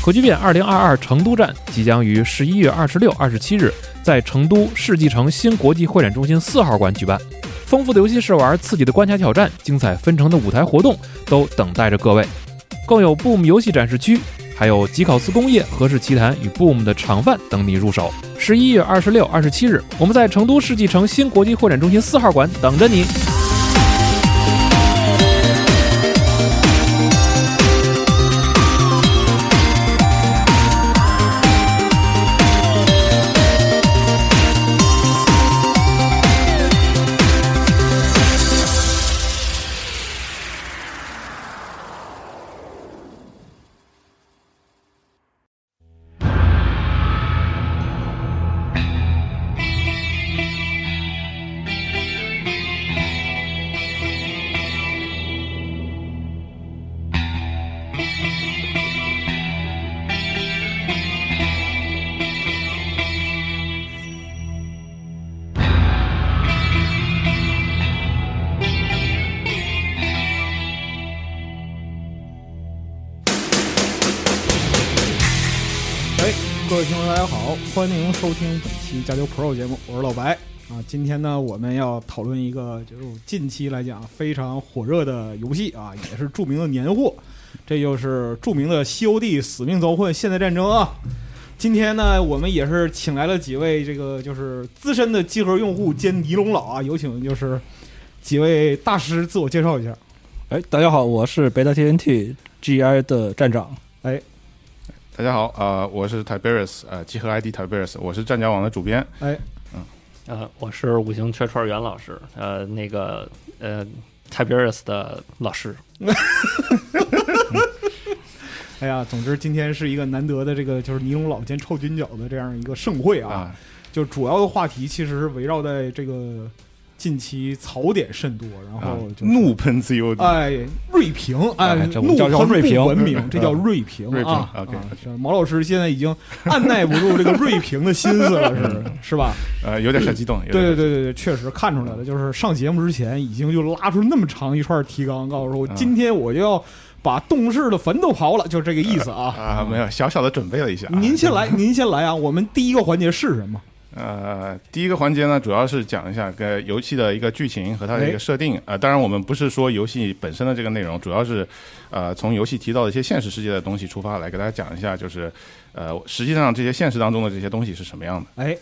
核聚变2022成都站即将于十一月二十六、二十七日在成都世纪城新国际会展中心四号馆举办。丰富的游戏试玩、刺激的关卡挑战、精彩纷呈的舞台活动都等待着各位。更有 Boom 游戏展示区，还有吉考斯工业、和氏奇谈与 Boom 的厂饭等你入手。十一月二十六、二十七日，我们在成都世纪城新国际会展中心四号馆等着你。各位听众，大家好，欢迎收听本期《加九 Pro》节目，我是老白啊。今天呢，我们要讨论一个就是近期来讲非常火热的游戏啊，也是著名的年货，这就是著名的《西游记》《死命召唤：现代战争》啊。今天呢，我们也是请来了几位这个就是资深的集合用户兼尼龙佬啊，有请就是几位大师自我介绍一下。哎，大家好，我是北大 TNT GI 的站长。大家好，呃，我是 Tiberius，呃，集合 ID Tiberius，我是战甲网的主编。呃，我是五行缺串袁老师，呃，那个呃 Tiberius 的老师，哎呀，总之今天是一个难得的这个就是尼龙佬兼臭军脚的这样一个盛会啊，就主要的话题其实是围绕在这个近期槽点甚多，然啊后就是怒啊喷 COD，、哎锐评哎哎这怒叫叫喷锐不评文明，这叫锐评嗯锐评啊。 ，OK，啊 OK 是毛老师现在已经按耐不住这个锐评的心思了，是 是吧？呃，有点小激动，有对对点嗯对对对，确实看出来了，就是上节目之前已经就拉出那么长一串提纲，告诉说我啊今天我就要把动视的坟都刨了，就这个意思啊。啊，没有，小小的准备了一下。啊您先来，您先来啊！我们第一个环节是什么？呃，第一个环节呢，主要是讲一下跟游戏的一个剧情和它哎的一个设定。呃，当然我们不是说游戏本身的这个内容，主要是呃从游戏提到的一些现实世界的东西出发来给大家讲一下，就是呃实际上这些现实当中的这些东西是什么样的。哎，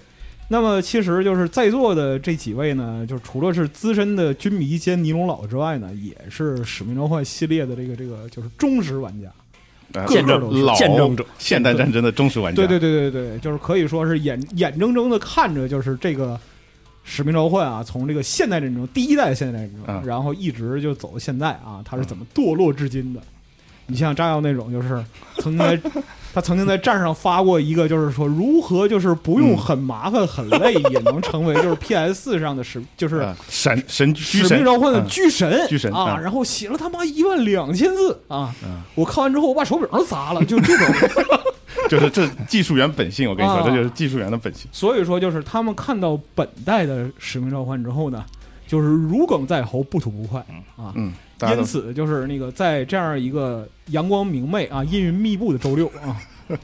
那么其实就是在座的这几位呢，就是除了是资深的军迷兼尼龙佬之外呢，也是《使命召唤》系列的这个这个就是忠实玩家。呃、见证者老见证者现代战争的忠实玩家。对对对对对，就是可以说是眼眼睁睁的看着就是这个《使命召唤》啊，从这个现代战争第一代现代战争，嗯然后一直就走到现在啊，它是怎么堕落至今的？嗯你像炸药那种，就是曾经在 他曾经在站上发过一个，就是说如何就是不用很麻烦、很累也能成为就是 PS 上的使就是啊，神神居使神命召唤的嗯巨神，巨神啊，嗯然后写了他妈一万两千字啊嗯！我看完之后，我把手柄都砸了，就这种。就是这是技术员本性，我跟你说，啊这就是技术员的本性。所以说，就是他们看到本代的《使命召唤》之后呢，就是如鲠在喉，不吐不快啊。嗯，大家因都此，就是那个在这样一个阳光明媚啊、阴云密布的周六啊，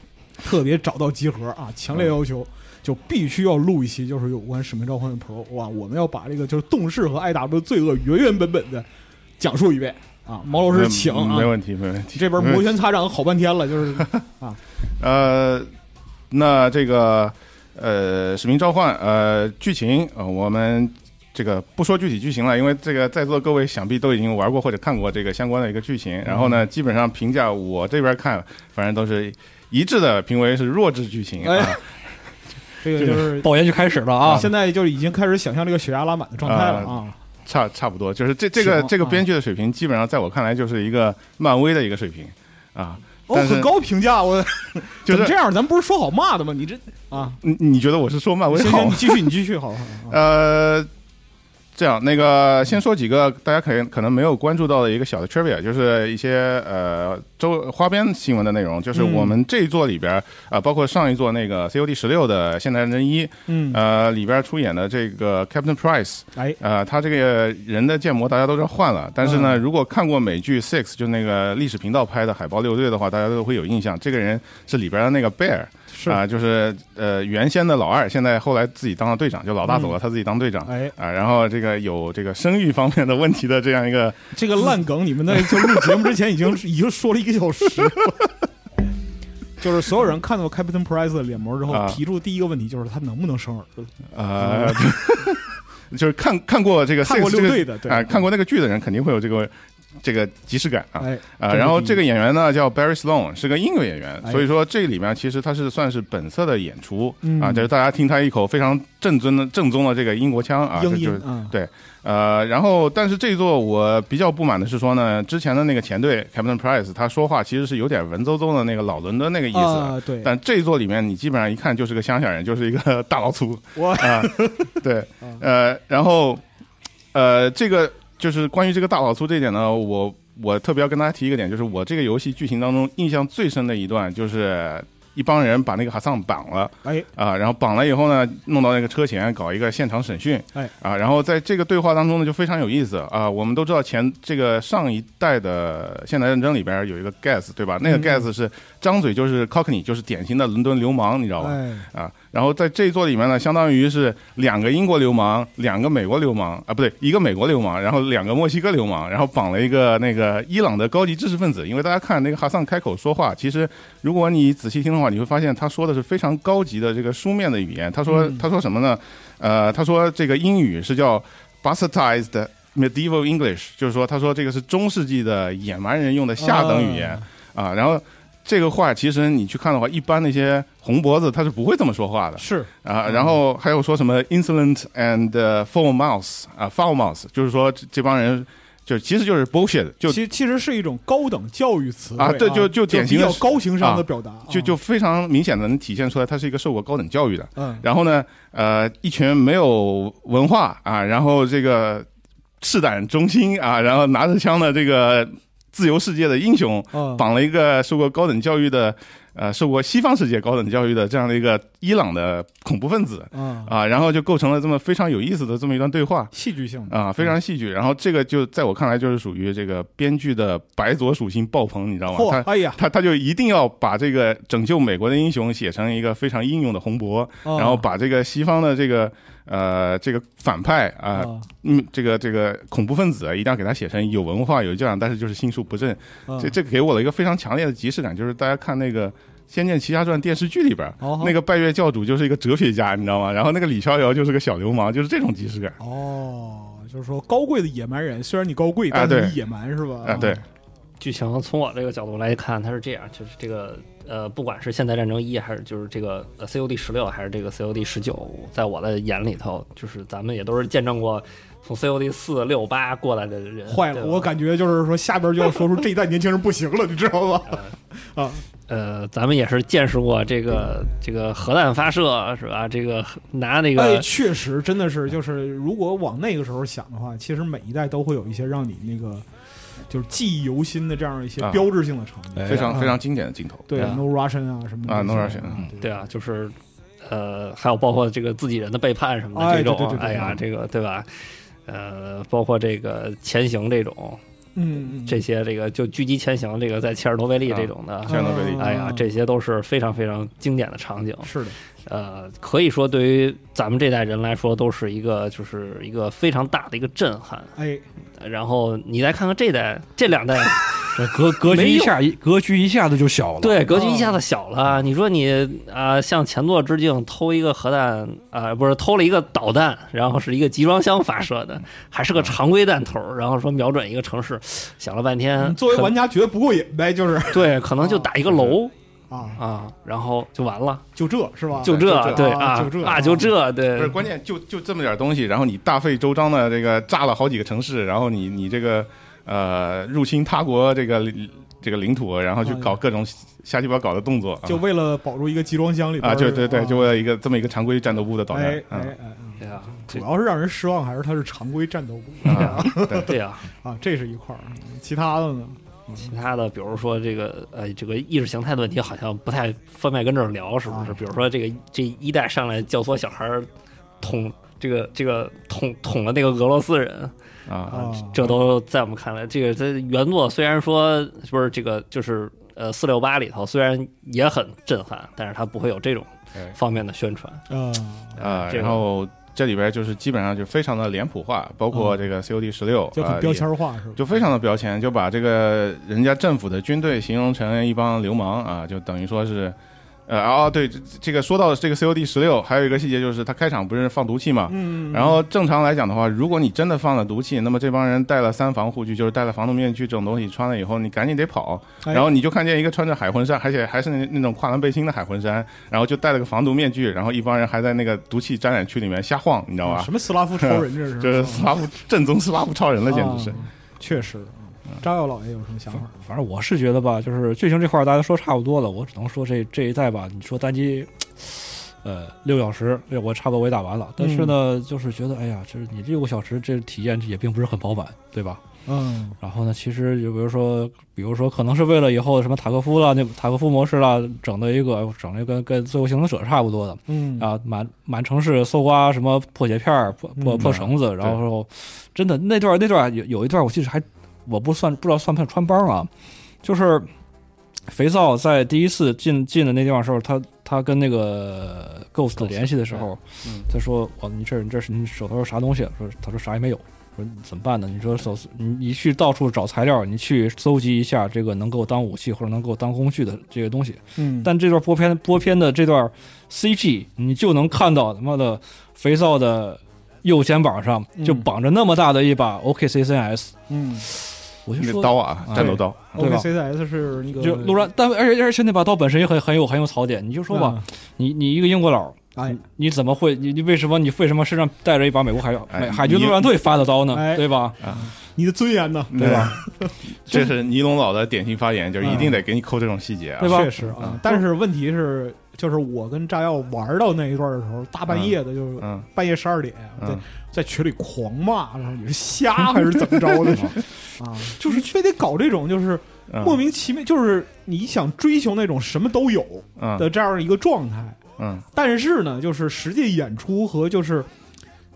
特别找到集合啊，强烈要求就必须要录一期，就是有关《使命召唤》的 Pro 哇，我们要把这个就是动视和 IW 的罪恶原原本本的讲述一遍啊。毛老师，请没啊没，问题，没问题。这边没问摩题拳擦掌好半天了，就是呃，那这个呃，使命召唤呃，剧情呃，我们这个不说具体剧情了，因为这个在座各位想必都已经玩过或者看过这个相关的一个剧情。然嗯后呢，基本上评价我这边看，反正都是一致的评为是弱智剧情哎啊。这个就是抱怨就开始了啊！现在就已经开始想象这个血压拉满的状态了啊。差差不多，就是这这个行这个啊编剧的水平，基本上在我看来就是一个漫威的一个水平啊。哦，但是很高评价，我 就怎么是这样，咱不是说好骂的吗？你这啊，你你觉得我是说漫威行好行，吗你？继续，你继续，好，好好 呃，这样，那个先说几个大家可能可能没有关注到的一个小的 trivia，就是一些呃周花边新闻的内容，就是我们这一座里边啊、呃包括上一座那个 COD 十六的《现代战争一》，嗯，呃，里边出演的这个 Captain Price，哎，呃，他这个人的建模大家都知道换了，但是呢，如果看过美剧《Six》，就那个历史频道拍的《海豹六队》的话，大家都会有印象，这个人是里边的那个 Bear 是啊、，就是呃原先的老二，现在后来自己当了队长，就老大走了，他自己当队长。哎，啊，然后这个有这个生育方面的问题的这样一个这个烂梗你们在就录节目之前已 经已经说了一个小时了。就是所有人看到 Captain Price 的脸模之后啊，提出第一个问题就是他能不能生儿子？ 呃，就是看看过这个 Six 嗯看过这六个队的，对嗯啊、看过那个剧的人肯定会有这个这个即视感啊。哎，啊，这是然后第一这个演员呢叫 Barry Sloan，是个英国演员，哎所以说这里面其实他是算是本色的演出、嗯啊，就是大家听他一口非常正宗的正宗的这个英国腔啊，这英就音是啊，呃，然后但是这一座我比较不满的是说呢，之前的那个前队 Captain Price 他说话其实是有点文绉绉的那个老伦敦那个意思，啊，对，但这一座里面，你基本上一看就是个乡下人，就是一个大老粗我啊、对，呃，然后，呃，这个就是关于这个大老粗这一点呢，我我特别要跟大家提一个点，就是我这个游戏剧情当中印象最深的一段，就是一帮人把那个哈桑绑了，哎啊、然后绑了以后呢，弄到那个车前搞一个现场审讯，哎啊、然后在这个对话当中呢，就非常有意思啊、我们都知道前这个上一代的现代战争里边有一个 Gas 对吧？那个嗯 Gas 是张嘴就是 Cockney，就是典型的伦敦流氓，你知道吧？哎，啊，然后在这一座里面呢，相当于是两个英国流氓，两个美国流氓啊，不对，一个美国流氓，然后两个墨西哥流氓，然后绑了一个那个伊朗的高级知识分子。因为大家看那个哈桑开口说话，其实如果你仔细听的话，你会发现他说的是非常高级的这个书面的语言。他说、嗯他说什么呢？呃，他说这个英语是叫 bastardized medieval English，就是说他说这个是中世纪的野蛮人用的下等语言。啊啊，然后这个话其实你去看的话，一般那些红脖子他是不会这么说话的是啊。然后还有说什么 insolent and uh, foul mouth 啊，foul mouth，就是说这这帮人就其实就是 bullshit，就其其实是一种高等教育词汇啊对就就就典型比的较高情商啊的表达，就啊就非常明显的能体现出来，他是一个受过高等教育的。嗯，然后呢，呃，一群没有文化啊，然后这个赤胆忠心啊，然后拿着枪的这个自由世界的英雄，嗯绑了一个受过高等教育的，呃，受过西方世界高等教育的这样的一个伊朗的恐怖分子嗯啊，然后就构成了这么非常有意思的这么一段对话戏剧性的啊，非常戏剧。然后这个就在我看来就是属于这个编剧的白左属性爆棚，你知道吗？嚯他，哎呀，他他就一定要把这个拯救美国的英雄写成一个非常英勇的红脖，然然后把这个西方的这个呃这个反派啊、啊嗯，这个这个恐怖分子啊，一定要给他写成有文化有教养，但是就是心术不正。啊这这给我了一个非常强烈的即视感，就是大家看那个《仙剑奇侠传》电视剧里边儿，哦那个拜月教主就是一个哲学家，你知道吗？然后那个李逍遥就是个小流氓，就是这种即视感哦，就是说高贵的野蛮人，虽然你高贵，啊但是对你野蛮是吧？啊。对，剧情从我这个角度来看，它是这样，就是这个呃，不管是现代战争一，还是就是这个呃 COD 十六，还是这个 COD 十九，在我的眼里头，就是咱们也都是见证过从 COD 四六八过来的人。坏对了，吧我感觉就是说下边就要说出这一代年轻人不行了，你知道吧？ 呃，咱们也是见识过这个这个核弹发射是吧？这个拿那哎，个确实真的是，就是如果往那个时候想的话，其实每一代都会有一些让你那个就是记忆犹新的这样一些啊标志性的场面。非哎常呀非常经典的镜头。对对啊，No Russian 啊什么的啊这，No 些 Russian，啊嗯对啊，就是呃，还有包括这个自己人的背叛什么哎的这种对对对啊，对哎呀，这个对吧？呃，包括这个前行这种，嗯，嗯这些这个就狙击前行，这个在切尔诺贝利这种的，切尔诺贝利啊哎呀，这些都是非常非常经典的场景。是的，呃，可以说对于咱们这代人来说，都是一个就是一个非常大的一个震撼。哎，然后你再看看这代这 两代，格格局一下一格局一下子就小了。对格局一下子小了。你说你啊、向前作致敬，偷一个核弹啊、不是偷了一个导弹，然后是一个集装箱发射的，还是个常规弹头，然后说瞄准一个城市，想了半天，嗯作为可玩家觉得不过瘾呗，就是对，可能就打一个楼。啊，啊，然后就完了，就这是吧？就就这，这对啊啊就这啊，就这，呃不是对，关键就就这么点东西，然后你大费周章的这个炸了好几个城市，然后你你这个呃入侵他国这个这个领土，然后去哎呀搞各种瞎鸡巴搞的动作啊就为了保住一个集装箱里边啊，儿就对对，啊就为了一个这么一个常规战斗部的导弹哎哎啊哎，哎对啊，主这要是让人失望还是它是常规战斗部 啊，对啊，啊，这是一块儿，其他的呢？其他的，比如说这个呃，这个意识形态的问题，好像不太方便跟这儿聊，是不是？啊比如说这个这一代上来教唆小孩儿捅这个这个捅捅了那个俄罗斯人，啊，啊啊，这都在我们看来，这个在原作虽然说不是这个，就是呃四六八里头虽然也很震撼，但是它不会有这种哎方面的宣传啊啊，这个然后这里边就是基本上就非常的脸谱化，包括这个 COD 十六嗯啊就很标签化是吧？就非常的标签，就把这个人家政府的军队形容成一帮流氓啊，就等于说是，呃，哦，对，这这个说到这个 COD 十六，还有一个细节就是，他开场不是放毒气嘛，嗯，然后正常来讲的话，如果你真的放了毒气，那么这帮人戴了三防护具，就是戴了防毒面具这种东西，穿了以后你赶紧得跑，哎然后你就看见一个穿着海魂衫，而且还是那那种跨栏背心的海魂衫，然后就戴了个防毒面具，然后一帮人还在那个毒气沾染区里面瞎晃，你知道吧？什么斯拉夫超人这嗯是？ 就是斯拉夫正宗斯拉夫超人了，简直是啊。确实，嗯张耀老爷有什么想法？反正我是觉得吧，就是剧情这块儿大家说差不多了，我只能说这这一代吧，你说单机，呃，六小时，对我差不多我也打完了，但是呢，就是觉得哎呀，就是你六个小时这体验也并不是很饱满，对吧？嗯然后呢，其实就比如说，比如说可能是为了以后什么塔科夫啦，那塔科夫模式啦，整的一个整的跟跟《最后行动者》差不多的嗯啊，满满城市搜刮什么破铁片儿、破破嗯破绳子，然后真的那段那段有有一段我记得还我不算不知道算不算穿帮啊，就是肥皂在第一次进进的那地方的时候，他他跟那个 Ghost 联系的时候，嗯他说：“哦，你这你这是你手头是啥东西？”说他说啥也没有。说怎么办呢？你说搜你你去到处找材料，你去搜集一下这个能够当武器或者能够当工具的这些东西。嗯，但这段播片播片的这段 CG，你就能看到他妈的肥皂的右肩膀上嗯就绑着那么大的一把 OKCCS，、嗯我就那说刀啊，哎战斗刀，对吧 o c s 是那个就路上，但而且而且那把刀本身也很很有很有槽点。你就说吧，，你你一个英国佬，嗯哎你怎么会你你为什么你为什么身上带着一把美国海哎海海军陆战队发的刀呢？哎对吧？你的尊严呢？对吧？嗯这是尼龙佬的典型发言，就是一定得给你抠这种细节啊对。吧确实啊，但是问题是，就是我跟炸药玩到那一段的时候，大半夜的，就是嗯半夜十二点，在嗯，在群里狂骂，然后你是 瞎还是怎么着的啊？就是非得搞这种，就是嗯莫名其妙，就是你想追求那种什么都有嗯的这样一个状态，嗯但是呢，就是实际演出和就是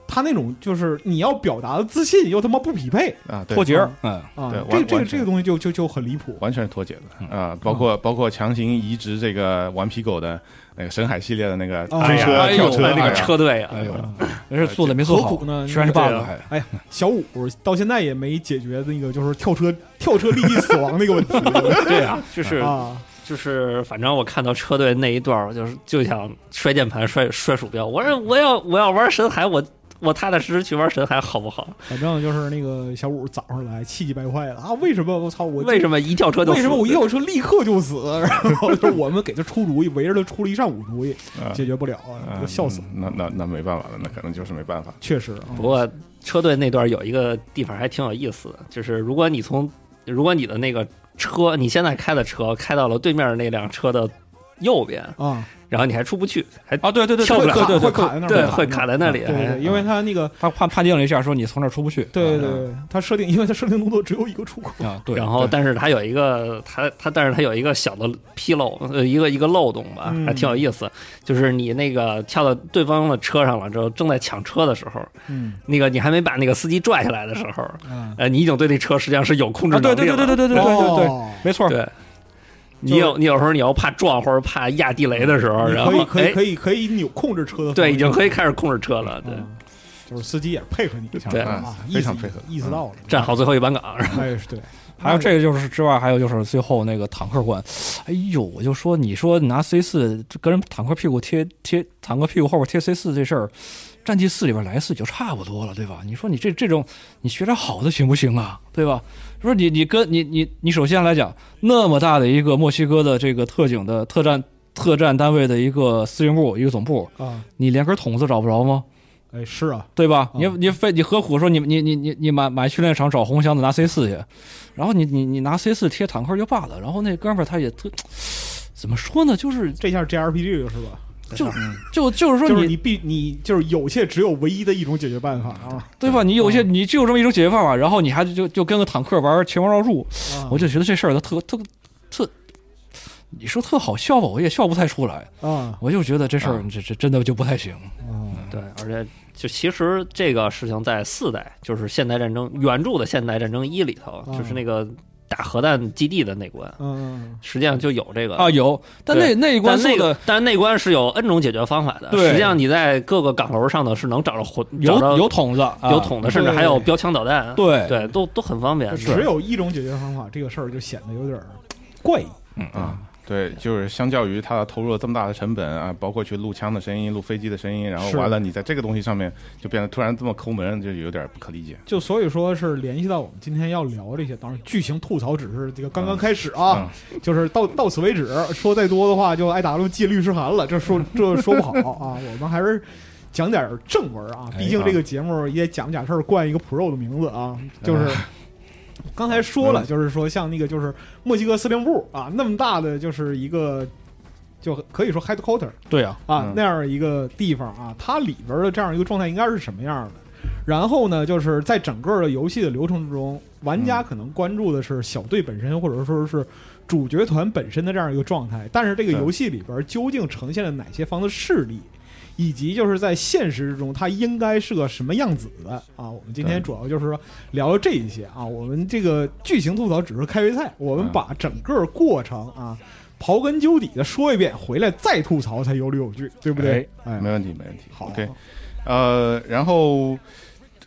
他那种就是你要表达的自信又他妈不匹配啊，对脱节儿，嗯，啊对！这这完个完全这个东西就就就很离谱。完全是脱节的啊，包括包括强行移植这个顽皮狗的那个深海系列的那个哦追哎车呀跳车哎嗯那个哎呀 车队啊，哎呦，啊而是做的没做何好苦，呢？全是 bug，那个还哎呀，小五到现在也没解决那个就是跳车跳车立即死亡那个 问题对啊，就是啊！就是，反正我看到车队那一段儿，我就是就想摔键盘、摔摔鼠标。我说我要我要玩神海，我我踏踏实实去玩神海好不好？反正就是那个小五早上来气急败坏的啊！为什么我操我为什么一跳车就为什么死我一跳车立刻就死？然后就是我们给他出主意，围着他出了一上午主 意，啊解决不了，啊都笑死了。嗯那那那没办法了，那可能就是没办法。确实啊不，过车队那段有一个地方还挺有意思的，就是如果你从如果你的那个车，你现在开的车开到了对面那辆车的右边，啊，然后你还出不去，还啊，对对对，跳对不对了对会对卡在那儿，对在会那儿卡在那里。对对哎啊对，因为他那个，他判判定了一下，说你从这儿出不去。对对对，他设定，因为他设定动作只有一个出口，啊，对。然后，对但是它有一个，它它，但是它有一个小的纰漏，呃，一个一个漏洞吧嗯，还挺有意思。就是你那个跳到对方的车上了之后，正在抢车的时候，嗯那个你还没把那个司机拽下来的时候，啊，呃，你已经对那车实际上是有控制啊，能对力了。对对对对对对对对对，哦没错。对你有你有时候你要怕撞或者怕压地雷的时候，然后你可以可以哎，可以可以扭控制车的方向，对，已经可以开始控制车了，对，啊，就是司机也是配合你，对啊，哎非常配合嗯意思到了，站好最后一班岗，哎，是对， 还有这个就是之外，还有就是最后那个坦克关，哎呦，我就说你说拿 C 四跟人坦克屁股贴贴坦克屁股后边贴 C 四这事儿，战绩四里边来四就差不多了，对吧？你说你这这种你学点好的行不行啊？对吧？说你你跟你你你首先来讲，那么大的一个墨西哥的这个特警的特战特战单位的一个司令部一个总部，啊，你连根筒子找不着吗？哎，是啊，对吧？嗯啊你你非你何苦说你你你你你买买训练场找红箱子拿 C 四去，然后你你你拿 C 四贴坦克就罢了，然后那哥们儿他也特怎么说呢？就是这下 JRPG 就是吧，在就上面就就是说就是你你必你就是有且只有唯一的一种解决办法啊！对吧？你有些嗯你只有这么一种解决办法，然后你还就就跟个坦克玩拳王绕柱，嗯啊我就觉得这事儿它特特特，你说特好笑吧，我也笑不太出来。啊我就觉得这事儿啊这这真的就不太行。啊对，而且就其实这个事情在四代，就是现代战争原著的现代战争一里头，嗯就是那个打核弹基地的那关，嗯实际上就有这个啊，。有，但那对那一关但那做个的，但那关是有 N 种解决方法的。对实际上你在各个岗楼上头是能找着火，有找着有筒子，啊有桶的，甚至还有标枪导弹。对对，都都很方嗯便。只有一种解决方法，这个事儿就显得有点儿怪异。啊。对，就是相较于他投入了这么大的成本啊，包括去录枪的声音、录飞机的声音，然后是完了，你在这个东西上面就变得突然这么抠门，就有点不可理解。就所以说是联系到我们今天要聊这些，当然剧情吐槽只是这个刚刚开始啊，就是到到此为止，说再多的话就挨打了借律师函了，这说这说不好啊，我们还是。讲点正文啊，哎毕竟这个节目也讲不假事儿，冠一个 Pro 的名字啊，就是刚才说了，就是说像那个就是墨西哥司令部啊，那么大的就是一个，就可以说 headquarter 对啊，啊嗯那样一个地方啊，它里边的这样一个状态应该是什么样的？然后呢，就是在整个的游戏的流程之中，玩家可能关注的是小队本身，或者说是主角团本身的这样一个状态。但是这个对游戏里边究竟呈现了哪些方的势力，以及就是在现实之中它应该是个什么样子的啊？我们今天对主要就是说聊聊这一些啊。我们这个剧情吐槽只是开胃菜，我们嗯把整个过程啊刨根究底的说一遍，回来再吐槽才有理有据，对不对？哎，没问题，没问题。好 OK，呃，然后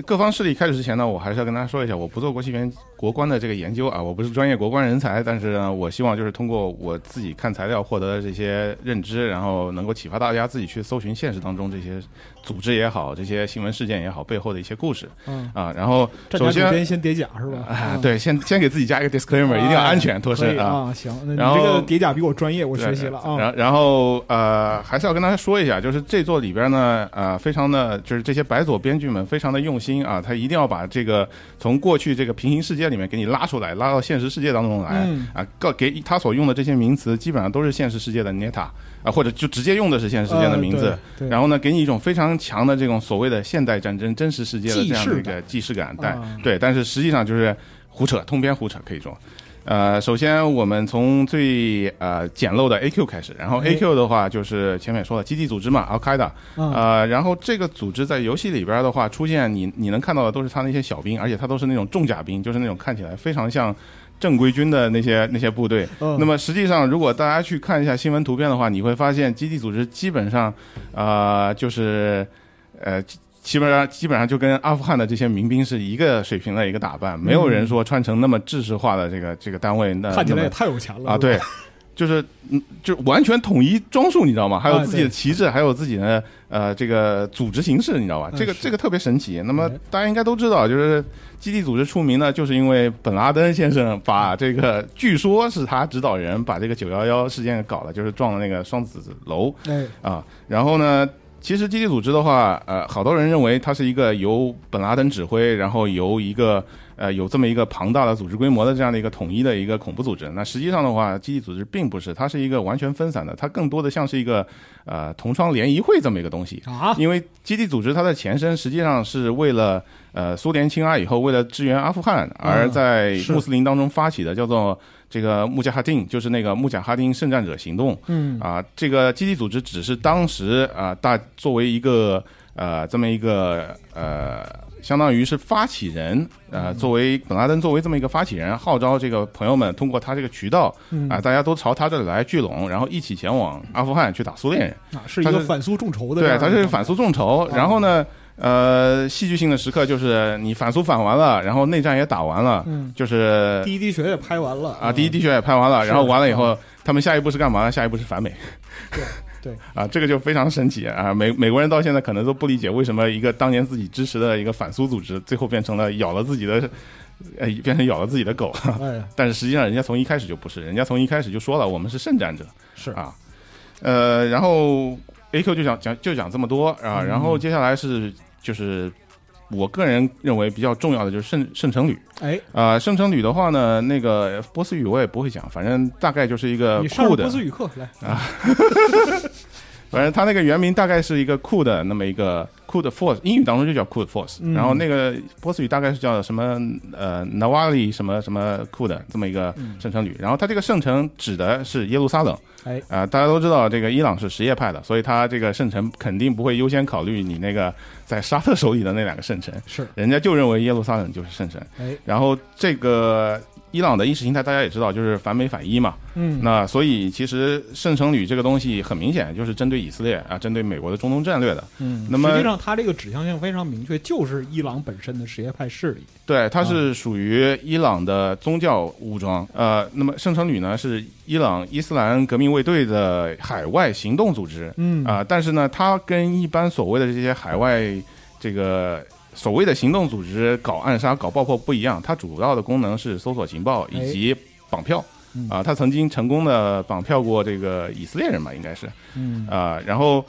各方势力开始之前呢，我还是要跟大家说一下，我不做国际原国关的这个研究啊，我不是专业国关人才，但是呢，我希望就是通过我自己看材料获得的这些认知，然后能够启发大家自己去搜寻现实当中这些组织也好，这些新闻事件也好背后的一些故事嗯，啊。然后站首家主先编先叠甲是吧？啊嗯，，对，先先给自己加一个 disclaimer，一定要安全脱可以身啊。啊，行，那然你后这个叠甲比我专业，我学习了然啊。后然后呃，还是要跟大家说一下，就是这座里边呢，呃，非常的就是这些白左编剧们非常的用心啊，他一定要把这个从过去这个平行世界里面给你拉出来，拉到现实世界当中来、嗯啊。告给他所用的这些名词，基本上都是现实世界的捏塔啊，或者就直接用的是现实世界的名字。呃，对对然后呢，给你一种非常强的这种所谓的现代战争真实世界的这样既视的一个既视感，但、啊对，但是实际上就是胡扯，通篇胡扯可以说。呃，首先我们从最呃简陋的 AQ 开始，然后哎 AQ 的话就是前面说了基地组织嘛，Al Qaeda，嗯呃，然后这个组织在游戏里边的话，出现你你能看到的都是他那些小兵，而且他都是那种重甲兵，就是那种看起来非常像正规军的那些那些部队，嗯那么实际上，如果大家去看一下新闻图片的话，你会发现基地组织基本上，呃，就是，呃，基基本上基本上就跟阿富汗的这些民兵是一个水平的一个打扮，没有人说穿成那么制式化的这个这个单位，那嗯看起来也那么太有钱了啊，对，就是嗯，就完全统一装束，你知道吗？还啊有自己对的旗帜，还有自己的呃这个组织形式，你知道吧？嗯这个是这个特别神奇。那么哎大家应该都知道，就是基地组织出名呢，就是因为本拉登先生把这个据说是他指导人把这个九幺幺事件搞了，就是撞了那个双子楼哎，啊。然后呢，其实基地组织的话，呃，好多人认为它是一个由本拉登指挥，然后由一个呃有这么一个庞大的组织规模的这样的一个统一的一个恐怖组织。那实际上的话，基地组织并不是，它是一个完全分散的，它更多的像是一个呃同窗联谊会这么一个东西。啊， 因为基地组织它的前身实际上是为了呃苏联侵阿以后，为了支援阿富汗而在嗯是穆斯林当中发起的，叫做这个穆加哈丁，就是那个穆加哈丁圣战者行动。嗯啊，这个基地组织只是当时啊，大作为一个呃这么一个呃，相当于是发起人，呃，作为本拉登作为这么一个发起人，号召这个朋友们通过他这个渠道嗯啊，大家都朝他这里来聚拢，然后一起前往阿富汗去打苏联人。啊是一个他是反苏哦众筹的这对，样一个他状态，是反苏众筹，然后呢，呃，戏剧性的时刻就是你反苏反完了，然后内战也打完了，嗯，就是第一滴血也拍完了呃啊，第一滴血也拍完了，是啊然后完了以后，他们下一步是干嘛呢？下一步是反美。对对 啊，这个就非常神奇啊！美美国人到现在可能都不理解为什么一个当年自己支持的一个反苏组织，最后变成了咬了自己的，呃，变成咬了自己的狗。 哎，但是实际上，人家从一开始就不是，人家从一开始就说了，我们是圣战者。是啊，呃，然后 A Q 就讲讲就讲这么多啊，然嗯后接下来是就是我个人认为比较重要的就是圣圣城旅。哎，啊，圣城旅的话呢，那个波呃斯语我也不会讲，反正大概就是一个你上酷着的波斯语课来，反正他那个原名大概是一个酷的那么一个酷的 force，英语当中就叫酷的 force，、嗯然后那个波斯语大概是叫什么呃 Nawali 什么什么酷的这么一个圣城旅。然后他这个圣城指的是耶路撒冷，哎啊、大家都知道这个伊朗是什叶派的，所以他这个圣城肯定不会优先考虑你那个在沙特手里的那两个圣城，是，人家就认为耶路撒冷就是圣城。哎，然后这个伊朗的意识形态大家也知道，就是反美反伊嘛，嗯，那所以其实圣城旅这个东西很明显就是针对以色列啊，针对美国的中东战略的。嗯，那么实际上它这个指向性非常明确，就是伊朗本身的什叶派势力。对，它是属于伊朗的宗教武装。呃，那么圣城旅呢是伊朗伊斯兰革命卫队的海外行动组织嗯啊、但是呢，它跟一般所谓的这些海外这个。所谓的行动组织搞暗杀、搞爆破不一样，它主要的功能是搜索情报以及绑票哎嗯啊、它曾经成功的绑票过这个以色列人吧，应该是。嗯啊、然后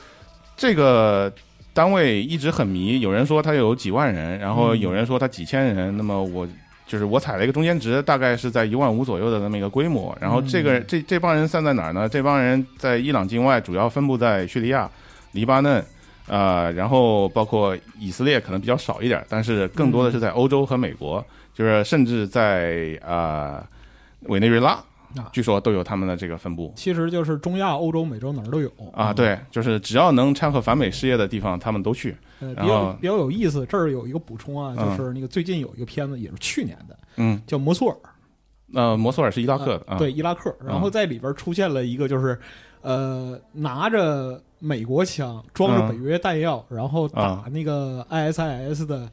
这个单位一直很迷，有人说他有几万人，然后嗯有人说他几千人，那么我。就是我踩了一个中间值，大概是在一万五左右的那么一个规模。然后这嗯个、这这帮人散在哪儿呢？这帮人在伊朗境外主要分布在叙利亚、黎巴嫩，啊，然后包括以色列可能比较少一点，但是更多的是在欧洲和美国，就是甚至在啊、委内瑞拉啊，据说都有他们的这个分布。其实就是中亚、欧洲、美洲哪儿都有嗯啊，，对，就是只要能掺和反美事业的地方，他们都去。呃，然比较后比较有意思。这儿有一个补充啊，嗯就是那个最近有一个片子，也是去年的，嗯，叫《摩苏尔》，呃那、摩索尔是伊拉克的啊，对，伊拉克。然后在里边出现了一个就是，呃，拿着美国枪，装着嗯北约弹药，然后打那个 ISIS 的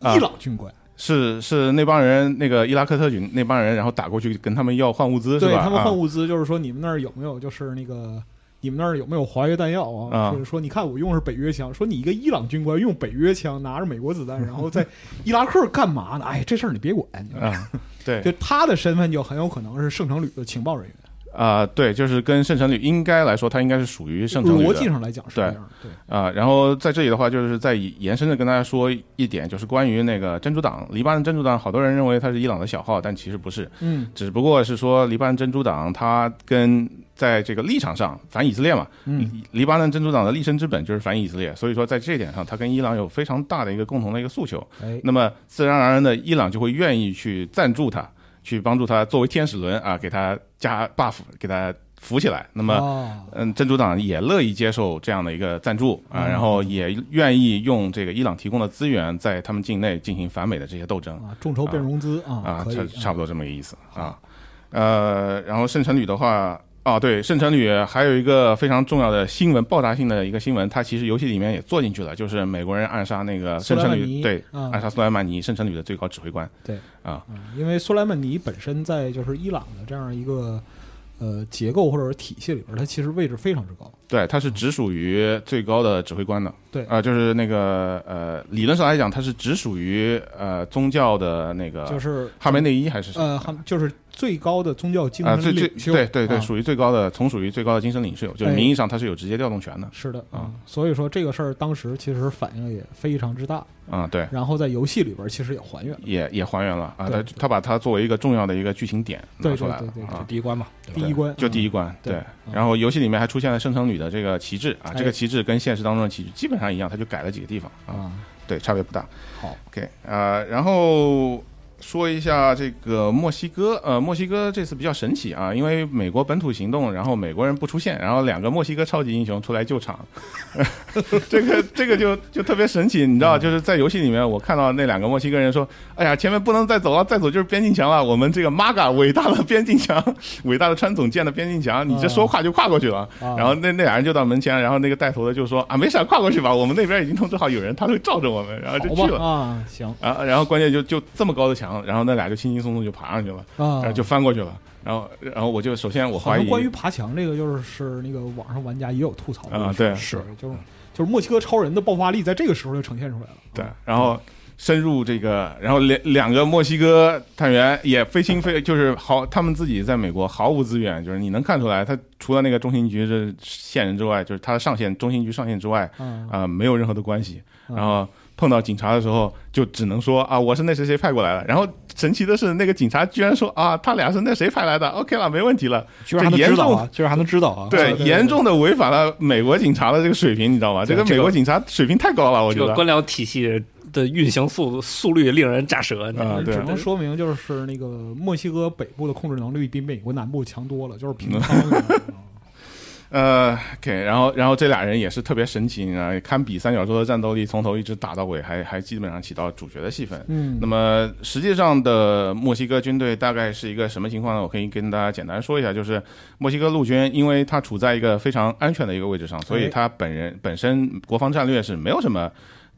啊伊朗军官，是是那帮人，那个伊拉克特军那帮人，然后打过去跟他们要换物资，是对吧？他们啊换物资，就是说你们那儿有没有就是那个。你们那儿有没有华约弹药啊？啊就是说，你看我用的是北约枪，说你一个伊朗军官用北约枪拿着美国子弹，然后 在伊拉克干嘛呢？哎，这事儿你别管， 啊，对就他的身份就很有可能是圣城旅的情报人员，啊、对，就是跟圣城旅应该来说，它应该是属于圣城旅的逻辑上来讲是这样的。对，啊、然后在这里的话，就是再延伸的跟大家说一点，就是关于那个珍珠党，黎巴嫩珍珠党，好多人认为它是伊朗的小号，但其实不是，嗯只不过是说黎巴嫩珍珠党它跟在这个立场上反以色列嘛，嗯，黎巴嫩珍珠党的立身之本就是反以色列，所以说在这一点上，它跟伊朗有非常大的一个共同的一个诉求。哎，那么自然而然的，伊朗就会愿意去赞助它，去帮助它作为天使轮啊，给它加 buff，给它扶起来。那么，哦，嗯，珍珠党也乐意接受这样的一个赞助啊，嗯然后也愿意用这个伊朗提供的资源，在他们境内进行反美的这些斗争。啊，众筹变融资啊，啊，可以差差不多。多这么个意思啊。呃，然后圣城旅的话，啊，对，圣城旅还有一个非常重要的新闻，爆炸性的一个新闻，它其实游戏里面也做进去了，就是美国人暗杀那个苏圣莱城曼尼旅，对，啊暗杀苏莱曼尼，圣城旅的最高指挥官。对啊，嗯因为苏莱曼尼本身在就是伊朗的这样一个呃结构或者是体系里边，他其实位置非常之高。对，他是直属于最高的指挥官的。嗯对啊，就是那个呃，理论上来讲，他是直属于呃宗教的那个就是哈梅内伊还是谁？呃，哈就是最高的宗教精啊，最神最领袖，对对对，啊属于最高的，从属于最高的精神领袖，就是哎名义上他是有直接调动权的。是的啊嗯所以说这个事儿当时其实反应也非常之大，啊，对。然后在游戏里边其实也还原了也也还原了啊，对他他把它作为一个重要的一个剧情点拿对出来了对对对啊。第一关嘛，对吧第一关，就第一一关，对对。嗯然后游戏里面还出现了圣城旅的这个旗帜啊，哎这个旗帜跟现实当中的旗帜基本上一样，它就改了几个地方啊，啊，对，差别不大。好，OK，呃，然后说一下这个墨西哥，呃，墨西哥这次比较神奇啊，因为美国本土行动，然后美国人不出现，然后两个墨西哥超级英雄出来救场， 这个这个就就特别神奇，你知道，就是在游戏里面我看到那两个墨西哥人说，哎呀，前面不能再走了，再走就是边境墙了，我们这个 MAGA 伟大的边境墙， 伟大的川总建的边境墙，你这说跨就跨过去了，啊然后那那俩人就到门前，然后那个带头的就说啊，没事，跨过去吧，我们那边已经通知好有人，他会罩着我们，然后就好去吧了。啊，行啊，然后关键就就这么高的墙，然后那俩就轻轻松松就爬上去了，啊，然后就翻过去了，然后然后我就首先我好怀像疑关于爬墙这个，就是是那个网上玩家也有吐槽的啊事儿对是就是就是墨西哥超人的爆发力在这个时候就呈现出来了。啊对，然后深入这个，然后两两个墨西哥探员也非亲非就是毫他们自己在美国毫无资源，就是你能看出来，他除了那个中情局这线人之外，就是他上线中情局上线之外，嗯啊、没有任何的关系。嗯然后碰到警察的时候，就只能说啊，我是那谁谁派过来的。然后神奇的是，那个警察居然说啊，他俩是那谁派来的，OK 了，没问题了。居然还能知道啊，居然还能知道啊！对对，对严重的违反了美国警察的这个水平，你知道吗？这对个这美个国警察水平太高了，我这觉个得。官僚体系的运行速度速率令人咋舌。你知道吗啊对只能说明就是那个墨西哥北部的控制能力比美国南部强多了，就是平摊的。 呃，OK，然后然后这俩人也是特别神奇，你知道，堪比三角洲的战斗力，从头一直打到尾，还还基本上起到主角的戏份。嗯那么实际上的墨西哥军队大概是一个什么情况呢？我可以跟大家简单说一下，就是墨西哥陆军，因为它处在一个非常安全的一个位置上，所以它本人本身国防战略是没有什么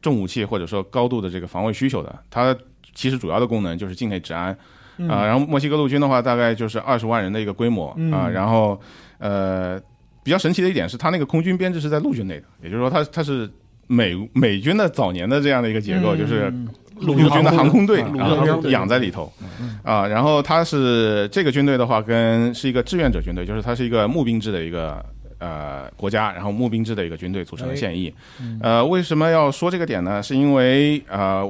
重武器或者说高度的这个防卫需求的。它其实主要的功能就是境内治安嗯啊、然后墨西哥陆军的话，大概就是二十万人的一个规模嗯啊、然后呃，比较神奇的一点是，它那个空军编制是在陆军内的，也就是说它它是美美军的早年的这样的一个结构，就是嗯陆军的航空队，啊陆军然航空后队养在里头啊。然后它是这个军队的话，跟是一个志愿者军队，就是它是一个募兵制的一个呃国家，然后募兵制的一个军队组成的现役嗯。呃，为什么要说这个点呢？是因为呃。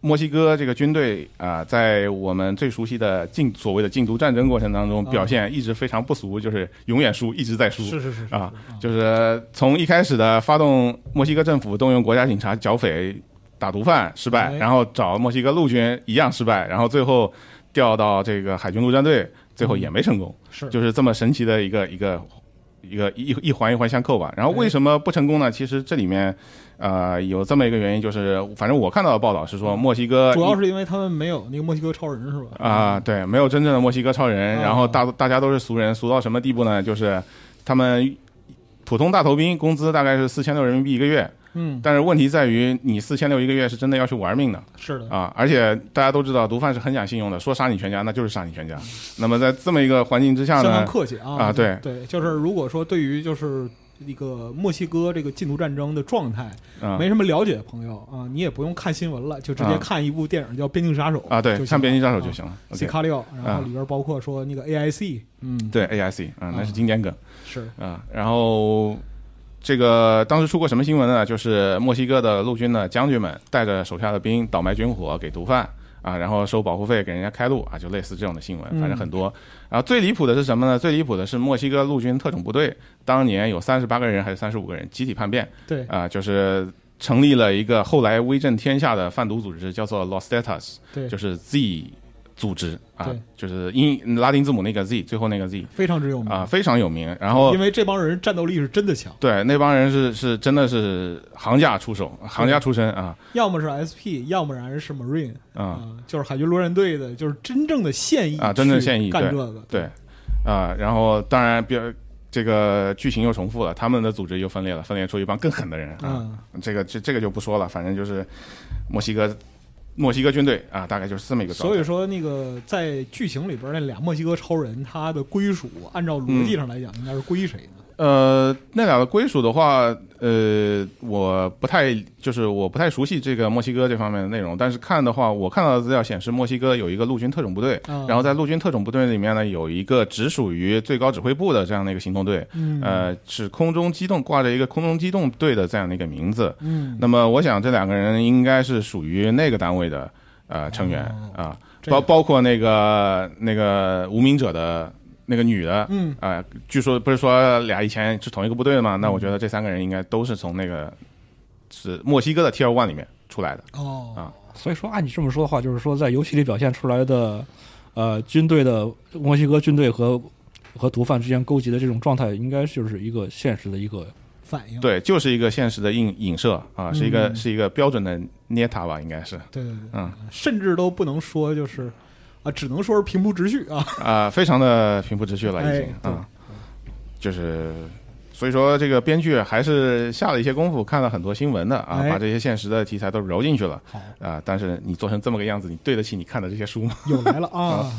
墨西哥这个军队啊、在我们最熟悉的禁所谓的禁毒战争过程当中，啊表现一直非常不俗，就是永远输，一直在输。是是是是啊，就是从一开始的发动墨西哥政府动用国家警察剿匪打毒贩失败，哎然后找墨西哥陆军一样失败，然后最后调到这个海军陆战队，最后也没成功，嗯是就是这么神奇的一个一个一个一一环一环相扣吧。然后为什么不成哎功呢？其实这里面。呃，有这么一个原因，就是反正我看到的报道是说，墨西哥主一要是因为他们没有那个墨西哥超人是吧？呃啊、对，没有真正的墨西哥超人，啊然后大大家都是俗人，俗到什么地步呢？就是他们普通大头兵工资大概是四千六人民币一个月，嗯，但是问题在于你四千六一个月是真的要去玩命的是的，啊！而且大家都知道，毒贩是很讲信用的，说杀你全家那就是杀你全家。那么在这么一个环境之下相当呢，客气啊啊对对，就是如果说对于就是。一个墨西哥这个禁毒战争的状态，啊没什么了解的朋友啊，你也不用看新闻了，就直接啊看一部电影叫《边境杀手》啊，对就，行看《边境杀手》了就行了。 《 OK， Sicario》，然啊后里边包括说那个 AIC，嗯，对 AIC 啊，那是经典梗。是啊，然后这个当时出过什么新闻呢？就是墨西哥的陆军的将军们带着手下的兵倒卖军火给毒贩啊，然后收保护费给人家开路啊，就类似这种的新闻，反正很嗯多。啊然后最离谱的是什么呢？最离谱的是墨西哥陆军特种部队当年有三十八个人还是三十五个人集体叛变对，啊，就是。成立了一个后来威震天下的贩毒组织，叫做 Los Zetas，对就，是 Z 组织啊对，就是英拉丁字母那个 Z，最后那个 Z 非常之有名啊，，非常有名。然后因为这帮人战斗力是真的强，对，那帮人是是真的是行家出手，行家出身啊要么是 SP，要不然是 Marine 啊、啊，就是海军陆战队的，就是真正的现役啊真正现役去干对这个，对啊、然后当然比这个剧情又重复了，他们的组织又分裂了，分裂出一帮更狠的人啊。嗯，这个这这个就不说了，反正就是墨西哥墨西哥军队啊，大概就是这么一个状态。所以说那个在剧情里边那俩墨西哥超人，他的归属按照逻辑上来讲，应该是归谁呢？呃，那俩的归属的话，呃，我不太就是我不太熟悉这个墨西哥这方面的内容，但是看的话，我看到的资料显示，墨西哥有一个陆军特种部队，啊然后在陆军特种部队里面呢，有一个直属于最高指挥部的这样的一个行动队，嗯呃，是空中机动挂着一个空中机动队的这样的一个名字。嗯，那么我想这两个人应该是属于那个单位的呃成员哦啊，这包样包括那个那个无名者的那个女的，嗯啊，据说不是说俩以前是同一个部队的嘛？那我觉得这三个人应该都是从那个是墨西哥的 T L One 里面出来的。啊哦，所以说，按你这么说的话，就是说在游戏里表现出来的，呃，军队的墨西哥军队和和毒贩之间勾结的这种状态，应该就是一个现实的一个嗯反应对，就是一个现实的映影射啊，是一个、嗯是一个标准的捏塔吧，应该是对对对，嗯甚至都不能说就是啊，只能说是平铺直叙 啊，啊、非常的平铺直叙了已经哎啊、对就是。所以说，这个编剧还是下了一些功夫，看了很多新闻的啊，哎把这些现实的题材都揉进去了好啊、但是你做成这么个样子，你对得起你看的这些书吗？又来了啊，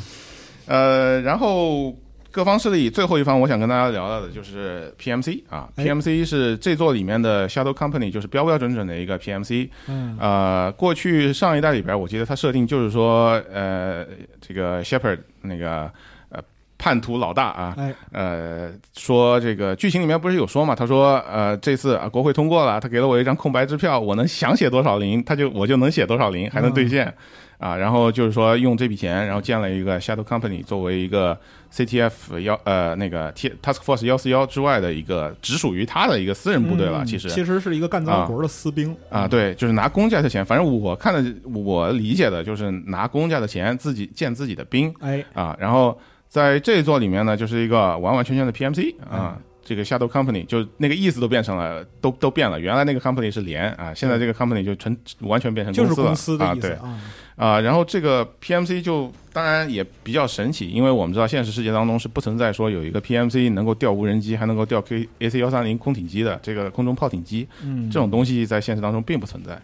呃，然后各方势力最后一方，我想跟大家聊聊的就是 PMC 啊哎，PMC 是这座里面的 Shadow Company，就是标标准准的一个 PMC。嗯呃，过去上一代里边，我记得它设定就是说，呃，这个 Shepard 那个呃叛徒老大啊，哎，呃，说这个剧情里面不是有说嘛？他说，呃，这次啊国会通过了，他给了我一张空白支票，我能想写多少零，他就我就能写多少零，还能兑现、 啊。然后就是说用这笔钱，然后建了一个 Shadow Company 作为一个 CTF 幺呃那个 T Task Force 幺四幺之外的一个只属于他的一个私人部队了，嗯其实。其实是一个干脏活的私兵嗯啊，，对，就是拿公家的钱，反正我看的，我理解的就是拿公家的钱自己建自己的兵，哎，啊，然后在这一座里面呢，就是一个完完全全的 PMC 嗯啊，这个 Shadow Company 就那个意思都变成了，都都变了。原来那个 company 是连啊，现在这个 company 就成完全变成嗯就是司了公司的意思啊，啊，对啊。然后这个 PMC 就当然也比较神奇，因为我们知道现实世界当中是不存在说有一个 PMC 能够调无人机，还能够调 K AC 幺三零空挺机的这个空中炮艇机嗯，这种东西在现实当中并不存在。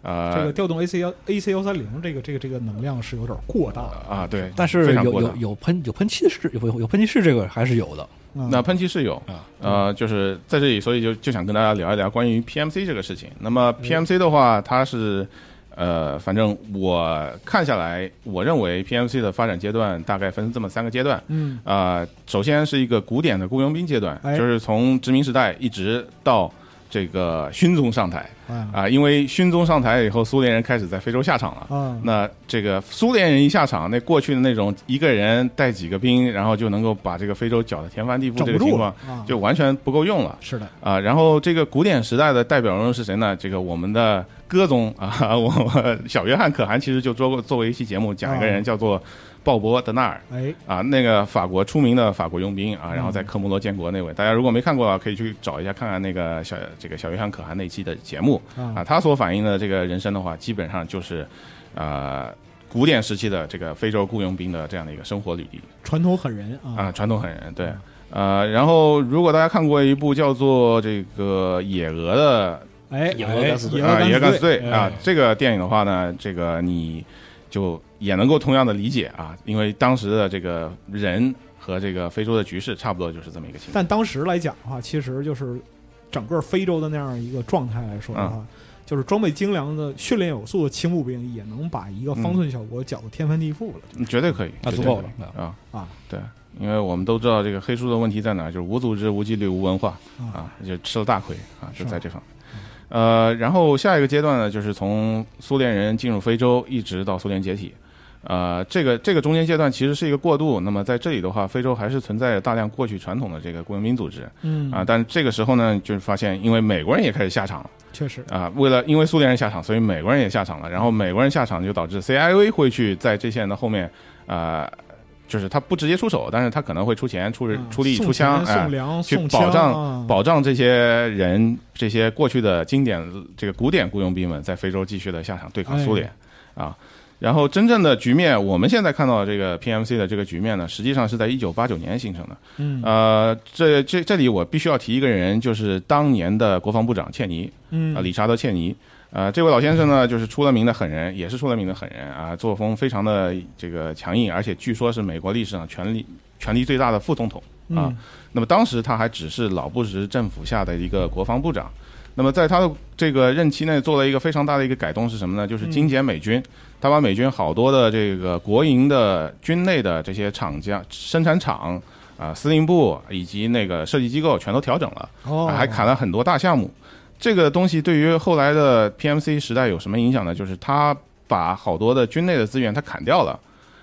啊、这个调动 AC 幺 AC 幺三零这个这个这个能量是有点过大了啊，对，但是非常有过大有有喷有喷气的是有有喷气式这个还是有的嗯那喷气是有啊，呃，就是在这里，所以就就想跟大家聊一聊关于 PMC 这个事情。那嗯么 PMC 的话，它是呃，反正我看下来，我认为 PMC 的发展阶段大概分这么三个阶段。嗯啊，首先是一个古典的雇佣兵阶段，哎就是从殖民时代一直到这个勋宗上台哎啊、因为勋宗上台以后，苏联人开始在非洲下场了。啊，那这个苏联人一下场，那过去的那种一个人带几个兵，然后就能够把这个非洲搅得天翻地覆整这不个情住了况，啊，就完全不够用了是的，啊、然后这个古典时代的代表人物是谁呢？这个我们的歌宗啊， 我我小约翰可汗其实就做过作为一期节目讲一个嗯人叫做鲍勃德纳尔。哎，啊，那个法国出名的法国佣兵嗯啊，然后在科摩罗建国那位，大家如果没看过啊，可以去找一下看看那个小这个小约翰可汗那期的节目啊，啊，他所反映的这个人生的话，基本上就是，呃，古典时期的这个非洲雇佣兵的这样的一个生活履历传统狠人啊，啊，传统狠人对，呃，然后如果大家看过一部叫做这个《野鹅》的哎，野野鹅鹅敢死队啊，《野鹅敢死队》啊哎，这个电影的话呢，这个你就也能够同样的理解啊，因为当时的这个人和这个非洲的局势差不多就是这么一个情况。但当时来讲的话，其实就是整个非洲的那样一个状态来说的啊话，就是装备精良的、训练有素的轻步兵，也能把一个方寸小国搅得天翻地覆了。嗯绝对可以，那绝足对够可了以。啊啊啊，对，因为我们都知道这个黑叔的问题在哪儿，就是无组织、无纪律、无文化啊，就吃了大亏啊，就是在这方面。呃，然后下一个阶段呢，就是从苏联人进入非洲，一直到苏联解体。呃，这个这个中间阶段其实是一个过渡。那么在这里的话，非洲还是存在着大量过去传统的这个雇佣兵组织嗯啊。，但这个时候呢，就是发现，因为美国人也开始下场了确实，啊。为了因为苏联人下场，所以美国人也下场了。然后美国人下场，就导致 CIA 会去在这些人的后面，呃，就是他不直接出手，但是他可能会出钱、出人、啊出力、送出枪，钱哎送，粮、去送啊保障障保障这些人、这些过去的经典、这个古典雇佣兵们在非洲继续的下场对抗苏联、哎啊。然后真正的局面，我们现在看到的这个 PMC 的这个局面呢，实际上是在一九八九年形成的。嗯呃，这这这里我必须要提一个人，就是当年的国防部长切尼啊、嗯理查德切尼。呃，这位老先生呢，就是出了名的狠人，也是出了名的狠人啊，作风非常的这个强硬，而且据说是美国历史上权力权力最大的副总统。啊，嗯那么当时他还只是老布什政府下的一个国防部长。那么在他的这个任期内，做了一个非常大的一个改动是什么呢？就是精简美军，他把美军好多的这个国营的军内的这些厂家、生产厂啊、司令部以及那个设计机构全都调整了。哦，还砍了很多大项目。这个东西对于后来的 PMC 时代有什么影响呢？就是他把好多的军内的资源他砍掉了，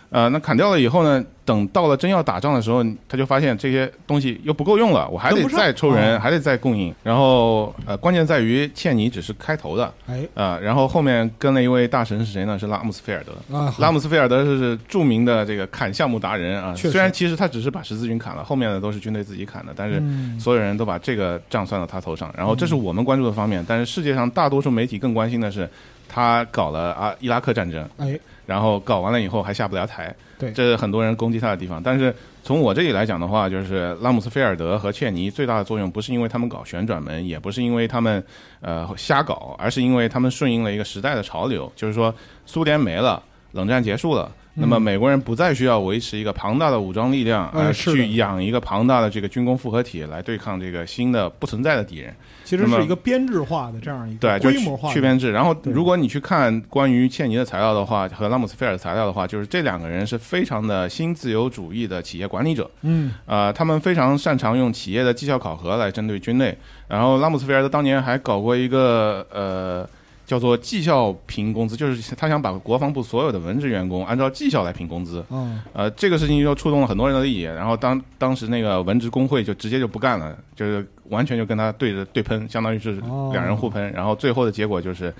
呃，那砍掉了以后呢，等到了真要打仗的时候，他就发现这些东西又不够用了，我还跟得不上再抽人，哦还得再供应。然后呃，关键在于倩妮只是开头的哎啊、呃然后后面跟了一位大神是谁呢？是拉姆斯菲尔德。啊，好拉姆斯菲尔德是著名的这个砍项目达人啊，确实虽然其实他只是把十字军砍了，后面的都是军队自己砍的，但是嗯所有人都把这个账算到他头上。然后这是我们关注的方面，但是世界上大多数媒体更关心的是他搞了啊伊拉克战争，哎然后搞完了以后还下不了台，对这是很多人攻击他的地方。但是从我这里来讲的话，就是拉姆斯菲尔德和切尼最大的作用，不是因为他们搞旋转门，也不是因为他们呃瞎搞，而是因为他们顺应了一个时代的潮流，就是说苏联没了，冷战结束了。嗯那么美国人不再需要维持一个庞大的武装力量，哎而是的去养一个庞大的这个军工复合体来对抗这个新的不存在的敌人。其实那是么一个编制化的这样一对，个就规去模化的去编制。然后，对如果你去看关于切尼的材料的话，和拉姆斯菲尔的材料的话，就是这两个人是非常的新自由主义的企业管理者。嗯呃，他们非常擅长用企业的绩效考核来针对军内。然后，拉姆斯菲尔德当年还搞过一个呃。叫做绩效评工资，就是他想把国防部所有的文职员工按照绩效来评工资。嗯呃，这个事情就触动了很多人的利益，然后当当时那个文职工会就直接就不干了，就是完全就跟他对着对喷，相当于是哦两人互喷，然后最后的结果就是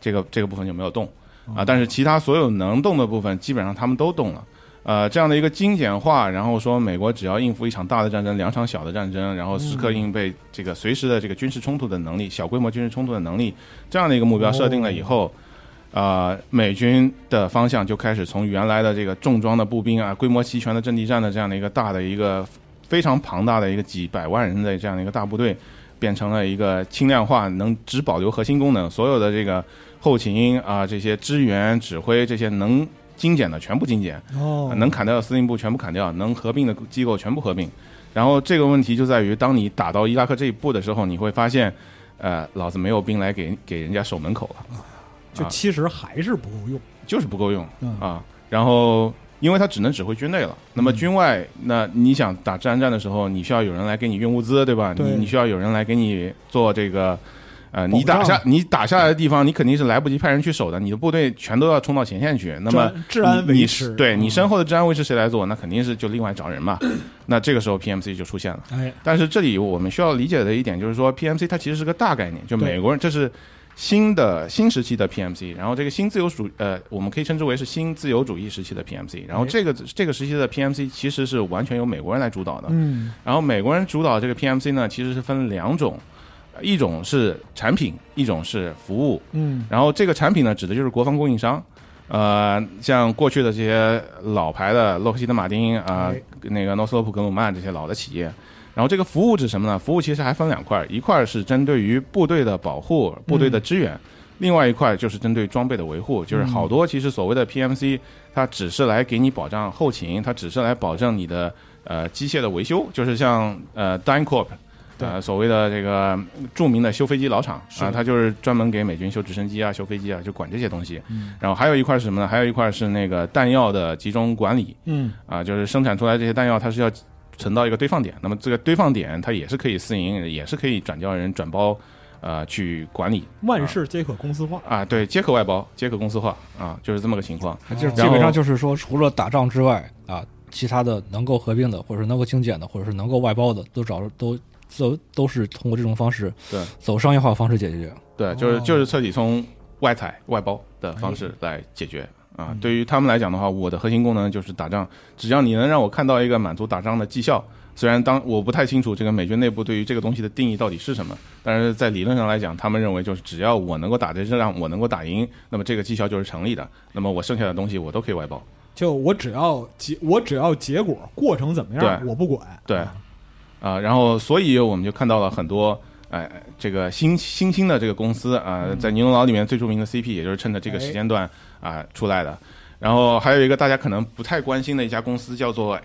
这个这个部分就没有动啊，但是其他所有能动的部分基本上他们都动了。呃，这样的一个精简化，然后说美国只要应付一场大的战争、两场小的战争，然后时刻应备这个随时的这个军事冲突的能力、小规模军事冲突的能力，这样的一个目标设定了以后，呃，美军的方向就开始从原来的这个重装的步兵啊、规模齐全的阵地战的这样的一个大的一个非常庞大的一个几百万人的这样的一个大部队，变成了一个轻量化，能只保留核心功能，所有的这个后勤啊、这些支援、指挥这些能精简的全部精简，哦，能砍掉的司令部全部砍掉，能合并的机构全部合并。然后这个问题就在于，当你打到伊拉克这一步的时候，你会发现，呃，老子没有兵来给给人家守门口了。就啊其实还是不够用，就是不够用嗯啊。然后，因为他只能指挥军内了，那么军外，那你想打治安战的时候，你需要有人来给你运物资，对吧？对你你需要有人来给你做这个，呃，你保障打下你打下来的地方，你肯定是来不及派人去守的，你的部队全都要冲到前线去。那么治安治安你维你持，对你嗯身后的治安维持谁来做？那肯定是就另外找人嘛。那这个时候 PMC 就出现了。哎但是这里我们需要理解的一点就是说，PMC 它其实是个大概念，就对美国人这是新的新时期的 PMC，然后这个新自由主呃，我们可以称之为是新自由主义时期的 PMC，然后这个这个时期的 PMC 其实是完全由美国人来主导的，嗯然后美国人主导这个 PMC 呢，其实是分两种，呃一种是产品，一种是服务，嗯然后这个产品呢，指的就是国防供应商。呃，像过去的这些老牌的洛克希德马丁啊、哎那个诺斯洛普格鲁曼这些老的企业，然后这个服务指什么呢？服务其实还分两块，一块是针对于部队的保护、部队的支援，另外一块就是针对装备的维护。就是好多其实所谓的 PMC，它只是来给你保障后勤，它只是来保证你的呃机械的维修，就是像呃 Dyncorp。呃，所谓的这个著名的修飞机老厂是啊，的它就是专门给美军修直升机啊、修飞机啊，就管这些东西。然后还有一块是什么呢？还有一块是那个弹药的集中管理嗯啊，就是生产出来这些弹药，它是要存到一个堆放点。那么这个堆放点，它也是可以私营，也是可以转交人转包，呃，去管理万事皆可公司化，啊。对，接口外包，接口公司化啊，就是这么个情况。就是基然后本上就是说，除了打仗之外啊，其他的能够合并的，或者是能够精简的，或者是能够外包的，都找都都都是通过这种方式，对，走商业化方式解决。对，就是哦就是彻底从外采外包的方式来解决啊。对于他们来讲的话，我的核心功能就是打仗，只要你能让我看到一个满足打仗的绩效。虽然当我不太清楚这个美军内部对于这个东西的定义到底是什么，但是在理论上来讲，他们认为就是只要我能够打这仗，我能够打赢，那么这个绩效就是成立的。那么我剩下的东西我都可以外包。就我只要结我只要结果过程怎么样对我不管，对，啊、然后所以我们就看到了很多。哎，这个新新兴的这个公司啊、在尼龙岛里面最著名的 CP，也就是趁着这个时间段啊、出来的。然后还有一个大家可能不太关心的一家公司叫做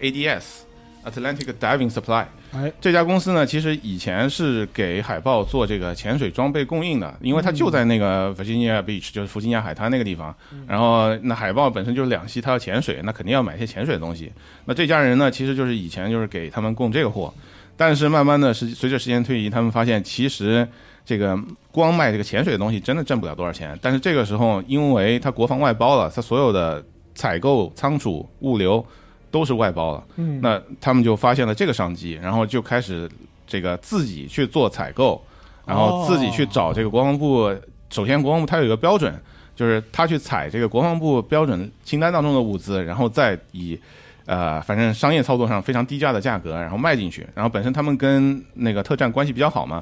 ADS，Atlantic Diving Supply。哎这家公司呢，其实以前是给海豹做这个潜水装备供应的，因为它就在那个 Virginia Beach，就是弗吉尼亚海滩那个地方。然后那海豹本身就是两栖，它要潜水，那肯定要买一些潜水的东西。那这家人呢，其实就是以前就是给他们供这个货，但是慢慢的是随着时间推移，他们发现其实这个光卖这个潜水的东西真的挣不了多少钱。但是这个时候，因为它国防外包了，它所有的采购、仓储、物流都是外包了。嗯那他们就发现了这个商机，然后就开始这个自己去做采购，然后自己去找这个国防部。首先，国防部它有一个标准，就是他去采这个国防部标准清单当中的物资，然后再以呃，反正商业操作上非常低价的价格，然后卖进去。然后本身他们跟那个特战关系比较好嘛，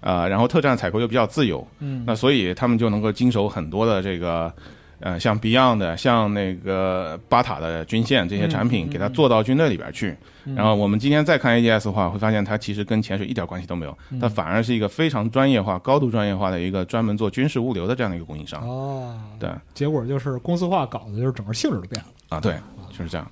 呃，然后特战采购又比较自由，嗯那所以他们就能够经手很多的这个呃，像 Beyond 的、像那个巴塔的军线这些产品，嗯嗯给它做到军队里边去。嗯然后我们今天再看 AGS 的话，会发现它其实跟潜水一点关系都没有，嗯它反而是一个非常专业化、高度专业化的一个专门做军事物流的这样的一个供应商。哦，对结果就是公司化搞的，就是整个性质都变了。啊，对，就是这样。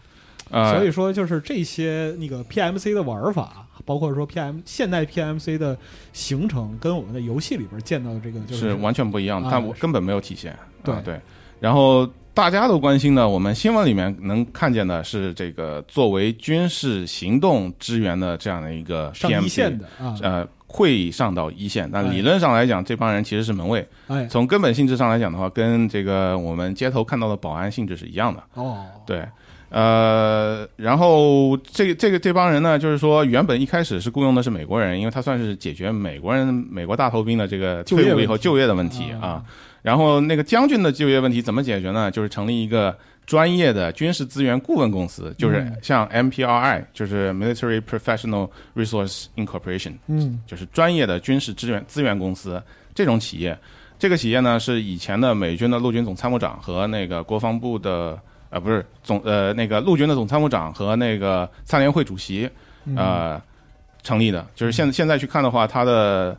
呃，哦所以说，就是这些那个 PMC 的玩法，包括说 PM 现代 PMC 的形成，跟我们的游戏里边见到的这个就是是完全不一样的，啊但我根本没有体现。对啊对，然后大家都关心的，我们新闻里面能看见的是这个作为军事行动支援的这样的一个 PMC, 上一线的啊，呃，会上到一线。那哎理论上来讲，这帮人其实是门卫。哎从根本性质上来讲的话，跟这个我们街头看到的保安性质是一样的。哦，对，呃，然后这个这个这帮人呢，就是说原本一开始是雇佣的是美国人，因为他算是解决美国人美国大头兵的这个就业退伍以后问题就业的问题啊。然后那个将军的就业问题怎么解决呢？就是成立一个专业的军事资源顾问公司，就是嗯像 MPRI，就是 Military Professional Resource Incorporation，嗯就是专业的军事资源资源公司这种企业。这个企业呢是以前的美军的陆军总参谋长和那个国防部的呃不是总呃那个陆军的总参谋长和那个参联会主席嗯呃成立的。就是现现在去看的话，他的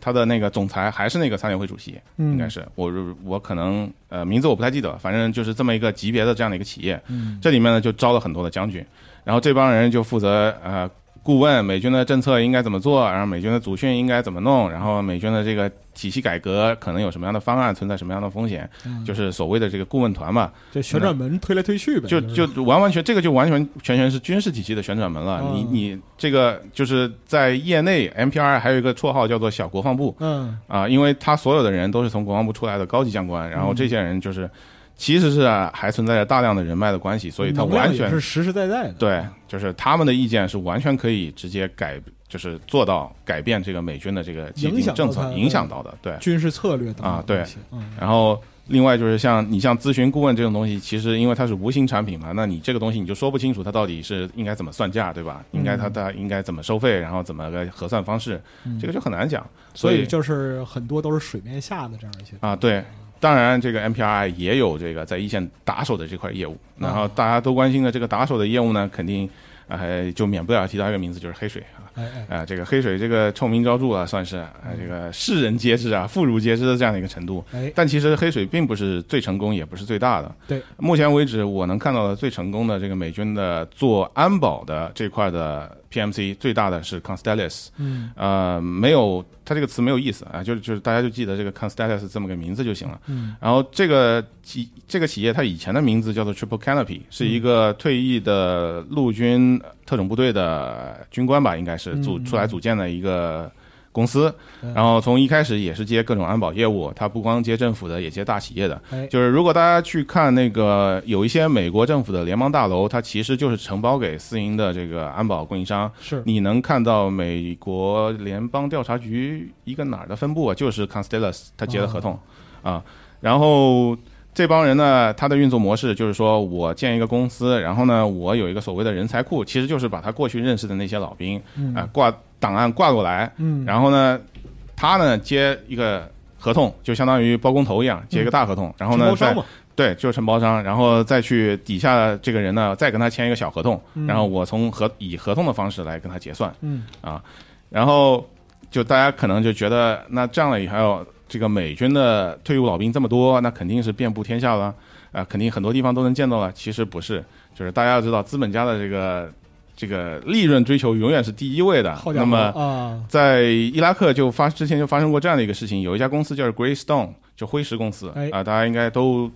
他的那个总裁还是那个参联会主席，应应该是我我可能呃名字我不太记得，反正就是这么一个级别的这样的一个企业。嗯这里面呢就招了很多的将军，然后这帮人就负责呃顾问美军的政策应该怎么做，然后美军的组训应该怎么弄，然后美军的这个体系改革可能有什么样的方案，存在什么样的风险，嗯就是所谓的这个顾问团嘛，这旋转门推来推去呗，就就就完完全这个就完全全全是军事体系的旋转门了。哦你你这个就是在业内 MPR 还有一个绰号叫做小国防部，嗯啊，因为他所有的人都是从国防部出来的高级将官，嗯然后这些人就是，其实是啊还存在着大量的人脉的关系，所以他能量完也全是实实在在的，对，就是他们的意见是完全可以直接改，就是做到改变这个美军的这个既影定响政到他策，的影响到的。对，军事策略等等啊的对东西，嗯然后另外就是像你像咨询顾问这种东西，其实因为它是无形产品嘛，那你这个东西你就说不清楚它到底是应该怎么算价，对吧？应该它它应该怎么收费，然后怎么个核算方式，嗯这个就很难讲。所所以以就是很多都是水面下的这样一些啊，对，当然这个 MPRI 也有这个在一线打手的这块业务，啊然后大家都关心的这个打手的业务呢，肯定呃就免不了提到一个名字，就是黑水啊。哎哎啊、这个黑水这个臭名昭著啊，算是啊、这个世人皆知啊，妇孺皆知的这样的一个程度。哎，但其实黑水并不是最成功，也不是最大的。对，目前为止我能看到的最成功的这个美军的做安保的这块的 PMC 最大的是 Constellus，嗯呃，没有，它这个词没有意思啊，就是就是大家就记得这个 Constellus 这么个名字就行了。嗯然后这个企这个企业它以前的名字叫做 Triple Canopy，是一个嗯退役的陆军特种部队的军官吧，应该是组嗯出来组建的一个公司嗯。然后从一开始也是接各种安保业务，它不光接政府的，也接大企业的哎。就是如果大家去看那个有一些美国政府的联邦大楼，它其实就是承包给私营的这个安保供应商。是你能看到美国联邦调查局一个哪儿的分部啊？就是 Constellus，他结的合同、哦啊。然后这帮人呢，他的运作模式就是说我建一个公司，然后呢，我有一个所谓的人才库，其实就是把他过去认识的那些老兵嗯啊、挂档案挂过来，嗯然后呢，他呢接一个合同，就相当于包工头一样，接一个大合同，然后嗯承呢包商再嘛对，就是承包商，然后再去底下这个人呢，再跟他签一个小合同，嗯然后我从合以合同的方式来跟他结算，嗯然后就大家可能就觉得，那这样了以后，这个美军的退伍老兵这么多，那肯定是遍布天下了，啊、肯定很多地方都能见到了。其实不是，就是大家要知道，资本家的这个这个利润追求永远是第一位的好。家那伙么啊在伊拉克就发之前就发生过这样的一个事情，有一家公司叫 Greystone，就辉石公司啊、哎大家应该都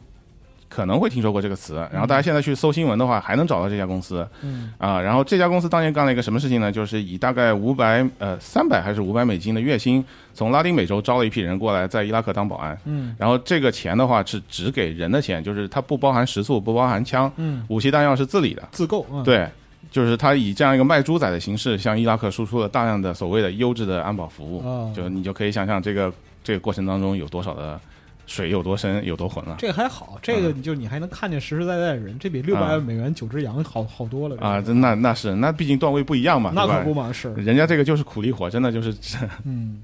可能会听说过这个词。然后大家现在去搜新闻的话，还能找到这家公司嗯啊、然后这家公司当年干了一个什么事情呢？就是以大概五百呃三百还是五百美金的月薪，从拉丁美洲招了一批人过来，在伊拉克当保安。嗯然后这个钱的话是只给人的钱，就是它不包含食宿，不包含枪，嗯武器弹药是自理的。自购啊对，就是他以这样一个卖猪仔的形式，向伊拉克输出了大量的所谓的优质的安保服务，啊就你就可以想象这个这个过程当中有多少的水有多深有多浑了。这个还好，这嗯个你就你还能看见实实在在的人，这比六百万美元九只羊好好多了啊，这那那是那毕竟段位不一样嘛，那对吧可不嘛 是，人家这个就是苦力活，真的就是 嗯，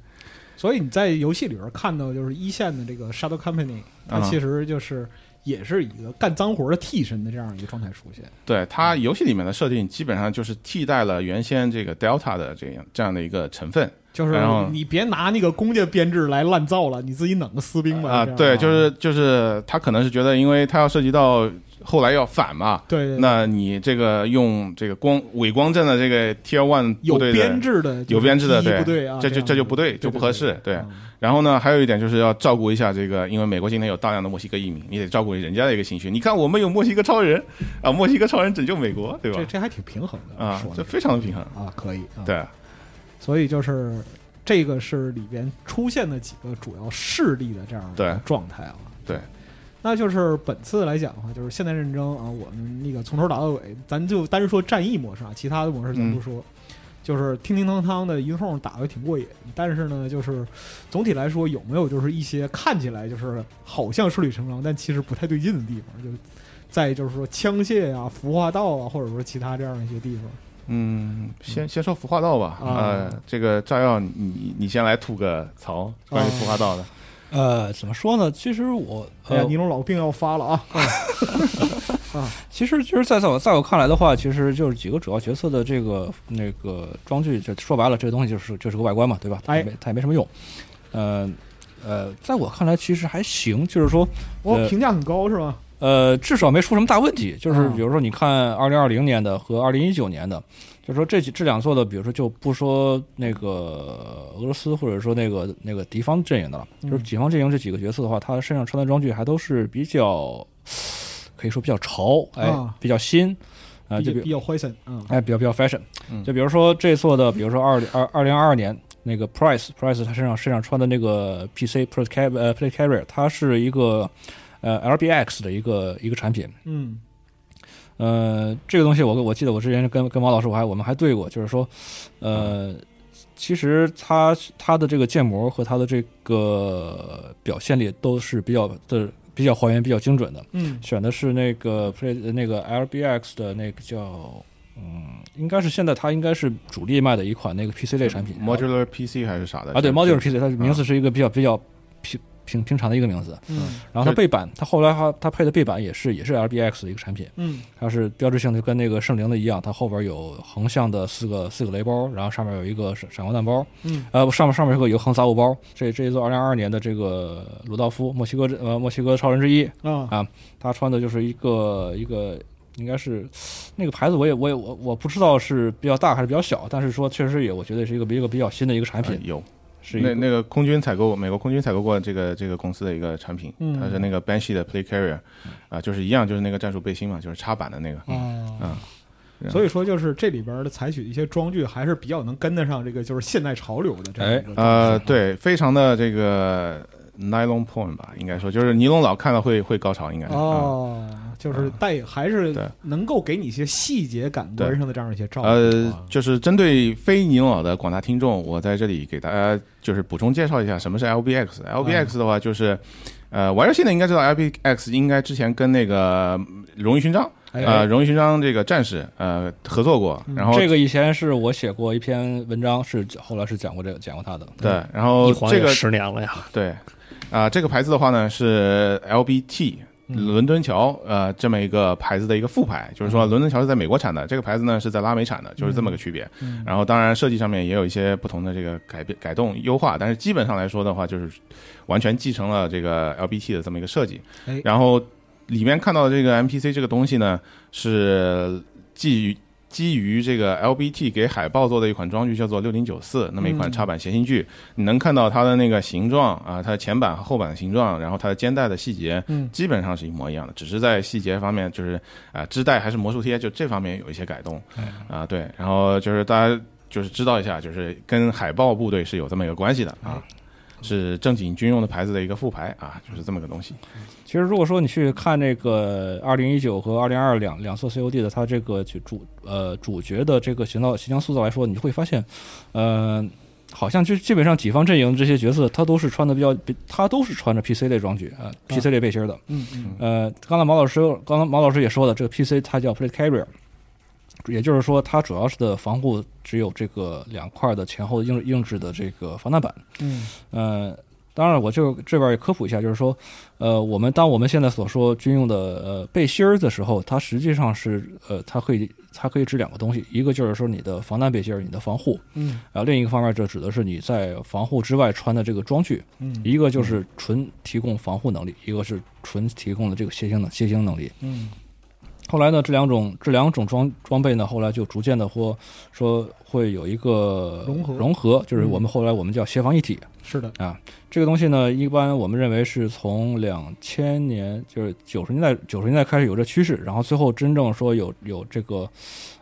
所以你在游戏里边看到就是一线的这个 Shadow Company，它啊其实就是也是一个干脏活的替身的这样一个状态出现。对嗯它游戏里面的设定，基本上就是替代了原先这个 Delta 的这样这样的一个成分就是然后你别拿那个弓箭编制来乱造了，你自己弄个私兵吧。啊、这样对，就是就是他可能是觉得，因为他要涉及到后来要反嘛，对对对那你这个用这个光伪光正的这个 Tier One 有部队的编制的，有编制的，就是第一对，部队啊，这就样这就不对，就不合适。对，啊然后呢，还有一点就是要照顾一下这个，因为美国今天有大量的墨西哥移民，你得照顾人家的一个情绪。你看，我们有墨西哥超人啊，墨西哥超人拯救美国，对吧这？这还挺平衡的啊说，的这非常的平衡。啊，可以啊。，对，所以就是这个是里边出现的几个主要势力的这样的对状态啊。对，那就是本次来讲的话，就是现代战争啊，我们那个从头打到尾，咱就单说战役模式啊，其他的模式咱不嗯说。就是听听汤汤的一通打的挺过瘾，但是呢，就是总体来说有没有就是一些看起来就是好像顺理成章，但其实不太对劲的地方，就在就是说枪械啊、服化道啊，或者说其他这样一些地方。嗯，先先说服化道吧。啊呃，这个炸药，你你先来吐个槽，关于服化道的。呃，怎么说呢？其实我哎呃呀，，尼龙老病要发了啊！其实其实在在我在我看来的话，其实就是几个主要角色的这个那个装具，就说白了，这个东西就是就是个外观嘛，对吧？它也没它也没什么用。呃呃，在我看来其实还行，就是说我呃评价很高是吧？呃，至少没出什么大问题。就是啊比如说，你看二零二零年的和二零一九年的，就是说这几这两座的，比如说就不说那个俄罗斯或者说那个那个敌方阵营的了，嗯就是己方阵营这几个角色的话，他身上穿的装具还都是比较，可以说比较潮，哎，啊比较新，啊、比就较比比较欢神啊，哎比较比较 fashion 嗯。就比如说这座的，比如说二零二二零二二年。那个 Price Price 他身上身上穿的那个 PC Pro Cab 呃 Play Carrier，它是一个呃 LBX 的一个一个产品，嗯呃，这个东西我我记得我之前跟跟王老师我还我们还对过，就是说，呃，其实它它的这个建模和它的这个表现力都是比较的比较还原、比较精准的。嗯选的是那个 Play 呃那个 LBX 的那个叫嗯，应该是现在它应该是主力卖的一款那个 PC 类产品啊 Modular PC 还是啥的啊，对就 Modular PC，它名字是一个比较比较平平平常的一个名字。嗯然后它就背板，它后来它它配的背板也是也是 LBX 的一个产品。嗯它是标志性的，就跟那个圣灵的一样，它后边有横向的四个四个雷包，然后上面有一个闪闪光弹包，嗯呃，不上面上面有个有个横撒物包。这这一座二零二二年的这个鲁道夫，墨西哥之呃墨西哥超人之一，啊他穿的就是一个一个应该是那个牌子，我也我也我我不知道是比较大还是比较小，但是说确实也我觉得是一个比一个比较新的一个产呃品，有是一那个那个空军采购，美国空军采购过这个这个公司的一个产品，嗯它是那个 Banshee 的 Play Carrier，啊、就是一样，就是那个战术背心嘛，就是插板的那个。啊！嗯所以说，就是这里边的采取一些装具，还是比较能跟得上这个就是现代潮流的这样一个状态呃，，对，非常的这个 nylon porn 吧，应该说就是尼龙佬看了会会高潮，应哎啊该是。嗯哦，就是带还是对能够给你一些细节感官对上的这样一些照顾呃啊，就是针对非尼龙佬的广大听众，我在这里给大家就是补充介绍一下什么是 LBX。LBX 的话就是，呃，玩游戏的应该知道 LBX 应该之前跟那个荣誉勋章，呃，哎荣誉勋章这个战士呃合作过，然后这个以前是我写过一篇文章，是后来是讲过这个讲过它的，对，然后一晃哦这也个十年了呀，对，啊、这个牌子的话呢是 LBT 伦敦桥呃这么一个牌子的一个副牌，就是说伦敦桥是在美国产的，这个牌子呢是在拉美产的，就是这么个区别。然后当然设计上面也有一些不同的这个改变、改动、优化，但是基本上来说的话，就是完全继承了这个 LBT 的这么一个设计哎。然后里面看到的这个 MPC 这个东西呢是基于。基于这个 LBT 给海豹做的一款装具叫做六零九四，那么一款嗯插板斜心具，你能看到它的那个形状啊，它的前板和后板的形状，然后它的肩带的细节，嗯基本上是一模一样的，只是在细节方面，就是啊，织带还是魔术贴，就这方面有一些改动，哎啊，对，然后就是大家就是知道一下，就是跟海豹部队是有这么一个关系的啊，是正经军用的牌子的一个副牌啊，就是这么个东西。其实如果说你去看这个二零一九和二零二两两座 COD 的它这个就主呃主角的这个形象形象塑造来说，你会发现，呃，好像就基本上己方阵营这些角色，他都是穿的比较，比他都是穿着 PC 类装具啊、p c 类背心儿的。嗯嗯呃，刚才毛老师刚才毛老师也说了，这个 PC 它叫 Plate Carrier，也就是说它主要是的防护只有这个两块的前后硬硬质的这个防弹板。嗯呃，当然，我这个这边也科普一下，就是说，呃，我们当我们现在所说军用的呃背心儿的时候，它实际上是呃，它可以它可以指两个东西，一个就是说你的防弹背心儿，你的防护，嗯然后另一个方面这指的是你在防护之外穿的这个装具，嗯一个就是纯提供防护能力，一个是纯提供的这个鞋型能鞋型能力。嗯后来呢，这两种这两种装装备呢，后来就逐渐的或说会有一个融合融合，就是我嗯们后来我们叫协防一体。是的，这个东西呢，一般我们认为是从两千年，就是九十年代九十年代开始有这趋势，然后最后真正说有有这个，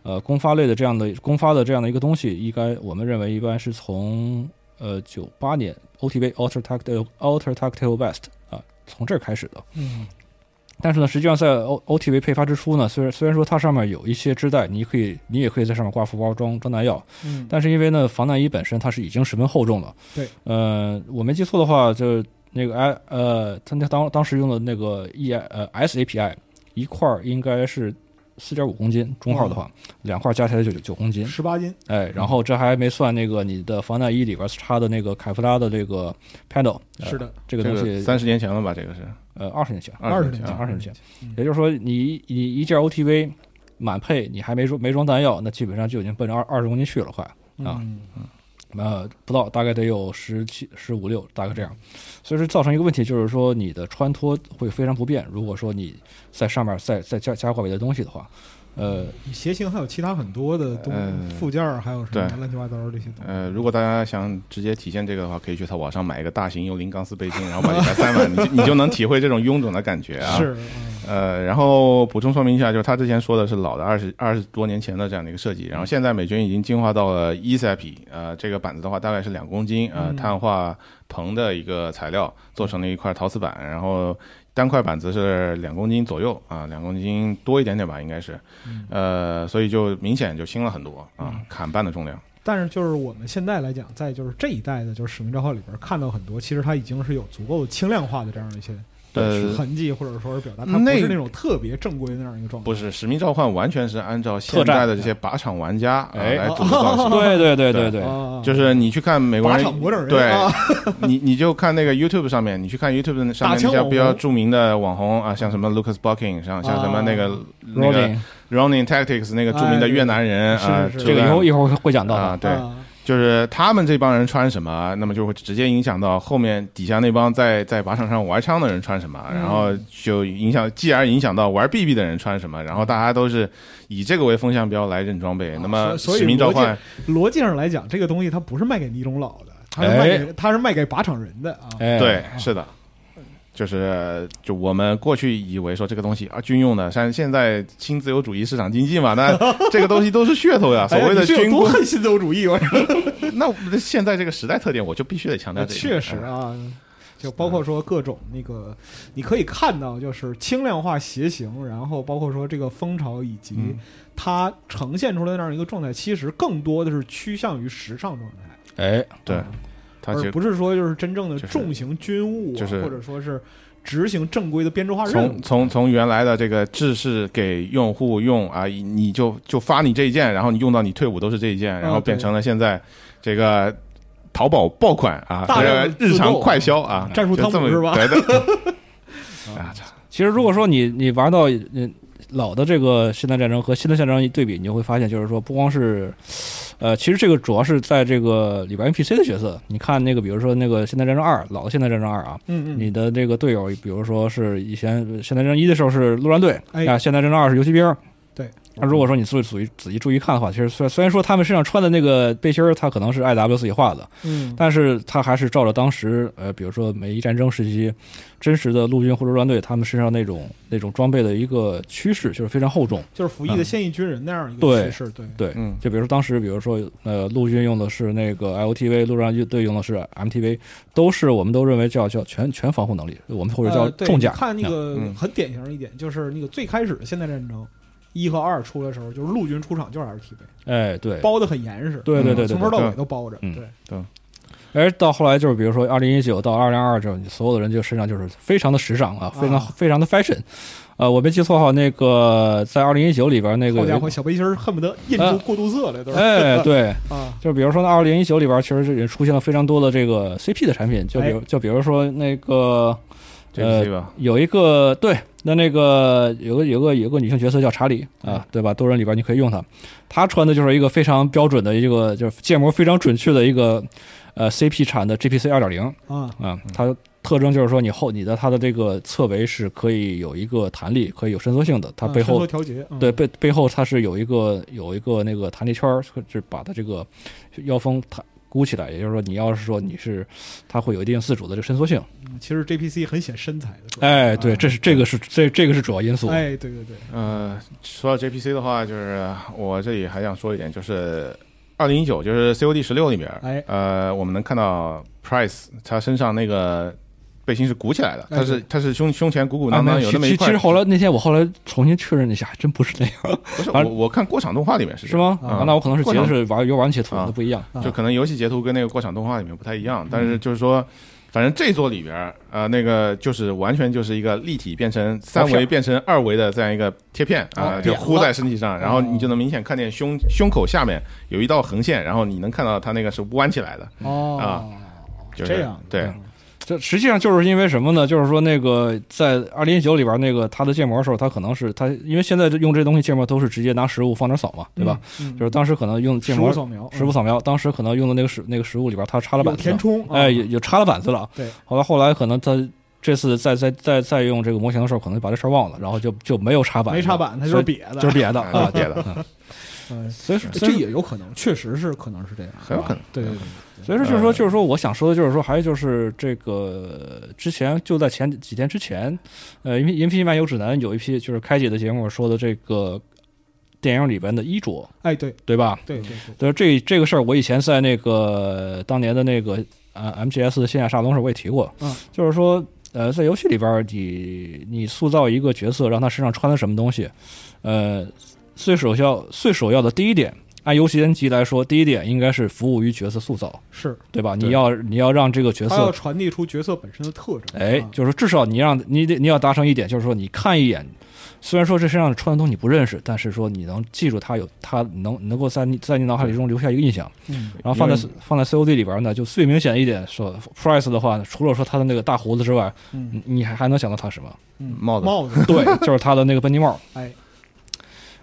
呃，公发类的这样的公发的这样的一个东西，应该我们认为一般是从呃九八年 OTV Ultra Tactile Ultra Tactile Vest 啊、从这儿开始的。嗯但是呢，实际上在 O OTV 配发之初呢，虽然虽然说它上面有一些织带，你可以你也可以在上面挂副包装装弹药，嗯，但是因为呢，防弹衣本身它是已经十分厚重了。对，呃，我没记错的话，就是那个 I 呃，它那当当时用的那个 E 呃 S A P I 一块儿应该是四点五公斤，中号的话，嗯两块儿加起来就九公斤。十八斤，哎，然后这还没算那个你的防弹衣里边插的那个凯夫拉的这个 panel，、呃、是的，这个这东个西，三十年前了吧？这个是呃，二十年前，二十年年前，啊二十年前，嗯也就是说你你一件 O T V 满配，你还没装没装弹药，那基本上就已经奔着二二十公斤去了，快。啊嗯呃，不到，大概得有十七、十五六，大概这样。所以说造成一个问题，就是说你的穿脱会非常不便。如果说你在上面再再加加挂别的东西的话，呃，嗯鞋嗯型还有其他很多的东呃附件儿，还有什么对乱七八糟这些东西。呃，如果大家想直接体现这个的话，可以去淘宝上买一个大型幽灵钢丝背心，然后把里边塞满，你就你就能体会这种臃肿的感觉啊。是，嗯呃，然后补充说明一下，就是他之前说的是老的二十二十多年前的这样的一个设计，嗯然后现在美军已经进化到了 ESAP，呃，这个板子的话大概是两公斤，呃，嗯碳化硼的一个材料做成了一块陶瓷板，然后单块板子是两公斤左右啊，两公斤多一点点吧，应该是，嗯呃，所以就明显就轻了很多啊，砍半的重量，但是就是我们现在来讲，在就是这一代的，就是《使命召唤》里边看到很多，其实它已经是有足够轻量化的这样一些呃。痕迹，或者说是表达，它不那是那种特别正规的那样一个状态。不是，使命召唤完全是按照现特战在的这些靶场玩家、啊哎来组的造型，对对对对对对，啊，就是你去看美国靶人场魔整人，对啊， 你你就看那个 YouTube 上面，你去看 YouTube 的上面打枪那些网红比较著名的网红啊，像什么 Lucas Bucking，像像什么那个、啊那个 rolling， Running Tactics 那个著名的越南哎人、啊，是是之这类个的以后一会儿会讲到的。啊，对，啊就是他们这帮人穿什么，那么就会直接影响到后面底下那帮在在靶场上玩枪的人穿什么，嗯然后就影响，继而影响到玩 BB 的人穿什么，然后大家都是以这个为风向标来认装备。那么啊所以使命召逻唤，逻辑上来讲，这个东西它不是卖给尼龙佬的，它是哎卖给它是卖给靶场人的啊。哎，对，是的，就是就我们过去以为说这个东西啊军用的，但现在新自由主义市场经济 嘛，那这个东西都是噱头呀。所哎呀谓的你是有军多工，恨新自由主义，我那我们现在这个时代特点，我就必须得嗯强调那这一确点哎实，啊，就包括说各种那个，你可以看到就是轻量化鞋型，然后包括说这个风潮以及嗯它呈现出来的那样一个状态，其实更多的是趋向于时尚状态，啊哎，对，它其嗯而实不是说就是真正的就是重型军务啊，就是或者说是执行正规的编制化任务从。从从原来的这个制式给用户用啊，你就就发你这一件，然后你用到你退伍都是这一件，然后哦对变成了现在这个。淘宝爆款啊，大量的这个日自常购快销啊，战术就汤这姆么是吧对的 啊，其实如果说你你玩到嗯老的这个现代战争和新的战争一对比，你就会发现，就是说不光是，呃，其实这个主要是在这个里边 NPC 的角色。你看那个，比如说那个《现代战争二》，老的《现代战争二》啊，嗯嗯，你的这个队友，比如说是以前《现代战争一》的时候是陆战队，哎啊，《现代战争二》是游骑兵。对，那如果说你注意仔细仔细注意看的话，其实虽虽然说他们身上穿的那个背心儿，它可能是 I W 自己画的，嗯但是它还是照着当时呃，比如说美伊战争时期真实的陆军或者陆战队他们身上那种那种装备的一个趋势，就是非常厚重。就是服役的现役军人那样一个对趋势，对，对，嗯，就比如说当时，比如说呃，陆军用的是那个 LTV，陆战队用的是 MTV，都是我们都认为叫叫全全防护能力，我们或者叫呃对重甲。你看那个嗯很典型的一点，就是那个最开始的现代战争一和二出的时候，就是陆军出场就是 LTV，哎，对，包的很严实，嗯对对对对从头到对尾都包着。嗯对，而到后来就是，比如说二零一九到二零二这，你所有的人就身上就是非常的时尚啊，非常、啊非常的 fashion。呃，我没记错的话，那个在二零一九里边那个好家有伙，小背心儿恨不得印呃出过渡色来，都是哎，对，啊，就比如说那二零一九里边，其实也出现了非常多的这个 CP 的产品，哎就比如、就比如说那个这期吧，有一个对，那那个有个有个有个女性角色叫查理嗯啊，对吧？多人里边你可以用她，她穿的就是一个非常标准的一个就是建模非常准确的一个呃 CP 产的 GPC 二点零啊，啊，它特征就是说你后你的它的这个侧围是可以有一个弹力，可以有伸缩性的，它啊背伸后缩调节，嗯对，背背后它是有一个有一个那个弹力圈儿，就是把它这个腰封弹箍起来。也就是说，你要是说你是，它会有一定自主的这个伸缩性。其实 JPC 很显身材的，是吧哎，对，这是这个是这这个是主要因素。啊哎，对对对，呃，说到 JPC 的话，就是我这里还想说一点，就是二零一九，就是 COD 十六里边，哎呃，我们能看到 Price 他身上那个背心是鼓起来的，哎他是他是胸胸前鼓鼓囊啊囊没有有那么其一其块其实，后来那天我后来重新确认了一下，还真不是那样，不是我反我看过场动画里面是是吗？啊啊，那我可能是截的是玩游玩截图啊的不一样。啊就可能游戏截图跟那个过场动画里面不太一嗯样，但是就是说，反正这座里边儿，呃，那个就是完全就是一个立体变成三毛维片变成二维的这样一个贴片啊、哦就糊在身体上，然后哦你就能明显看见胸胸口下面有一道横线，然后你能看到它那个是弯起来的，嗯哦啊，就是这样对嗯这实际上就是因为什么呢？就是说那个在二零一九里边那个它的建模的时候，它可能是它因为现在用这东西建模都是直接拿实物放那儿扫嘛，对吧？？嗯就是当时可能用建实模物扫描，食物扫描，当时可能用的那个食那个食物里边，它插了描板有子填，充，啊哎，有有插了板子了。对，后来后来可能它这次再再再再用这个模型的时候，可能把这事儿忘了，然后就就没有插板，没插，板，它就是瘪的，就 是别的啊啊，别的，嗯所以说这也有可能，确实是可能是这样，很有可能。对对对，所以说就是说就是说，我想说的就是说，还有就是这个之前就在前几天之前，呃，《银皮银皮漫游指南》有一批就是开姐的节目说的这个电影里边的衣着，哎，对对吧？对对对，就是这这个事儿，我以前在那个当年的那个呃 MGS 的线下沙龙时候我也提过，嗯，就是说呃在游戏里边儿你你塑造一个角色，让他身上穿的什么东西，呃最首要最首要的第一点，按游戏人级来说，第一点应该是服务于角色塑造，是，对吧？对你要你要让这个角它要色。传递出角色本身的特征，哎啊，就是至少你让你得你要达成一点，就是说你看一眼，虽然说这身上穿的东西你不认识，但是说你能记住它有它能能够在你在你脑海里中留下一个印象。嗯然后放在因为放在 COD 里边呢，就最明显一点说，Price 的话，除了说他的那个大胡子之外，嗯你你还还能想到他什么？嗯，帽子帽子，对， 就是他的那个奔尼帽。哎，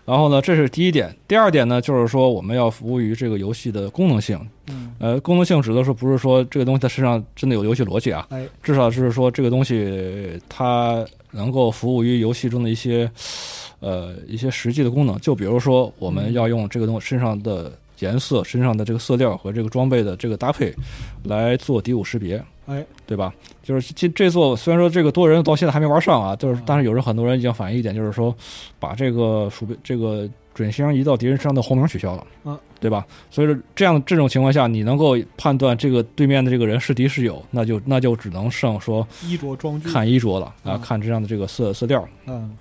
然后呢，这是第一点。第二点呢，就是说我们要服务于这个游戏的功能性。嗯呃，功能性指的是不是说这个东西它身上真的有游戏逻辑啊？哎，至少是说这个东西它能够服务于游戏中的一些呃一些实际的功能。就比如说，我们要用这个东身上的颜色、身上的这个色调和这个装备的这个搭配来做敌伍识别。哎，对吧？就是这这座虽然说这个多人到现在还没玩上啊，就是嗯但是有人很多人已经反映一点，就是说把这个鼠标这个准星移到敌人身上的红名取消了，嗯，对吧？所以说这样这种情况下，你能够判断这个对面的这个人是敌是友，那就那就只能剩说衣着装具，看衣着了啊，嗯看这样的这个色色调，嗯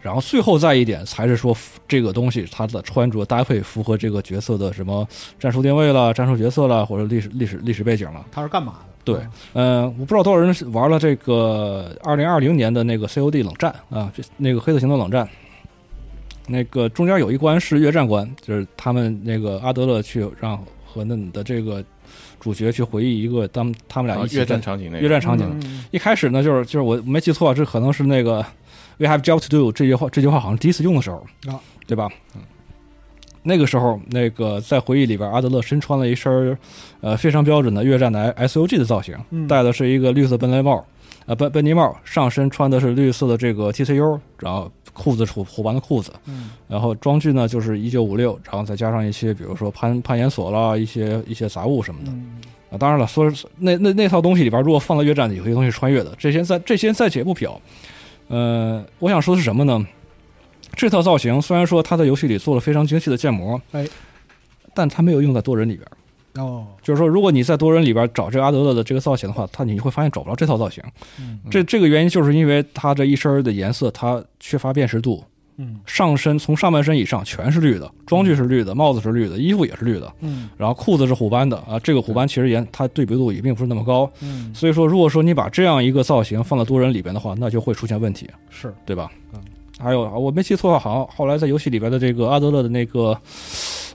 然后最后再一点才是说这个东西它的穿着搭配符合这个角色的什么战术定位了、战术角色了，或者历史历史历史背景了。它是干嘛的？对啊，嗯，我不知道多少人是玩了这个二零二零年的那个 COD 冷战啊，这那个黑色行动冷战，那个中间有一关是越战关，就是他们那个阿德勒去让和嫩的这个主角去回忆一个他们他们俩啊一起越战在场景那越个，战场景。嗯，嗯嗯一开始呢，就是就是我没记错，啊这可能是那个 “we have job to do” 这句话，这句话好像第一次用的时候啊，对吧？那个时候，那个在回忆里边，阿德勒身穿了一身儿呃非常标准的越战的 S O G 的造型，嗯戴的是一个绿色奔雷帽，呃奔奔尼帽，上身穿的是绿色的这个 T C U，然后裤子是虎斑的裤子，嗯然后装具呢就是一九五六，然后再加上一些比如说攀攀岩索啦，一些一些杂物什么的。嗯啊，当然了，说是那那那套东西里边，如果放了越战，有些东西穿越的，这些在这些暂且不表。呃，我想说的是什么呢？这套造型虽然说它在游戏里做了非常精细的建模，哎，但它没有用在多人里边。哦，就是说，如果你在多人里边找这个阿德勒的这个造型的话，他你会发现找不着这套造型。嗯这这个原因就是因为它这一身儿的颜色它缺乏辨识度，嗯上身从上半身以上全是绿的，装具是绿的，帽子是绿的，衣服也是绿的，嗯然后裤子是虎斑的啊。这个虎斑其实也它对比度也并不是那么高，嗯，所以说如果说你把这样一个造型放到多人里边的话，那就会出现问题，是对吧嗯？还有啊我没记错的话，好像后来在游戏里边的这个阿德勒的那个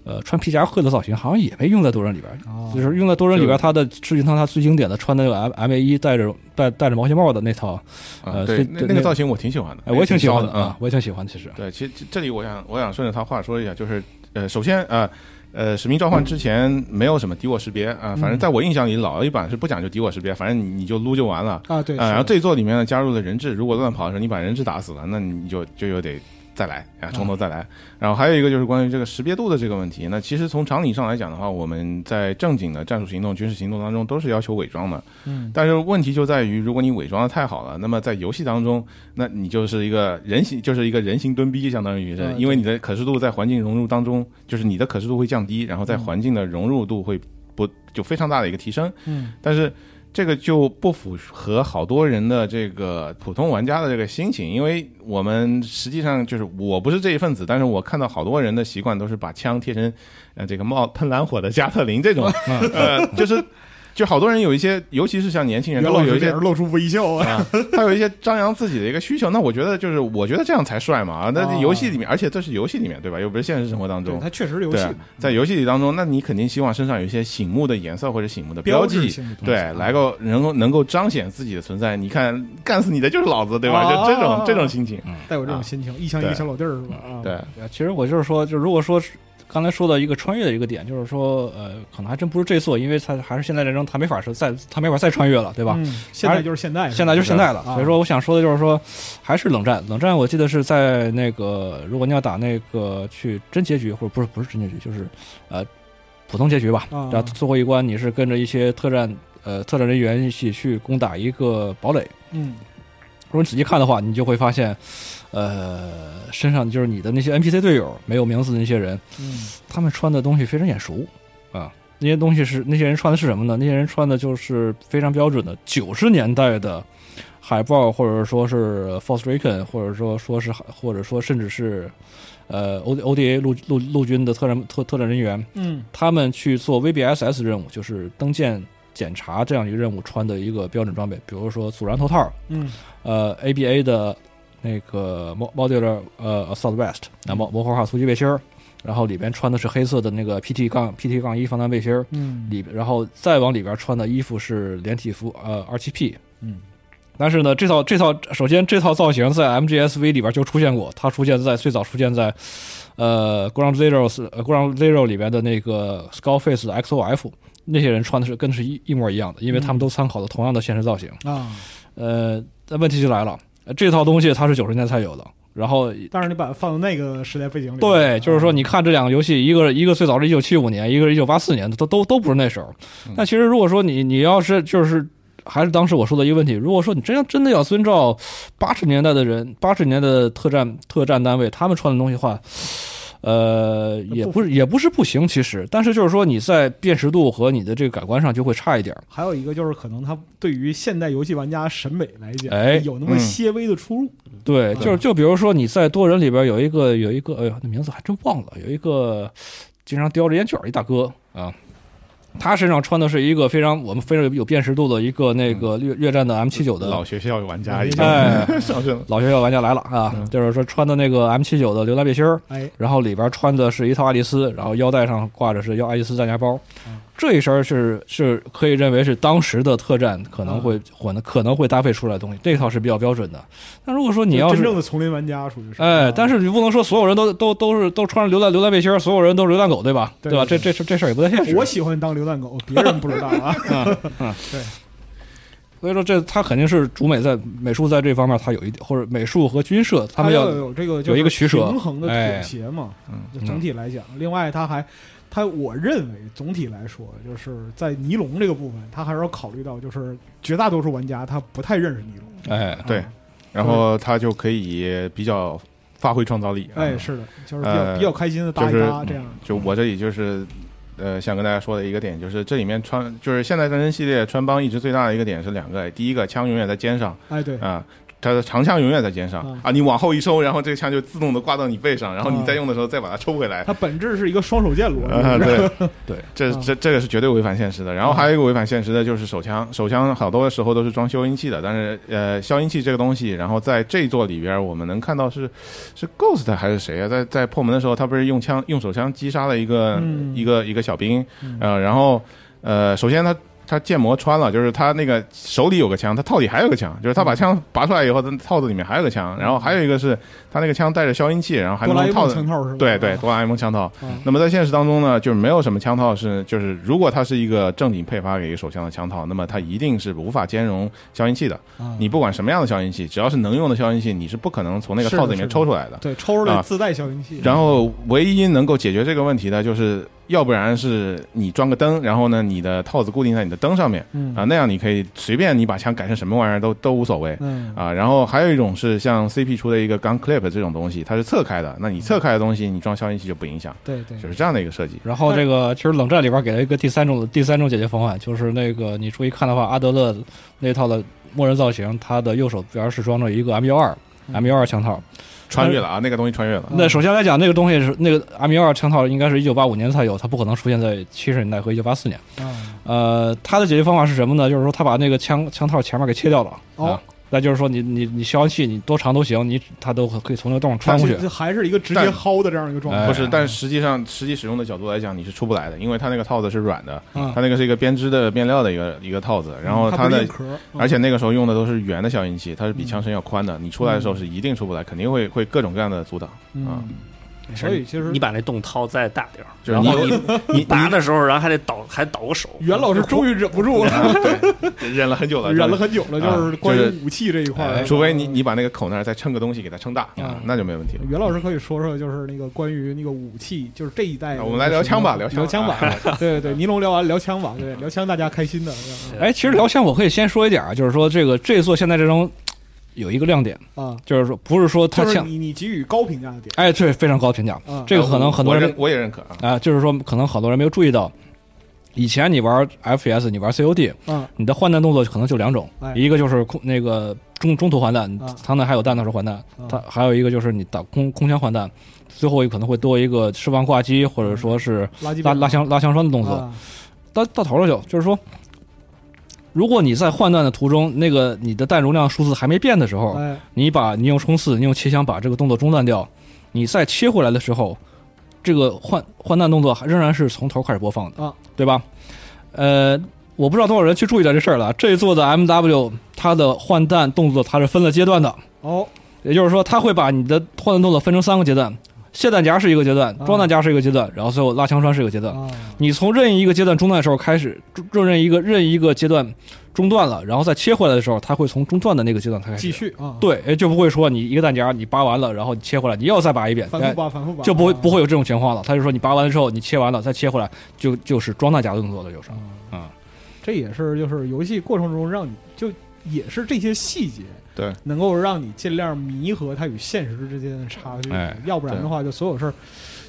呃穿皮夹克的造型，好像也被用在多人里边，啊，就是用在多人里边，他的致敬他他最经典的穿的那个 M M A 一戴着戴戴着毛线帽的那套，啊，呃对，对那对那那个造型我挺喜欢的，哎，我也挺喜欢的挺骚啊，我也挺喜欢。其实，对，其实这这里我想我想顺着他话说一下，就是呃，首先啊。呃，使命召唤之前没有什么敌我识别啊、反正嗯在我印象里，老一版是不讲究敌我识别，反正你你就撸就完了。啊，对，啊、是哎然后这一座里面呢加入了人质，如果乱跑的时候你把人质打死了，那你就就又得再来啊，从头再来。然后还有一个就是关于这个识别度的这个问题，那其实从常理上来讲的话，我们在正经的战术行动、军事行动当中都是要求伪装的，嗯但是问题就在于，如果你伪装的太好了，那么在游戏当中，那你就是一个人形，就是一个人形蹲逼，相当于是嗯，因为你的可视度在环境融入当中，就是你的可视度会降低，然后在环境的融入度会不就非常大的一个提升。嗯但是这个就不符合好多人的这个普通玩家的这个心情，因为我们实际上就是我不是这一份子，但是我看到好多人的习惯都是把枪贴成呃这个冒喷蓝火的加特 林这种，呃，就是就好多人有一些，尤其是像年轻人，都袁会老有师一些脸上露出微笑啊，啊，他有一些张扬自己的一个需求。那我觉得就是我觉得这样才帅嘛啊，那哦游戏里面，而且这是游戏里面对吧？又不是现实生活当对，中。他确实游对戏啊，在游戏里当中，那你肯定希望身上有一些醒目的颜色或者醒目的标志记，性的东西嗯对，来个能够能够彰显自己的存在。你看，干死你的就是老子，对吧？啊就这种这种心情。带有这啊种心情，一枪一个小老弟儿是吧？啊，对，呃其实我就是说，就如果说是刚才说到一个穿越的一个点，就是说，呃，可能还真不是这座，因为它还是现在战争，它没法是再它没法再穿越了，对吧？嗯，现在就是现在，现在就是现在了，啊所以说我想说的就是说，还是冷战。冷战我记得是在那个，如果你要打那个去真结局，或者不是不是真结局，就是呃普通结局吧。啊然后最后一关你是跟着一些特战呃特战人员一起去攻打一个堡垒，嗯如果你仔细看的话，你就会发现，呃，身上就是你的那些 NPC 队友没有名字的那些人，嗯他们穿的东西非常眼熟啊。那些东西是那些人穿的是什么呢？那些人穿的就是非常标准的九十年代的海报，或者说是 Force Recon，或者说说是或者说甚至是呃 O O D A 陆陆陆军的特战特特战人员，嗯他们去做 VBSS 任务，就是登舰检查这样一个任务穿的一个标准装备，比如说阻燃头套，嗯呃 ABA 的那个 mo- modular 呃 Assault Vest 啊模模块化突击背心儿，然后里边穿的是黑色的那个 PT 杠 PT 杠一防弹背心儿，嗯里然后再往里边穿的衣服是连体服呃 RTP。嗯。但是呢，这套这套首先这套造型在 MGSV 里边就出现过，它出现在最早出现在呃 Ground Zeroes 呃 Ground Zero 里边的那个 Skullface 的 XOF 那些人穿的是跟是一一模一样的，因为他们都参考了同样的现实造型。啊，呃，那问题就来了，呃这套东西它是九十年代才有的。然后，但是你把它放到那个时代背景里，啊对，就是说，你看这两个游戏，一个一个最早是一九七五年，一个是一九八四年，都都都不是那时候嗯。那其实如果说你你要是就是还是当时我说的一个问题，如果说你真要真的要遵照八十年代的人，八十年代的特战特战单位他们穿的东西的话，呃，也不是也不是不行，其实，但是就是说你在辨识度和你的这个感官上就会差一点儿。还有一个就是，可能它对于现代游戏玩家审美来讲，哎有那么些微的出入。对，嗯就是就比如说你在多人里边有一个有一个，哎呦，那名字还真忘了，有一个经常叼着烟卷儿一大哥啊，他身上穿的是一个非常我们非常有辨识度的一个那个嗯越越战的 M 七九的老学校玩家已经哎 上升了。老学校玩家来了啊，嗯就是说穿的那个 M 七九的流弹背心儿，哎，然后里边穿的是一套爱丽丝，然后腰带上挂着是腰爱丽丝弹夹包嗯，这一身儿是是可以认为是当时的特战可嗯能会混的可能会搭配出来的东西，这套是比较标准的。那如果说你要就是真正的丛林玩家属于是。啊哎，但是是你不能说所有人都都都是都穿着流浪流浪背心儿，所有人都是流浪狗，对吧？对吧？对这这事这事儿也不太现实。我喜欢当流浪狗，别人不知道 啊。所以说这他肯定是主美在美术在这方面他有一或者美术和军事他们要要有这个就是有一个取舍哎平衡的妥协嘛。嗯就总体来讲，另外它还，它我认为总体来说，就是在尼龙这个部分，它还是要考虑到，就是绝大多数玩家他不太认识尼龙。哎啊对，然后他就可以比较发挥创造力。哎，嗯是的，就是比较呃比较开心的搭一搭这样。嗯就我这里就是，呃，想跟大家说的一个点，就是这里面穿，就是现代战争系列穿帮一直最大的一个点是两个，第一个枪永远在肩上哎，对，啊、它的长枪永远在肩上嗯啊，你往后一收，然后这个枪就自动的挂到你背上，然后你嗯再用的时候再把它抽回来。它本质是一个双手剑逻啊，辑， 对，对这这这个是绝对违反现实的。然后还有一个违反现实的就是手枪，手枪好多时候都是装消音器的，但是呃，消音器这个东西，然后在这座里边我们能看到是是 Ghost 还是谁啊？在在破门的时候，他不是用枪用手枪击杀了一个、嗯呃一个一个小兵嗯，呃，然后呃，首先他。他建模穿了，就是他那个手里有个枪，他套里还有个枪，就是他把枪拔出来以后，他套子里面还有个枪，然后还有一个是他那个枪带着消音器，然后还哆啦能 A 套梦子枪套是吧？对对，哆啦 A 梦枪套嗯。那么在现实当中呢，就是没有什么枪套是，就是如果它是一个正经配发给一个手枪的枪套，那么它一定是无法兼容消音器的。啊，你不管什么样的消音器，只要是能用的消音器，你是不可能从那个是的套子里面是的抽出来的。对抽出来啊自带消音器，然后唯一能够解决这个问题的，就是要不然是你装个灯，然后呢，你的套子固定在你的灯上面嗯啊，那样你可以随便你把枪改成什么玩意儿都都无所谓。嗯啊，然后还有一种是像 CP 出的一个 gun clip 这种东西，它是侧开的，那你侧开的东西，你装消音器就不影响。对对就，是这样的一个设计。然后这个其实冷战里边给了一个第三种第三种解决方案，就是那个你注意看的话，阿德勒那套的默认造型，他的右手边是装着一个 M 幺二嗯 M 幺二枪套。穿越了啊，那个东西穿越了。那首先来讲，那个东西是那个 M 幺二枪套应该是一九八五年才有，它不可能出现在七十年代和一九八四年。啊呃，它的解决方法是什么呢？就是说他把那个枪枪套前面给切掉了。哦啊，那就是说你你你消音器你多长都行，你它都可以从那个洞但穿过哎是去。这还是一个直接但薅的这样一个状态，嗯哎呃不是，但实际上实际使用的角度来讲，你是出不来的，因为它那个套子是软的，嗯它那个是一个编织的面料的一个一个套子，然后啊它不的硬，壳，嗯而且那个时候用的都是圆的消音器，它是比嗯枪身要宽的，你出来的时候是一定出不来，肯定会会各种各样的阻挡。啊嗯，所以其实你把那洞掏再大点儿，嗯就是然 后你嗯你你拔的时候，然后还得倒还倒个手。袁老师终于忍不住了， 对，忍了很久了，忍了很久了，啊就是关就于是武器这一块儿，哎除非你你把那个口那儿再撑个东西给它撑大啊啊，那就没问题了。袁老师可以说说，就是那个关于那个武器，就是这一代的啊我们来聊枪吧什么聊枪枪吧啊吧。 对对对，尼龙聊完聊枪吧，对聊枪大家开心的对哎，其实聊枪我可以先说一点啊，就是说这个这座现在这种有一个亮点，啊，就是说不是说它就是像你你给予高评价的点哎，对，非常高评价。啊，这个可能很多呃我人认我也认可啊，啊、就是说可能好多人没有注意到，以前你玩 FPS，你玩 COD，嗯你的换弹动作可能就两种，哎一个就是空那个中中途换弹，啊舱内还有弹的时候换弹，啊它还有一个就是你打空空枪换弹，最后一个可能会多一个释放挂机或者说是垃圾拉拉枪拉枪栓的动作。啊到到头了就就是说。如果你在换弹的途中，那个你的弹容量数字还没变的时候，哎你把你用冲刺，你用切枪把这个动作中断掉，你再切回来的时候，这个换换弹动作还仍然是从头开始播放的，啊对吧？呃，我不知道多少人去注意到这事儿了。这一座的 MW 它的换弹动作它是分了阶段的，哦也就是说，它会把你的换弹动作分成三个阶段：卸弹夹是一个阶段，啊装弹夹是一个阶段，然后最后拉枪栓是一个阶段。啊你从任意一个阶段中断的时候开始，中任意一个任意一个阶段中断了，然后再切回来的时候，它会从中断的那个阶段开始继续啊，对，哎就不会说你一个弹夹你扒完了，然后你切回来，你又再拔一遍，反复哎吧，反复吧，就不会啊不会有这种情况了。他就说你拔完了之后，你切完了再切回来，就就是装弹夹的动作了，啊就是。嗯这也是就是游戏过程中让你就也是这些细节，对，能够让你尽量弥合它与现实之间的差距，哎要不然的话，就所有事儿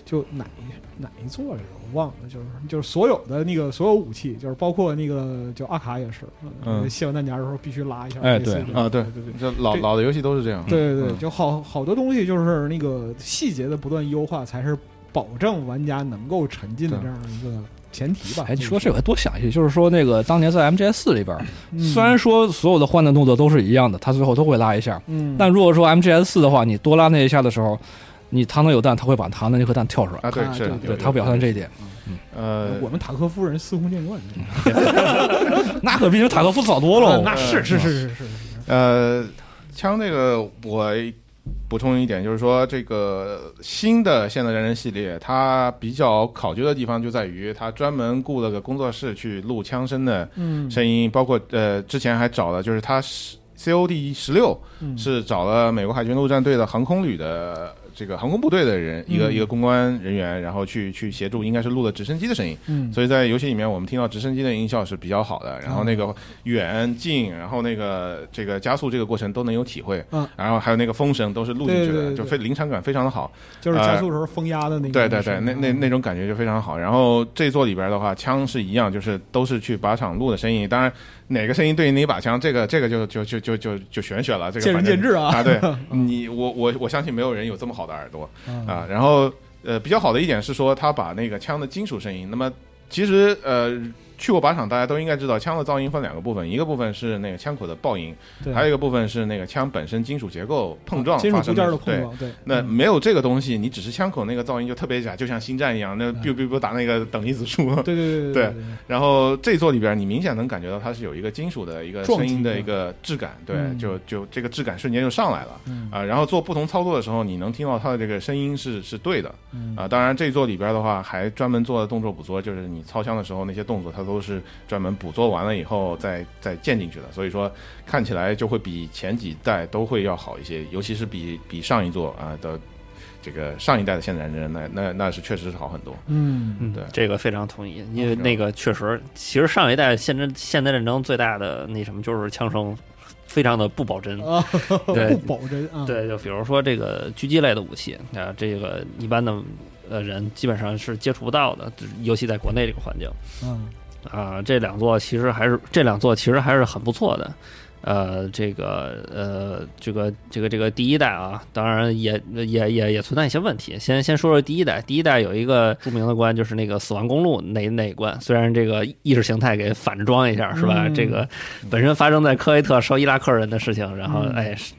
就哪一哪一座来着，我忘了，就是就是所有的那个所有武器，就是包括那个就阿卡也是，嗯卸完弹夹的时候必须拉一下，哎类似对这种啊对对对。这老这老的游戏都是这样。对对对，嗯就好好多东西就是那个细节的不断优化，才是保证玩家能够沉浸的对这样一个前提吧。哎，你说这我还多想一句，就是说那个当年在 MGS 四里边，嗯虽然说所有的换弹动作都是一样的，他最后都会拉一下，嗯，但如果说 MGS 四的话，你多拉那一下的时候，你膛内有弹，他会把膛的那颗弹跳出来，啊，对啊是对，对有他表现这一点。呃，我们塔科夫人司空见惯，那可比你们塔科夫早多啊了。那是是是是是是，呃，枪这个我补充一点，就是说这个新的现代战争系列，它比较考究的地方就在于它专门雇了个工作室去录枪声的嗯声音，包括呃之前还找了，就是它是 COD 十六嗯是找了美国海军陆战队的航空旅的这个航空部队的人，一个嗯一个公关人员，然后去去协助，应该是录了直升机的声音。嗯，所以在游戏里面，我们听到直升机的音效是比较好的，然后那个远近，然后那个这个加速这个过程都能有体会，嗯然后还有那个风声都是录进对去对的，对就非临场感非常的好，就是加速的时候风压的那个呃对声音，对对，那那嗯那种感觉就非常好。然后这座里边的话，枪是一样，就是都是去靶场录的声音，当然哪个声音对应哪把枪，这个这个就就就就就就玄学了，这个见仁反正见智啊啊，对 你我我我相信没有人有这么好的耳朵嗯啊。然后呃，比较好的一点是说，他把那个枪的金属声音，那么其实呃。去过靶场，大家都应该知道，枪的噪音分两个部分，一个部分是那个枪口的爆音，对啊还有一个部分是那个枪本身金属结构碰撞金属发部生件的的对碰撞，对，那嗯没有这个东西，你只是枪口那个噪音就特别假，就像星战一样，那 biu biu biu 打那个等离子束。 对对对对对对，然后这座里边，你明显能感觉到它是有一个金属的一个撞声击音的的一个质感，对，嗯就就这个质感瞬间就上来了嗯啊、然后做不同操作的时候，你能听到它的这个声音是是对的嗯啊、当然，这座里边的话，还专门做了动作捕捉，就是你操枪的时候那些动作，它都是专门捕捉完了以后再再建进去的。所以说，看起来就会比前几代都会要好一些，尤其是比比上一座啊的这个上一代的现代战争，那那那是确实是好很多。嗯嗯对嗯这个非常同意，因为那个确实，其实上一代现真现代战争最大的那什么就是枪声非常的不保真。啊，对 不保真啊，对，就比如说这个狙击类的武器啊，这个一般的呃人基本上是接触不到的，就是尤其在国内这个环境嗯啊。这两座其实还是这两座其实还是很不错的。呃，这个呃，这个这个这个第一代啊，当然也也也也存在一些问题。先先说说第一代，第一代有一个著名的关，就是那个死亡公路那那一关。虽然这个意识形态给反装一下，是吧？嗯这个本身发生在科威特烧伊拉克人的事情，然后嗯哎，是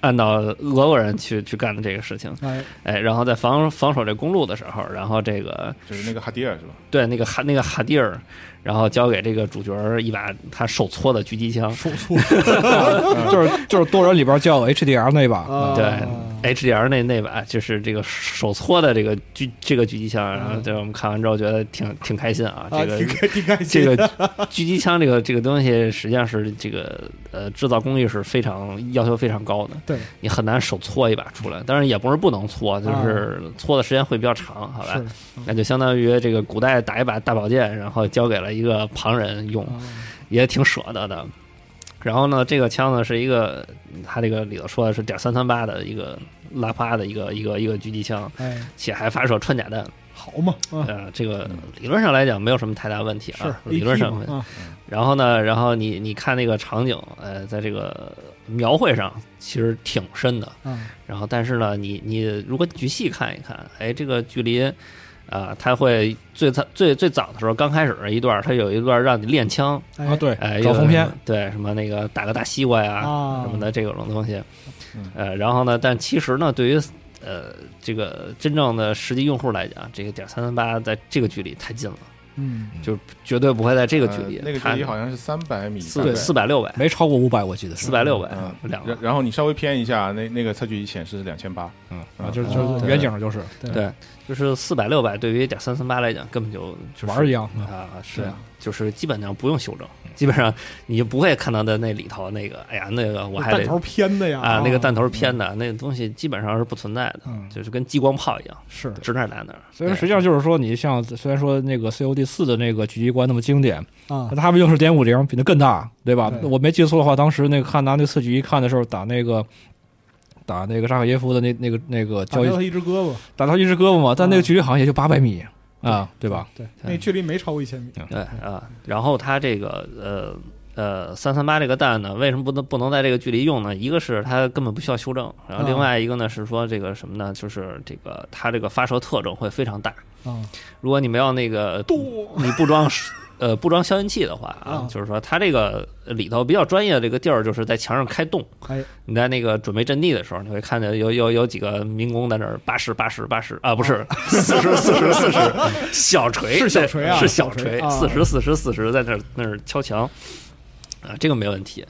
按到俄国人去去干的这个事情，哎，哎，然后在防防守这公路的时候，然后这个就是那个哈迪尔是吧？对那个哈那个哈蒂尔，然后交给这个主角儿一把他手搓的狙击枪，手粗 就是就是多人里边叫 HDR 那把，啊，对 HDR 那那把就是这个手搓的这个狙这个狙击枪，然后嗯就我们看完之后觉得挺挺开心啊，啊，这个挺开挺开这心，个狙击枪这个这个东西实际上是这个呃制造工艺是非常要求非常高的，对，你很难手搓一把出来，当然也不是不能搓，就是搓的时间会比较长，好吧？啊是那就相当于这个古代打一把大宝剑，然后交给了一个旁人用，嗯也挺舍得的。然后呢，这个枪呢是一个，它这个里头说的是点三三八的一个拉趴的一个一个一个狙击枪，哎，且还发射穿甲弹。好嘛，啊，呃，这个理论上来讲没有什么太大问题是啊，理论 AP 上嘛没啊，然后呢，然后你你看那个场景，呃，在这个描绘上其实挺深的。嗯然后，但是呢，你你如果仔细看一看，哎，这个距离，啊，它会最早最最早的时候，刚开始那一段，它有一段让你练枪，啊，对哎，，搞有风片，，对，什么那个打个大西瓜呀、啊什么的这种东西哦嗯，呃，然后呢，但其实呢，对于呃这个真正的实际用户来讲，这个点三三八在这个距离太近了，嗯，绝对不会在这个距呃离，那个距它离好像是三百米，四对四百六百没超过五百，我记得是四百六百嗯两然个。然后你稍微偏一下，那那个测距仪显示是两千八，嗯啊啊，就是哦就是远景就是对，就是四百六百，对于点三三八来讲，根本就就是玩儿一样，嗯啊，对是啊就是基本上不用修正，基本上你就不会看到在那里头那个，哎呀，那个我还弹得头偏的呀，啊，哦那个弹头是偏嗯的，那个东西基本上是不存在的，嗯就是跟激光炮一样，是，指哪儿打哪儿。所以说，实际上就是说，你像虽然说那个 COD 四的那个狙击关那么经典，啊但，他们又是点五零，比那更大，对吧？对我没记错的话，当时那个看拿那次狙击看的时候，打那个打那个扎克耶夫的那那个那个打交易掉他一只胳膊，打到一只胳膊嘛，但那个距离好像也就八百米啊，嗯对吧？对，那距离没超过一千米，对啊，然后它这个呃呃三三八这个弹呢，为什么不能不能在这个距离用呢？一个是它根本不需要修正，然后另啊外一个呢是说这个什么呢？就是这个它这个发射特征会非常大。啊，如果你没有那个咚，你不装呃不装消音器的话啊啊，就是说它这个里头比较专业的这个地儿，就是在墙上开洞。哎，你在那个准备阵地的时候，你会看见有有有几个民工在那儿八十八十八十啊，不是四十四十四十 小锤是小对锤啊是小小锤锤啊四十四十四十在那儿那儿敲墙啊，这个没问题。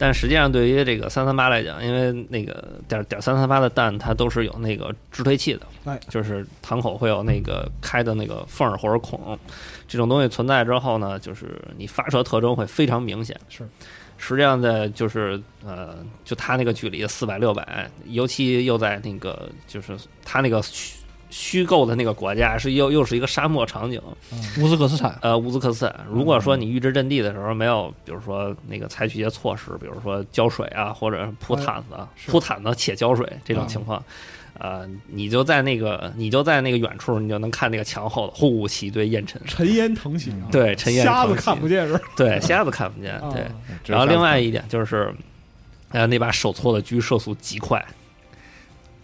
但实际上，对于这个三三八来讲，因为那个点点三三八的弹，它都是有那个制推器的，哎就是膛口会有那个开的那个缝儿或者孔，这种东西存在之后呢，就是你发射特征会非常明显。是，实际上的就是呃，就他那个距离四百六百，尤其又在那个就是他那个虚虚构的那个国家是又又是一个沙漠场景，乌兹克斯坦，呃，乌兹克斯坦。如果说你预制阵地的时候没有，比如说那个采取一些措施，比如说浇水啊，或者是铺哎毯子啊、是铺毯子且浇水这种情况，呃，你就在那个你就在那个远处，你就能看那个墙后呼起一堆烟尘，尘烟腾起啊，对，尘烟哦瞎子腾起看不见是吧？对，瞎子看不见，对。啊只有嗯然后另三外一点就是，呃，那把手搓的狙射速极快，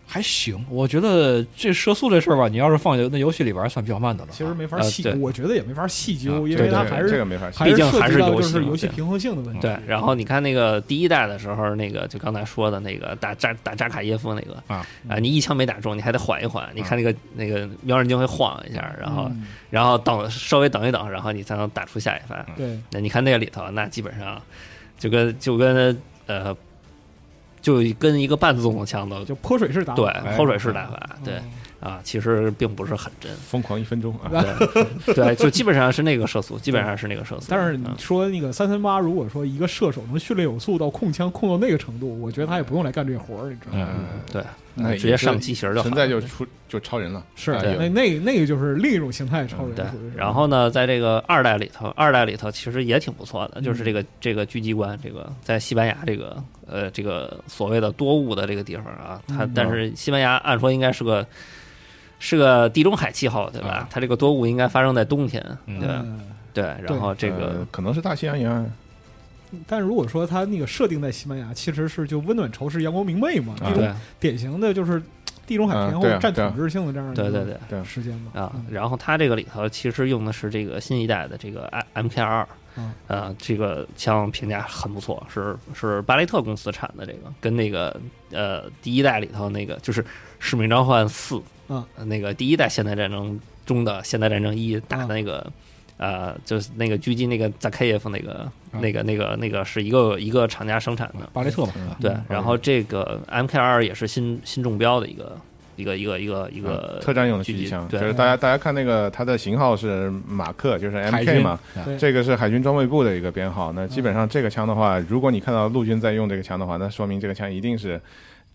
还行。我觉得这射速这事儿吧，你要是放在那游戏里边儿算比较慢的了。其实没法呃细，对我觉得也没法细啊究，因这为个它这个还这是个没法想还是毕竟涉还及是到游就戏是嘛游戏对平衡性的问题。对。然后你看那个第一代的时候，那个就刚才说的那个打扎打扎卡耶夫那个啊你一枪没打中，你还得缓一缓。你看那个那个瞄准镜会晃一下，然后嗯然后等稍微等一等，然后你才能打出下一发。对，那你看那个里头，那基本上就跟就跟呃就跟一个半自动枪都就泼水式打法，对哎后水式打法，嗯对啊，其实并不是很真。疯狂一分钟啊，对，对，就基本上是那个射速，基本上是那个射速。但是你嗯说那个三三八，如果说一个射手能训练有素到控枪控到那个程度，我觉得嗯他也不用来干这活儿，你知道吗？嗯，对，那也直接上是机型就好存在就了出就超人了，是啊对那有那那个就是另一种形态超人，嗯对属于，是然后呢，在这个二代里头，二代里头其实也挺不错的，就是嗯这个这个狙击官，这个在西班牙这个呃这个所谓的多雾的这个地方啊，它嗯但是西班牙按说应该是个是个地中海气候对吧啊？它这个多雾应该发生在冬天，嗯对吧嗯对，然后这个呃可能是大西洋沿岸，但如果说他那个设定在西班牙，其实是就温暖潮湿、阳光明媚嘛，啊这种对典型的就是地中海前啊后对啊占对啊统治性的这样一对个对对。时间嘛啊嗯，然后它这个里头其实用的是这个新一代的这个 M K 二嗯，呃，这个枪评价很不错，是是巴雷特公司产的这个，跟那个呃第一代里头那个就是《使命召唤四》呃嗯，那个第一代现代战争中的现代战争一嗯打的那个。呃，就是那个狙击那个扎开耶夫那个、嗯那个、那个、那个是一个一个厂家生产的，巴雷特嘛，啊嗯对。然后这个 M K 二也是新新中标的一个一个一个一个一呃个特战用的狙狙击击枪，就对是大家大家看那个它的型号是马克，就是海军 MK 嘛，对这个是海军装备部的一个编号。那基本上这个枪的话，如果你看到陆军在用这个枪的话，那说明这个枪一定是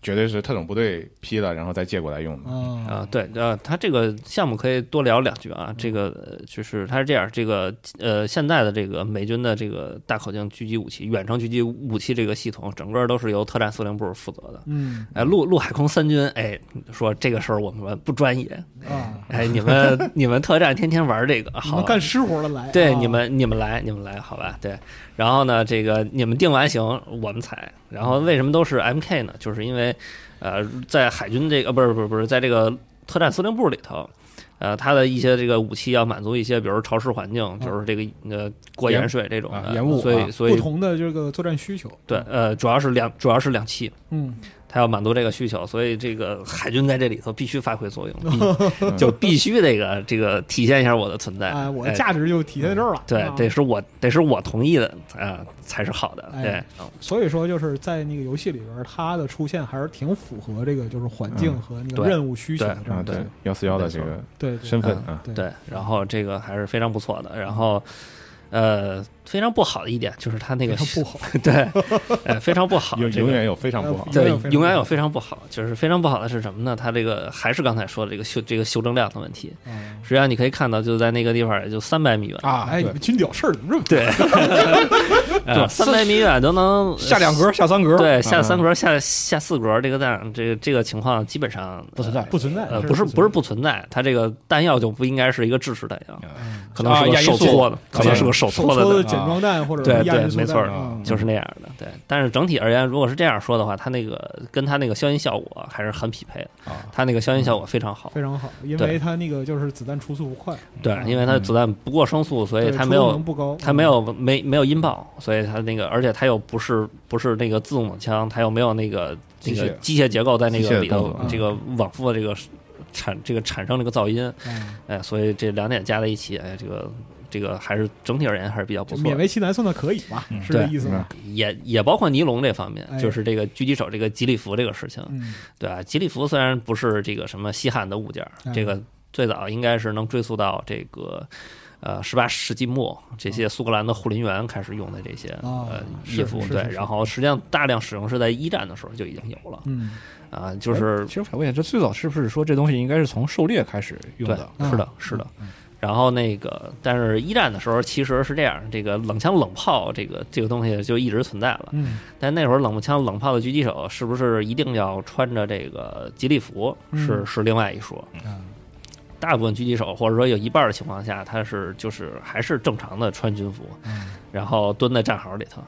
绝对是特种部队批了，然后再借过来用的。啊啊，对，呃，他这个项目可以多聊两句啊。这个呃就是他是这样，这个呃，现在的这个美军的这个大口径狙击武器、远程狙击武器这个系统，整个都是由特战司令部负责的。嗯哎，陆陆海空三军，哎，说这个事儿我们不专业，啊，哎，你们 你们特战天天玩这个，你好们吧干私活的来，对，啊哦你们你们来，你们来，好吧？对，然后呢，这个你们定完型，我们采。然后为什么都是 MK 呢？就是因为，呃，在海军这个不是不是不是，在这个特战司令部里头，呃，它的一些这个武器要满足一些，比如潮湿环境，就是这个呃过盐盐水这种啊的，盐雾所以啊所不以同的这个作战需求，对，呃，主要是两主要是两栖，嗯，它要满足这个需求，所以这个海军在这里头必须发挥作哦用，嗯必就必须这个这个体现一下我的存在。哎，我的哎价值就体现在这儿了，对啊，得是我得是我同意的啊、才是好的。哎对，嗯所以说，就是在那个游戏里边儿，它的出现还是挺符合这个就是环境嗯和那个对任务需求的这啊，样对的，幺四幺的没错这个对对身份嗯啊，对对，然后这个还是非常不错的。然后，呃，非常不好的一点就是它那非个常不好，对，呃，非常不好。永这个永远有非常不好。对永远有非常，永远不有好非常不好，就是非常不好的是什么呢？它这个还是刚才说的这个修这个修正量的问题。啊实际上你可以看到，就在那个地方也就三百米远，啊哎，你们军屌事儿怎么这么对，呃三百米远都能下两格，下三格，，对，啊下三格、下下四格，这个弹，这个这个情况基本上不存在不存在？呃，这不是不是存不存在，它这个弹药就不应该是一个制式弹药，可能啊是个亚音手速搓的，可能对是个手在手嗯搓搓的的弹简装弹或者对是压对力塑没错弹儿嗯啊药，就是那样的。对，但是整体而言，如果是这样说的话，它那个跟它那个消音效果还是很匹配的啊，它那个消音效果非常好。非常好，因为对它那个就是子弹出速不快，啊对，因为它子弹不过声速，所以对它出没动有能不高，它没有没没有音爆，所以它那个，而且它又不是不是那个自动枪，它又没有那个那机械个机械结构在那机械个的里动头作，这个往复的这个产这个产生这个噪音，嗯，哎，所以这两点加在一起，哎，这个这个还是整体而言还是比较不就错勉的，为其难算的可以吧，是对这意思吗？也也包括尼龙这方面哎，就是这个狙击手这个吉利服这个事情，嗯，对吧、吉利服虽然不是这个什么稀罕的物件儿哎，这个最早应该是能追溯到这个。呃十八世纪末这些苏格兰的护林员开始用的这些啊呃嗯是衣服是，是对是，然后实际上大量使用是在一战的时候就已经有了嗯，啊，哎就是其实我想问一下，这最早是不是说这东西应该是从狩猎开始用对的？，嗯是啊的，是的。然后那个，但是一战的时候其实是这样，这个冷枪冷炮这个这个东西就一直存在了。嗯，但那会儿冷枪冷炮的狙击手是不是一定要穿着这个吉利服，是嗯啊是另外一说。大部分狙击手或者说有一半的情况下，他是就是还是正常的穿军服，啊然后蹲在战壕里头。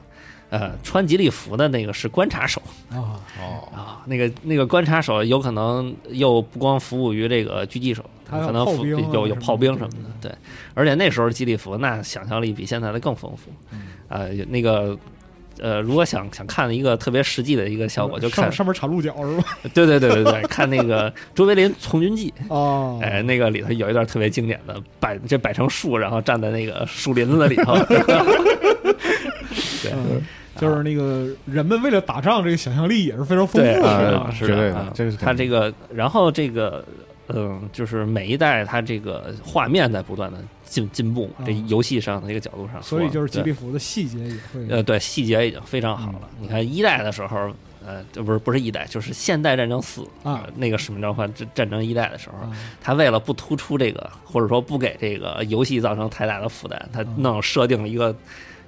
呃，穿吉利服的那个是观察手，啊，哦，啊，那个那个观察手有可能又不光服务于这个狙击手，他有可能炮服兵啊有什有么炮兵什么的的，对。而且那时候基地服那想象力比现在的更丰富，嗯呃，那个呃，如果想想看一个特别实际的一个效果，就看上上面插鹿角是 吧？对对对对对，看那个 卓别林《从军记》，哦，哎，那个里头有一段特别经典的，摆这摆成树，然后站在那个树林子里 头，对。啊嗯，就是那个人们为了打仗，这个想象力也是非常丰对，富啊的。的，是绝对的的，啊这个是肯定它这个，然后这个，嗯，就是每一代它这个画面在不断的进进步嘛，这嗯游戏上的这个角度上说，所以就是吉对利服的细节也会，呃，对，细节已经非常好了。嗯你看一代的时候，呃，这不是不是一代，就是现代战争四啊呃那个使命召唤战战争一代的时候啊，他为了不突出这个，或者说不给这个游戏造成太大的负担，他嗯弄设定了一个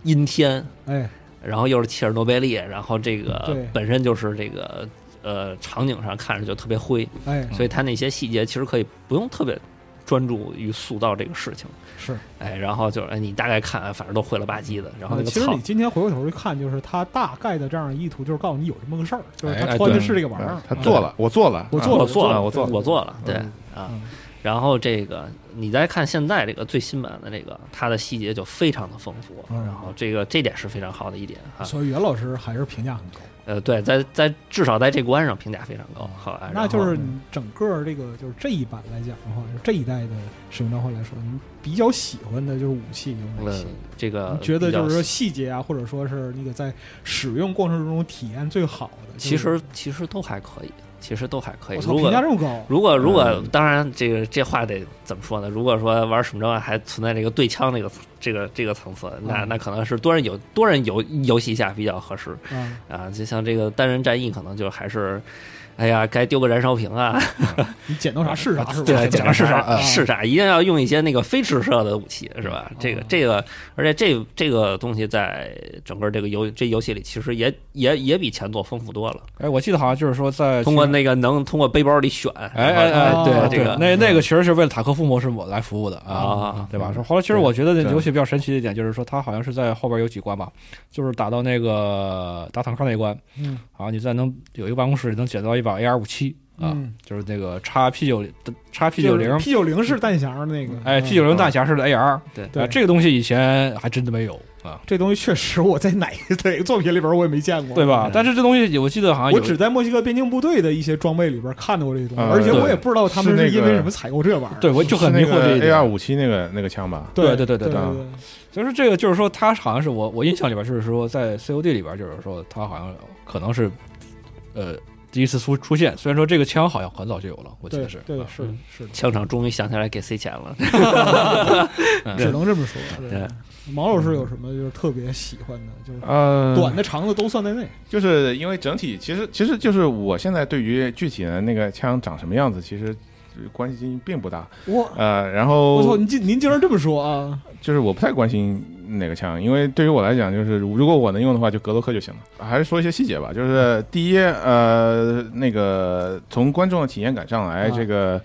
阴天，哎，然后又是切尔诺贝利，然后这个对本身就是这个呃场景上看着就特别灰，哎，所以它那些细节其实可以不用特别专注于塑造这个事情，是。哎，然后就是哎你大概看，哎反正都灰了吧唧的，然后啊那，个其实草你今天回过头去看，就是他大概的这样意图，就是告诉你有这么个事儿，就是哎他哎穿的对是这个玩意儿嗯，他做啊，了，我做了，我啊做了我做了，了，我我做做了我做了，对嗯啊嗯。然后这个你再看现在这个最新版的这个，它的细节就非常的丰富，嗯然后这个这点是非常好的一点啊。所以袁老师还是评价很高。呃，对，在在至少在这关上评价非常高，好吧？嗯那啊然就后嗯是你整个这个就是这一版来讲的话，就这一代的《使命召唤》来说，你比较喜欢的就是武器有哪呃些？这个你觉得比较就是说细节啊，或者说是那个在使用过程中体验最好的？就是其实其实都还可以，其实都还可嗯以。我操，如评价嗯果这么高，如果如果，当然这个这话得怎么说呢？如果说玩什么着还存在这个对枪这个这个这个层次，那嗯那可能是多人游多人游游戏下比较合适啊，啊。就像这个单人战役，可能就还是。哎呀，该丢个燃烧瓶 啊！你捡到啥是啥，是吧？对，捡讲是啊啥是啥，一定要用一些那个非直射的武器，是吧？这个啊这个，而且这这个东西在整个这个游这游戏里，其实也也也比前作丰富多了。哎，我记得好像就是说在通过那个能通过背包里选，哎然后哎哎，哦对这个那那个其实是为了塔科夫模式我来服务的啊啊，对吧？说后来其实我觉得那对游戏比较神奇的一点就是说，它好像是在后边有几关吧，就是打到那个打坦克那一关，嗯啊，你在能有一个办公室里能捡到一把 AR 五七啊，嗯，就是那个叉 P 九叉 P 九就是零， P 九零是弹匣儿那个，哎嗯 P 九零弹匣式的 AR，啊，对这个东西以前还真的没有啊，这东西确实我在哪 一哪个作品里边我也没见过，对吧？但是这东西我记得好像嗯我有呃只在墨西哥边境部队的一些装备里边看到过这些东西，啊而且对我也不知道他们是那因为个什么采购这玩意儿。对我就很是迷那惑这个一 AR 点。五七那个那个枪吧，对对对对对对对所以说这个就是说，它好像是我我印象里边就是说，在 COD 里边就是说，它好像可能是呃第一次出出现。虽然说这个枪好像很早就有了，我记对得是对啊是的是的，枪厂终于想起来给塞钱了。嗯只能这么说。对，毛老师有什么就是特别喜欢的，就是嗯呃，短的长的都算在内。就是因为整体，其实其实就是我现在对于具体的那个枪长什么样子，其实呃关心并不大。我呃，然我操，后您竟您竟然这么说啊！就是我不太关心哪个枪，因为对于我来讲，就是如果我能用的话，就格洛克就行了。还是说一些细节吧，就是第一，呃，那个从观众的体验感上来，啊嗯这个。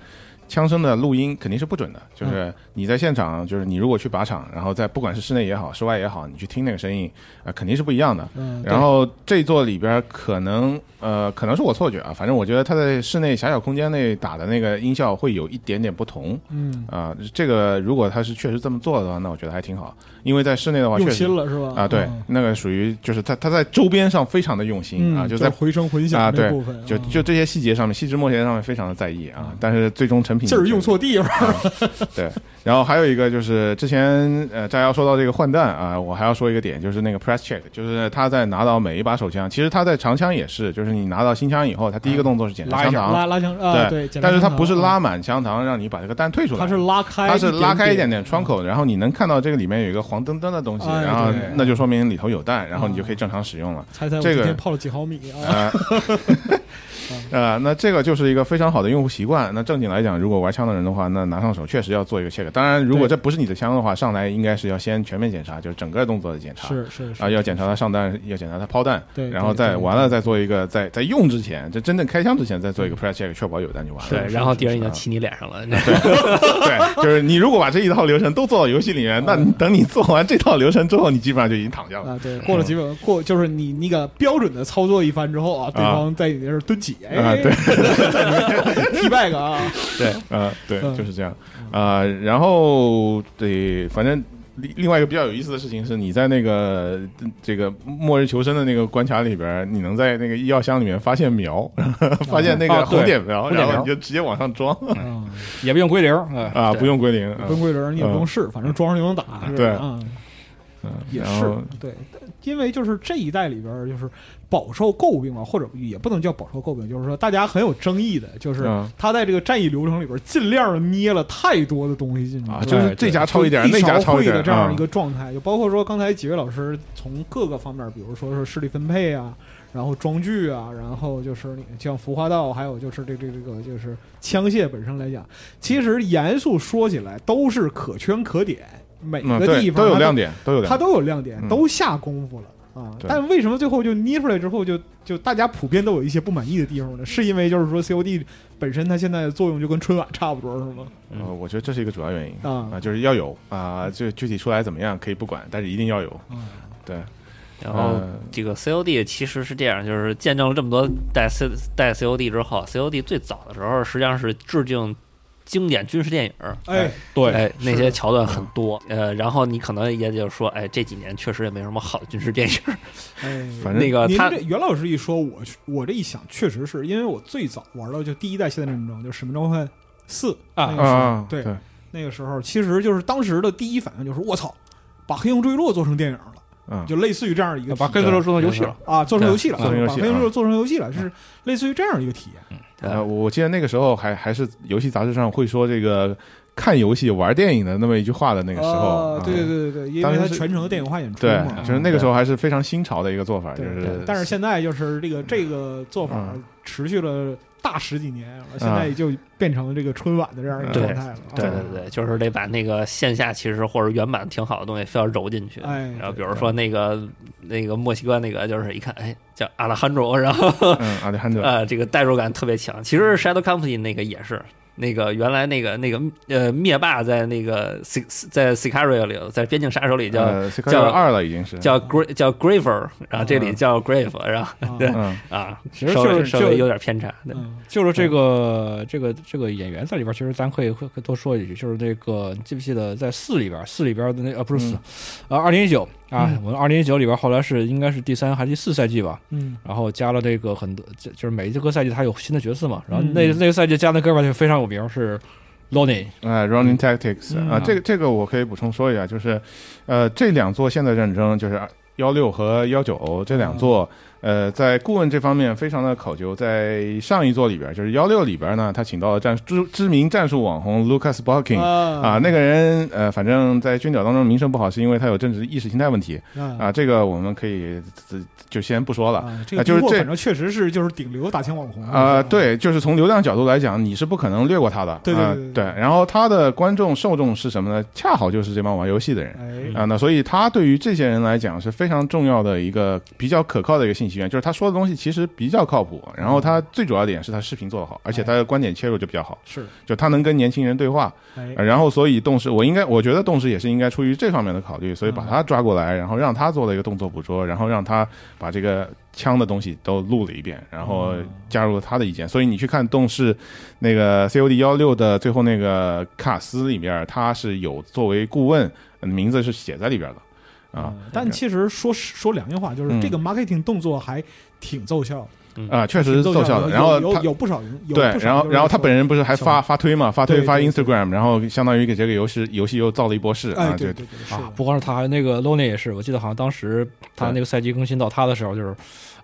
枪声的录音肯定是不准的，就是你在现场，就是你如果去靶场，然后在不管是室内也好，室外也好，你去听那个声音，啊、肯定是不一样的。嗯，然后这座里边可能呃，可能是我错觉啊，反正我觉得它在室内狭小空间内打的那个音效会有一点点不同嗯，啊、这个如果它是确实这么做的话，那我觉得还挺好，因为在室内的话用确实心了是吧？啊，对嗯，那个属于就是它它在周边上非常的用心嗯啊，就在在回声混响啊这对部分，就啊就这些细节上面，细枝末节上面非非常的在意啊，但是最终成品劲儿用错地方。 对，然后还有一个就是之前呃，大家说到这个换弹啊，我还要说一个点，就是那个 press check，就是他在拿到每一把手枪，其实他在长枪也是，就是你拿到新枪以后，他第一个动作是检查拉一枪下膛，拉拉枪啊，对，简单但是它枪不是啊拉，满枪膛让你把这个弹退出来，它是拉开，它是拉开一点点点窗口，然后你能看到这个里面有一个黄澄澄的东西，哎然后对嗯那就说明里头有弹，然后你就可以正常使用了。猜猜我这今个天泡了几毫米啊？呃， 呃，那这个就是一个非常好的用户习惯。那正经来讲，如果玩枪的人的话，那拿上手确实要做一个 check。当然，如果对这不是你的枪的话，上来应该是要先全面检查，就是整个动作的检查。是是是啊，要检查他上弹，要检查他抛弹，对然后对再对完了再做一个，在在用之前，就真正开枪之前再做一个 press check，确保有弹就完了。啊对，然后敌人已经骑你脸上了，你知道吗对，就是你如果把这一套流程都做到游戏里面，那嗯你等你做完这套流程之后，你基本上就已经躺下了。啊，对，过了几秒，过就是你那个标准的操作一番之后啊，对方在你那儿蹲起，啊哎， 对提 back 啊， 对，呃，对，嗯就是这样。啊，然后对，反正另另外一个比较有意思的事情是，你在那个嗯这个末日求生的那个关卡里边，你能在那个医药箱里面发现苗， 发现那啊个对红点苗，红点然苗后你就直接往上装啊也不用归零，哎，啊，对不用归零。啊蹲桂林你也不用试，反正装上就能打，是吧对啊，嗯也然是后对，因为就是这一代里边儿就是饱受诟病嘛，或者也不能叫饱受诟病，就是说大家很有争议的，就是嗯他在这个战役流程里边儿尽量地捏了太多的东西进去啊，就是这家超一点，就那一家勺超烩点的这样一啊个状态，就包括说刚才几位老师从各个方面，比如说是势力分配啊，然后装具啊，然后就是你像服化道，还有就是这这这个就是枪械本身来讲，其实严肃说起来都是可圈可点，每嗯，个对，地方都有它亮点，都有亮它点。都有亮点嗯，都下功夫了。啊，对但为什么最后就捏出来之后就就大家普遍都有一些不满意的地方嗯呢？是因为就是说 COD 本身它现在的作用就跟春晚差不多是吗？嗯呃，我觉得这是一个主要原因。啊啊，就是要有啊，这具体出来怎么样可以不管，但是一定要有。对，然后呃这个 COD 其实是这样，就是见证了这么多代 C 代 COD 之后，COD 最早的时候实际上是致敬经典军事电影儿，哎，对，哎，那些桥段很多，呃，然后你可能也就说，哎，这几年确实也没什么好的军事电影儿，哎，反正那呃个您他这袁老师一说，我我这一想，确实是因为我最早玩到就第一代现代战争，就《使命召唤四》啊那个时候啊，对对那个时候，其实就是当时的第一反应就是我操，把《黑鹰坠落》做成电影了，嗯，就类似于这样一个把体黑色验肉做成游戏了，啊做成游戏了，做成游戏嗯把《黑鹰坠落》做成游戏了，是类似于这样一个体验。呃，我记得那个时候还还是游戏杂志上会说这个看游戏玩电影的那么一句话的那个时候，啊啊对对对对对，因当为时它是全程电影化演出对嘛，就是那个时候还是非常新潮的一个做法，就嗯对是对，但是现在就是这个这个做法嗯持续了大十几年，然后现在就变成这个春晚的这样一个对状态了。啊对对对，就是得把那个线下其实或者原版挺好的东西，非要揉进去。哎然嗯后比如说那个那个墨西哥那个，就是一看，哎，叫阿拉汉卓，然后嗯，阿里汉德， 呃，这个代入感特别强。其实 Shadow Company 那个也是，那个原来那个那个呃灭霸在那个 C 在 Sicario 里，在边境杀手里叫、呃，叫二了已经是，叫 Gra 叫 Graver，然后这里叫 Grave，然后啊对嗯，啊，其实嗯稍就微是稍微就有点偏差。对嗯就是这个这个这个演员在里边，其实咱可以会会多说一句，就是那个你记不记得在四里边，四里边的那呃不是四，呃二零一九啊，我们二零一九里边后来是应该是第三还是第四赛季吧，嗯，然后加了这个很多，就就是每一个赛季他有新的角色嘛。然后嗯那、那个赛季加的哥们儿就非常有名，是 Lonnie 哎，Running Tactics 嗯啊，这个这个我可以补充说一下，就是，呃，这两座现代战争就是幺六和幺九这两座，嗯呃，在顾问这方面非常的考究。在上一座里边，就是幺六里边呢，他请到了战知知名战术网红 Lucas Balkin 啊，啊那个人呃，反正在军角当中名声不好，是因为他有政治意识形态问题嗯啊，这个我们可以呃就先不说了。啊，这啊个就是中国这反正确实是就是顶流打枪网红啊、对，就是从流量角度来讲，你是不可能略过他的。对对啊对对对然后他的观众受众是什么呢？恰好就是这帮玩游戏的人。哎，啊，那所以他对于这些人来讲是非常重要的一个比较可靠的一个信息源，就是他说的东西其实比较靠谱。然后嗯他最主要点是他视频做得好，哎而且他的观点切入就比较好，是就他能跟年轻人对话。哎呃然后所以动视，我应该我觉得动视也是应该出于这方面的考虑，所以嗯把他抓过来，然后让他做了一个动作捕捉，然后让他把这个枪的东西都录了一遍，然后嗯加入了他的意见。所以你去看动视那个 COD 幺六的最后那个卡斯里面，他是有作为顾问呃名字是写在里边的啊。嗯但其实说实说良心话，就是这个 marketing 动作还挺奏效的，嗯啊，确实是奏奏效的。有然嗯后有他有不少人，有对不，少然后人然后他说本人不是还发发推嘛，发推对发对对 Instagram，然后相当于给这个游戏游戏又造了一波势啊，哎，就对对对，是啊的，不光是他，还有那个 Lonely 也是，我记得好像当时他对那个赛季更新到他的时候，就是，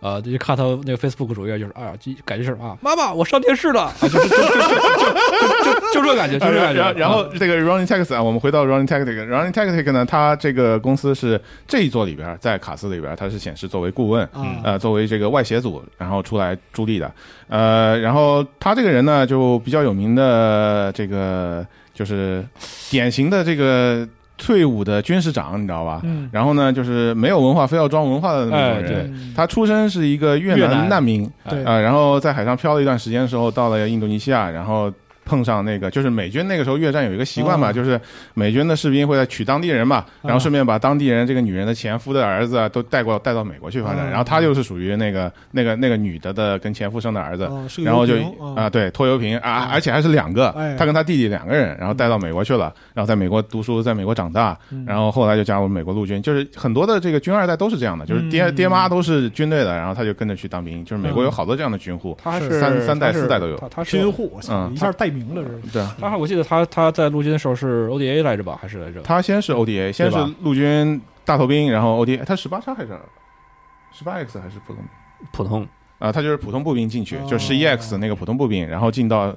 呃，就看他那个 Facebook 主页，就是，哎呀，这感觉是啊，妈妈，我上电视了，啊就就就就就就就就这感觉，就啊这然感觉。然然后这个 Running Tactics 啊，我们回到 Running Tactics，Running Tactics 呢，它这个公司是这一座里边，在卡斯里边，它是显示作为顾问，啊，呃，作为这个外协组，然后出来助力的。呃，然后他这个人呢，就比较有名的这个就是典型的这个退伍的军事长，你知道吧？嗯，然后呢，就是没有文化，非要装文化的那种哎人。对嗯他出身是一个越越南南难民，对啊、然后在海上漂了一段时间的时候，到了印度尼西亚，然后碰上那个就是美军那个时候越战有一个习惯嘛，哦嗯就是美军的士兵会在娶当地人嘛，然后顺便把当地人这个女人的前夫的儿子啊都带过带到美国去发展，哦然后他就是属于那个那个那个女的的跟前夫生的儿子。哦是个然后就游艇啊、对，拖油瓶啊，而且还是两个哎，他跟他弟弟两个人，然后带到美国去了，然后在美国读书，在美国长大，嗯然后后来就加入美国陆军，就是很多的这个军二代都是这样的，就是爹嗯爹妈都是军队的，然后他就跟着去当兵，就是美国有好多这样的军户，他是是三三代他是四代都有他他是军户，我操，嗯一下带名了，这是对啊，当时我记得他他在陆军的时候是 ODA 来着吧，还是来着？他先是 ODA，先是吧陆军大头兵，然后 ODA，他十八叉还是十八 X 还是普通普通啊？他就是普通步兵进去，哦就十一 X 那个普通步兵，然后进到。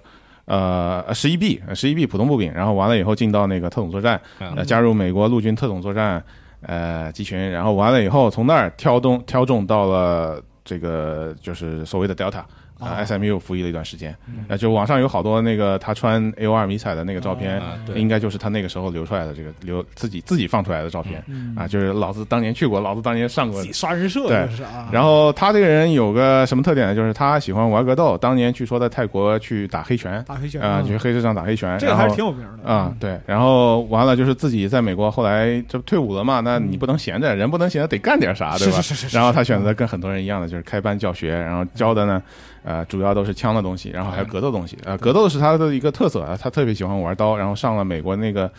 呃，十一 B，十一 B 普通步兵，然后完了以后进到那个特种作战，嗯呃，加入美国陆军特种作战呃集群，然后完了以后从那儿挑中挑中到了这个就是所谓的 Delta 哦啊、嗯 SMU 服役了一段时间，呃，就网上有好多那个他穿 A O 二迷彩的那个照哦片，啊，对应，该就是他那个时候留出来的这个留自己自己放出来的照片、嗯啊，就是老子当年去过，老子当年上过自。己刷人设，对这是啊，然后他这个人有个什么特点呢？就是他喜欢玩格斗。当年据说在泰国去打黑拳打黑拳啊，嗯去黑市上打黑拳，这个然还后是挺有名的嗯啊，对，然后完了就是自己在美国，后来这不退伍了嘛，那你不能闲着，人不能闲着，得干点啊啥，对吧？嗯是是是是是嗯然后他选择跟很多人一样的，就是开班教学，然后教的呢，呃，主要都是枪的东西，然后还有格斗东西。呃，格斗是他的一个特色，啊，他特别喜欢玩刀，然后上了美国那个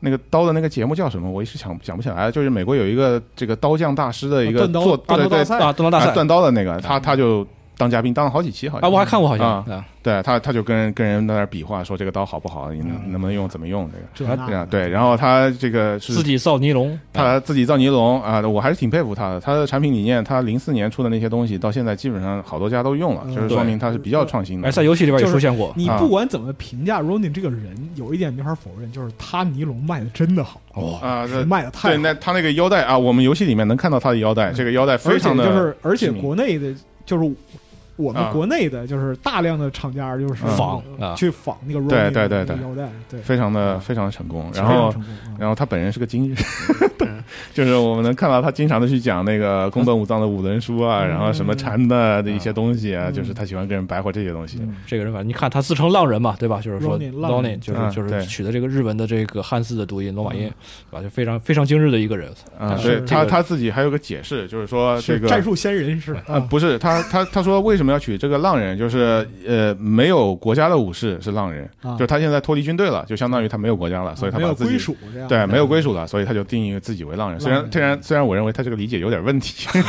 那个刀的那个节目叫什么，我一时想想不起来了，就是美国有一个这个刀匠大师的一个断刀做断对刀对大赛啊，断刀大啊赛断刀的那个，他他就当嘉宾当了好几期，好像啊，我还看过好像啊，啊对他他就跟人跟人在那儿比划，说这个刀好不好，你能能不能用，怎么用这个。这那对啊，的对，然后他这个是自己造尼龙，啊他自己造尼龙啊、我还是挺佩服他的。他的产品理念，他零四年出的那些东西，到现在基本上好多家都用了，嗯就是说明他是比较创新的哎，。在游戏里边就也是出现过，你啊不管怎么评价 Ronin 这个人，有一点没法否认，就是他尼龙卖的真的好，哦，啊，是这卖的太对，好，那他那个腰带啊，我们游戏里面能看到他的腰带，这个腰带非而且常的就是而且知名国内的，就是我啊们国内的，就是大量的厂家就是嗯仿啊去仿那个 Ronin 对对对的对腰带，对，非常的非常的成功。然非常后成功啊然后他本人是个军人，就是我们能看到他经常的去讲那个宫本武藏的五轮书啊，然后什么禅的的一些东西啊，嗯就是他喜欢跟人白活这些东西。嗯这个人反正你看他自称浪人嘛，对吧？就是说 Ronin，浪人 Lonin 就嗯是就对是取的这个日文的这个汉字的读音罗马音，对吧？就非常非常精致的一个人，啊，但所以嗯是他这个他自己还有个解释，就是说呃这是个战术仙人是啊，啊，不是他，他他说为什么要娶这个浪人？就是呃，没有国家的武士是浪人，啊就是他现在脱离军队了，就相当于他没有国家了，所以他没把有自己归属这样，对没有归属了，所以他就定义自己为浪人。虽浪然人虽然虽然我认为他这个理解有点问题，你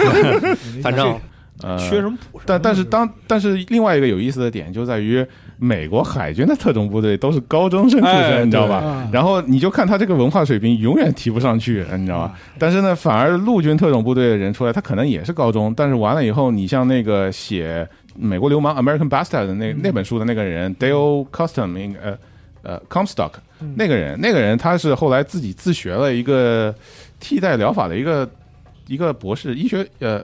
这反正呃，缺什么补什么，但但嗯是就是当但是另外一个有意思的点就在于，美国海军的特种部队都是高中生出哎身，你知道对吧？啊然后你就看他这个文化水平永远提不上去，你嗯知道嗯吧？但是呢，反而陆军特种部队的人出来，他可能也是高中，但是完了以后，你像那个写《美国流氓 American Bastard》的嗯那、那本书的那个人，Dale Custom，应呃呃 Comstock，、嗯那个人，那个人他是后来自己自学了一个替代疗法的一个一个博士医学呃。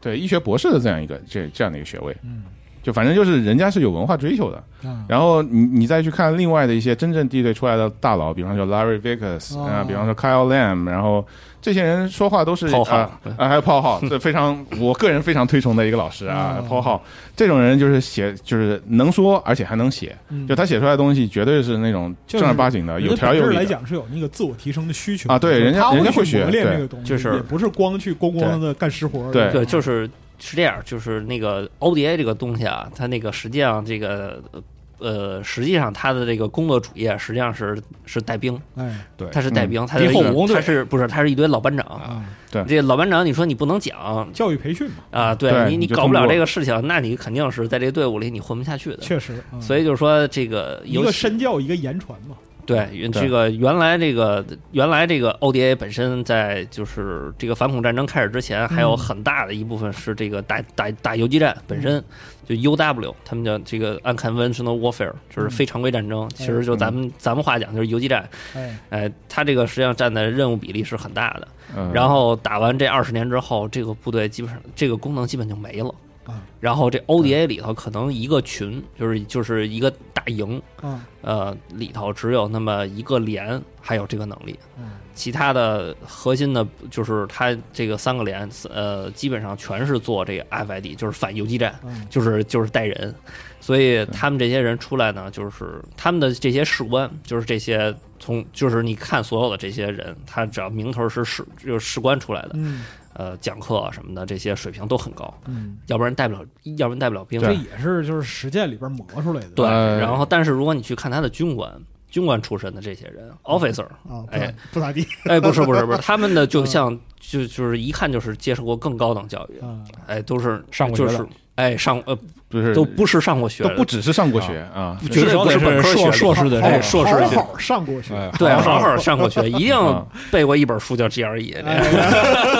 对医学博士的这样一个这这样的一个学位，嗯就反正就是人家是有文化追求的。啊然后你你再去看另外的一些真正地位出来的大佬，比方说 Larry Vickers 哦啊、比方说 Kyle Lam，然后这些人说话都是泡号啊啊还有 Paul Hall，这非常我个人非常推崇的一个老师啊哦，Paul Hall 这种人就是写就是能说而且还能写，嗯就他写出来的东西绝对是那种就是正儿八经的，人有家条本有身理来的。讲是有那个自我提升的需求啊对就是人家他人家去会学磨练对这个东西，就是也不是光去咣咣的干实活儿，对对，就是是这样，就是那个 ODA 这个东西啊，它那个实际上这个呃呃，实际上他的这个工作主业实际上是是带兵，哎他是带嗯兵，他是敌后武工队他是不是他是一堆老班长？啊，这老班长，你说你不能讲教育培训嘛，啊，对对你你就搞不通了过这个事情，那你肯定是在这队伍里你混不下去的。确实，嗯所以就是说，这个一尤个其身教，一个言传嘛，对，原这个原来这个原来这个 ODA 本身在就是这个反恐战争开始之前，嗯还有很大的一部分是这个打打打游击战本嗯身，就 UW 他们叫这个 unconventional warfare，就是嗯非常规战争。其实就咱们咱们话讲就是游击战，哎，哎，它这个实际上占的任务比例是很大的。嗯然后打完这二十年之后，这个部队基本上这个功能基本就没了啊。然后这 ODA 里头可能一个群就是就是一个大营，啊，呃，里头只有那么一个连还有这个能力，嗯其他的核心的就是它这个三个连，呃，基本上全是做这个 FID，就是反游击战。嗯就是就是带人，所以他们这些人出来呢，就是他们的这些士官，就是这些从就是你看所有的这些人，他只要名头是士就是士官出来的，嗯呃，讲课啊什么的，这些水平都很高，嗯，要不然带不了，要不然带不了兵。这也是就是实践里边磨出来的，对，呃然后但是如果你去看他的军官。军官出身的这些人，officer，啊，不咋哎不咋地哎，不是不是不是，他们的就像嗯就就是一看就是接受过更高等教育，啊，哎，都是上过学就的是哎上呃就是都不是上过学都的，不只是上过学啊，绝对不是至少本得科是硕学历哦硕士的哦这哎个硕士好好上过去，哎，对，好好好上过学，一定嗯背过一本书叫 GRE 这个。哎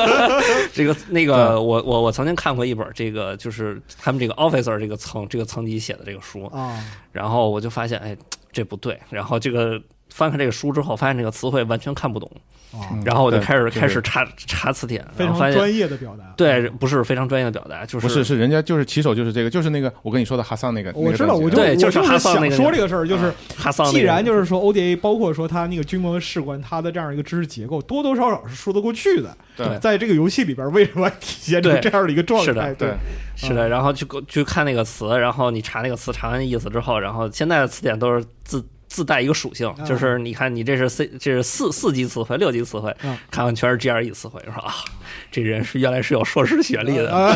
这个那个，我我我曾经看过一本这个，就是他们这个 officer 这个层这个层级写的这个书，啊，然后我就发现，哎，这不对。然后这个翻开这个书之后，发现这个词汇完全看不懂，啊，嗯然后我就嗯对开始就是开始查查词典，非然常后发现专业的表达，对，不是非常专业的表达，就不是是人家就是起手就是这个，就是那个我跟你说的哈桑那个，啊我知道，那我个就段对我就就是是哈桑那想个说这个事儿，就是哈桑那个。既然就是说 ODA，包括说他那个军官和士官，他的这样一个知识结构，多多少少是说得过去的。对在这个游戏里边，为什么体现出对这样的一个状是态？的对，是嗯的，然后去勾去看那个词，然后你查那个词，查完意思之后，然后现在的词典都是自自带一个属性，嗯就是你看你这是 C，这是四四级词汇，六级词汇，嗯看看全是 GRE 词汇，说啊， 这人是原来是有硕士学历的，啊，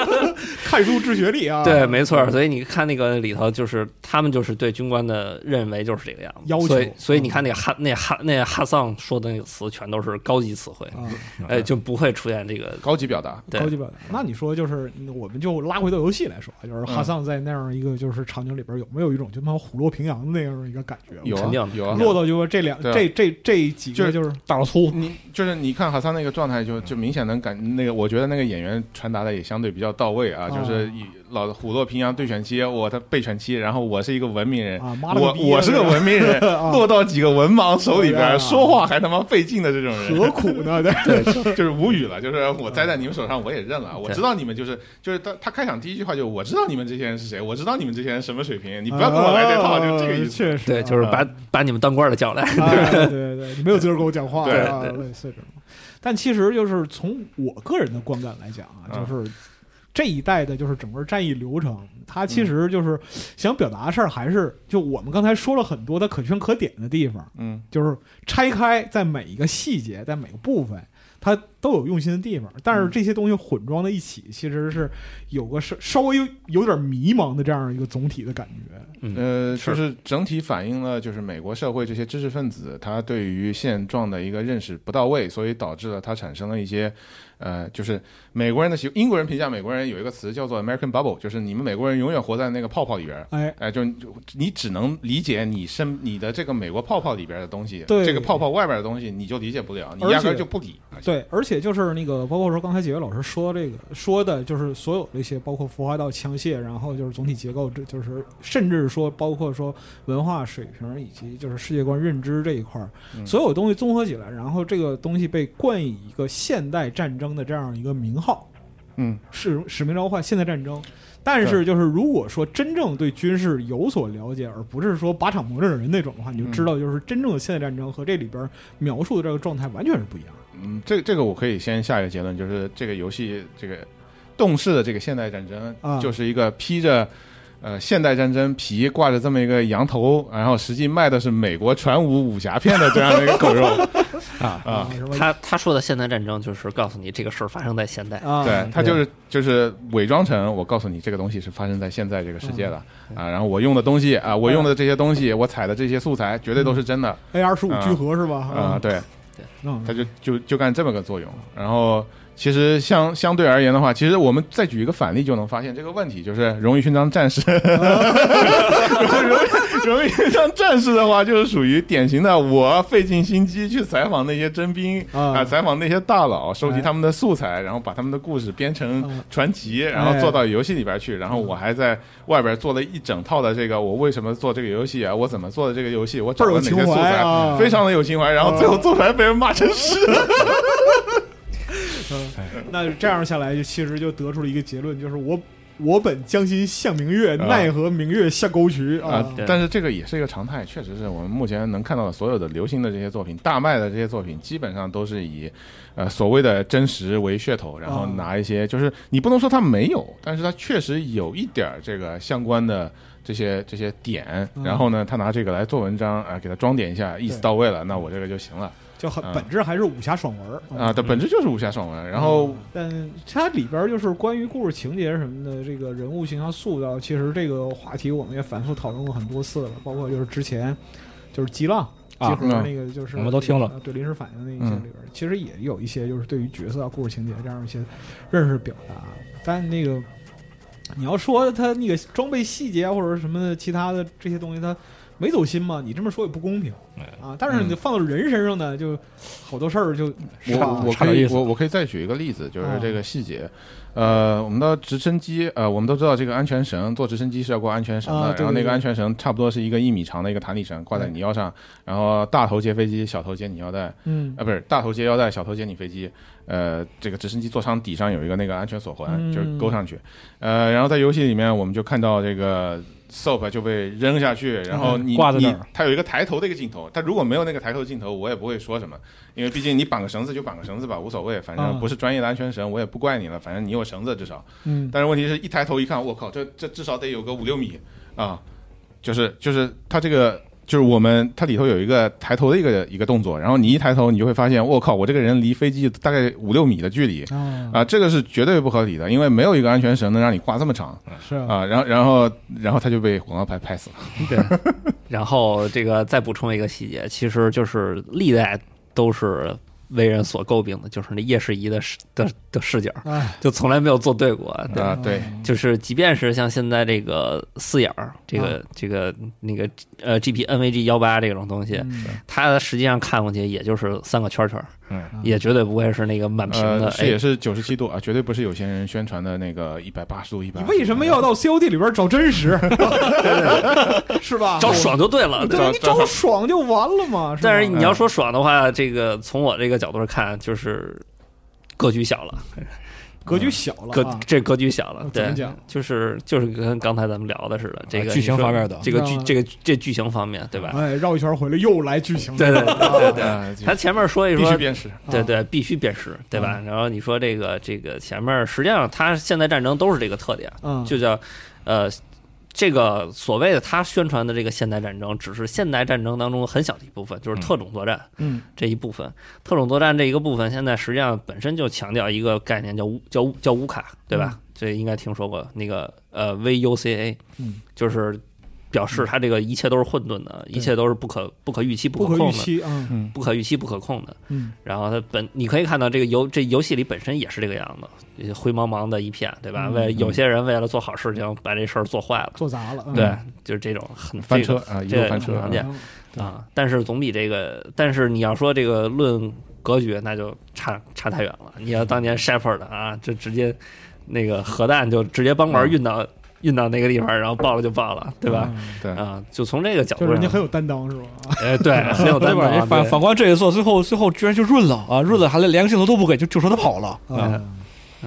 看书治学历啊，对，没错儿。所以你看那个里头，就是他们就是对军官的认为就是这个样子，要求嗯所以所以你看那个哈那哈那哈桑说的那个词，全都是高级词汇，啊，呃，就不会出现这个高级表达，对高级表达。那你说就是，我们就拉回到游戏来说，啊就是哈桑在那样一个就是场景里边，有没有一种就他妈虎落平阳的那样一个感觉？有肯啊定的有啊，落到就说这两对啊这这这几就个是就是大老粗，你就是你看哈桑那个状态就，就明显能感那个，我觉得那个演员传达的也相对比较到位啊，啊就是以老虎落平阳对犬欺，我他被犬欺，然后我是一个文明人，啊，妈了我个逼啊，我 是个文明人，啊落到几个文盲手里边，啊说话还他妈费劲的这种何 人，苦呢？对，就是无语了。就是我栽在你们手上，我也认了。我对知道你们就是就是他他开场第一句话就我知道你们这些人是谁，我知道你们这些人什么水平，你不要跟我来这套，就这个意啊思。确实，对，就是啊把把你们当官的叫来，哎对对对，你没有资格跟我讲话对啊，类似这种。但其实就是从我个人的观感来讲啊，嗯就是这一代的，就是整个战役流程，它嗯其实就是想表达的事儿，还是就我们刚才说了很多它可圈可点的地方，嗯，就是拆开在每一个细节，在每个部分。它都有用心的地方，但是这些东西混装在一起，其实是有个稍稍微有有点迷茫的这样一个总体的感觉。呃，是就是整体反映了就是美国社会这些知识分子他对于现状的一个认识不到位，所以导致了他产生了一些，呃，就是美国人的习英国人评价美国人有一个词叫做 American bubble，就是你们美国人永远活在那个泡泡里边儿。哎，哎，就就你只能理解你身你的这个美国泡泡里边的东西，对这个泡泡外边的东西你就理解不了，你而且压根儿就不理。对，而且就是那个，包括说刚才几位老师说这个说的，就是所有这些，包括服化道、枪械，然后就是总体结构，这就是甚至说包括说文化水平以及就是世界观认知这一块儿，嗯所有东西综合起来，然后这个东西被冠以一个现代战争的这样一个名号，嗯，使使命召唤现代战争。但是，就是如果说真正对军事有所了解，而不是说靶场魔怔人那种的话，你就嗯知道，就是真正的现代战争和这里边描述的这个状态完全是不一样的。嗯，这这个我可以先下一个结论，就是这个游戏这个动视的这个现代战争啊，就是一个披着呃现代战争皮挂着这么一个羊头，然后实际卖的是美国传武武侠片的这样的一个 狗肉啊啊，什么 他他说的现代战争就是告诉你这个事儿发生在现代，啊，对，他就是就是伪装成我告诉你这个东西是发生在现在这个世界的啊，然后我用的东西啊，我用的这些东西，我采的这些素材绝对都是真的 A 二十五啊聚合是吧？啊，，对，嗯他就就就干这么个作用。然后其实相相对而言的话，其实我们再举一个反例就能发现这个问题，就是荣誉勋章战士，荣荣誉勋章战士的话，就是属于典型的我费尽心机去采访那些征兵啊哎啊，采访那些大佬，收集他们的素材，然后把他们的故事编成啊传奇，然后做到游戏里边去。嗯然后我还在外边做了一整套的这个我为什么做这个游戏啊，我怎么做的这个游戏，我找了哪些素倍儿有情怀材，啊 非常的有情怀。然后最后做出来被人骂成屎。嗯那这样下来，就其实就得出了一个结论，就是我我本将心向明月，啊奈何明月下沟渠啊啊！对，但是这个也是一个常态，确实是我们目前能看到的所有的流行的这些作品，大卖的这些作品，基本上都是以，呃，所谓的真实为噱头，然后啊拿一些，就是你不能说它没有，但是它确实有一点儿这个相关的这些这些点，嗯然后呢，他拿这个来做文章啊、给它装点一下，意思对到位了，那我这个就行了就很啊本质还是武侠爽文儿啊，它本质就是武侠爽文，嗯然后嗯但它里边儿就是关于故事情节什么的，这个人物形象塑造，其实这个话题我们也反复讨论过很多次了，包括就是之前就是《激浪》啊集合那个就是我们都听了嗯对临时反应那一些里边儿，其实也有一些就是对于角色啊、故事情节这样一些认识表达，但那个你要说他那个装备细节啊或者什么其他的这些东西，他没走心嘛，你这么说也不公平啊。但是你放到人身上呢，就好多事儿就我差我我差可点以意思我我可以再举一个例子，就是啊这个细节。呃，我们的直升机，呃，我们都知道这个安全绳，坐直升机是要挂安全绳的，啊对然后对那对个安全绳差不多是一个一米长的一个弹力绳，挂在你腰上，然后大头接飞机，小头接你腰带，啊、嗯不是大头接腰带，小头接你飞机。呃，这个直升机座舱底上有一个那个安全锁环，嗯就是勾上去。呃，然后在游戏里面，我们就看到这个 soap 就被扔下去，然后你、嗯挂在那你儿它有一个抬头的一个镜头，它如果没有那个抬头镜头，我也不会说什么，因为毕竟你绑个绳子就绑个绳子吧，无所谓，反正嗯不是专业的安全绳，我也不怪你了，反正你有绳子至少。嗯但是问题是一抬头一看，我靠，这这至少得有个五六米啊，就是就是它这个。就是我们，它里头有一个抬头的一个一个动作，然后你一抬头，你就会发现，我靠，我这个人离飞机大概五六米的距离啊啊，这个是绝对不合理的，因为没有一个安全绳能让你挂这么长是啊啊。然后然后然后他就被广告牌拍死了。对，然后这个再补充一个细节，其实就是历代都是为人所诟病的，就是那夜视仪的视的的视角，哎，就从来没有做对过。对，啊，对，就是即便是像现在这个四眼儿，这嗯个、这个那个呃 G P N V G 幺八这种东西，嗯它实际上看过去也就是三个圈圈儿，嗯也绝对不会是那个满屏的。呃，是也哎是九十七度啊，绝对不是有些人宣传的那个一百八十度、一百。你为什么要到 COD 里边找真实？ 是吧？找爽就对了，对吧对，你找爽就完了嘛。吧但是嗯你要说爽的话，这个从我这个角度看，就是格局小了，嗯格局小了格啊，这格局小了，怎么对讲，就是就是跟刚才咱们聊的似的，啊这个剧情你说方面的这个剧啊这个这剧情方面，对吧？哎，绕一圈回来又来剧情了，对对对对对，啊？他前面说一必说须，辨识。啊对对，必须辨识，对吧？然后你说这个这个前面，实际上他现在战争都是这个特点，嗯，就叫呃。这个所谓的他宣传的这个现代战争，只是现代战争当中很小的一部分，就是特种作战。嗯这一部分。特种作战这一个部分，现在实际上本身就强调一个概念叫乌叫乌叫乌卡，对吧？这应该听说过那个呃 VUCA，嗯，就是表示它这个一切都是混沌的，一切都是不可不可预期、不不可控预的。期啊，不可预期、不可控的，嗯然后它本你可以看到这个游这游戏里本身也是这个样子，灰茫茫的一片，对吧？嗯为有些人为了做好事情，把这事儿做坏了，做砸了，嗯对，就是这种很翻这个车啊，一这路个翻车啊常！见嗯对啊，但是总比这个，但是你要说这个论格局，那就差差太远了。你要当年 Shepard 啊，这直接那个核弹就直接帮管嗯嗯运到、运到那个地方，然后爆了就爆了，对吧？对，啊，就从这个角就是度人家上，很有担当是吧？ 哎， 对，很有担对当吧？哎啊。反对反观这一座，最后最后居然就润了啊！润了还连个镜头都不给，就就说他跑了。啊，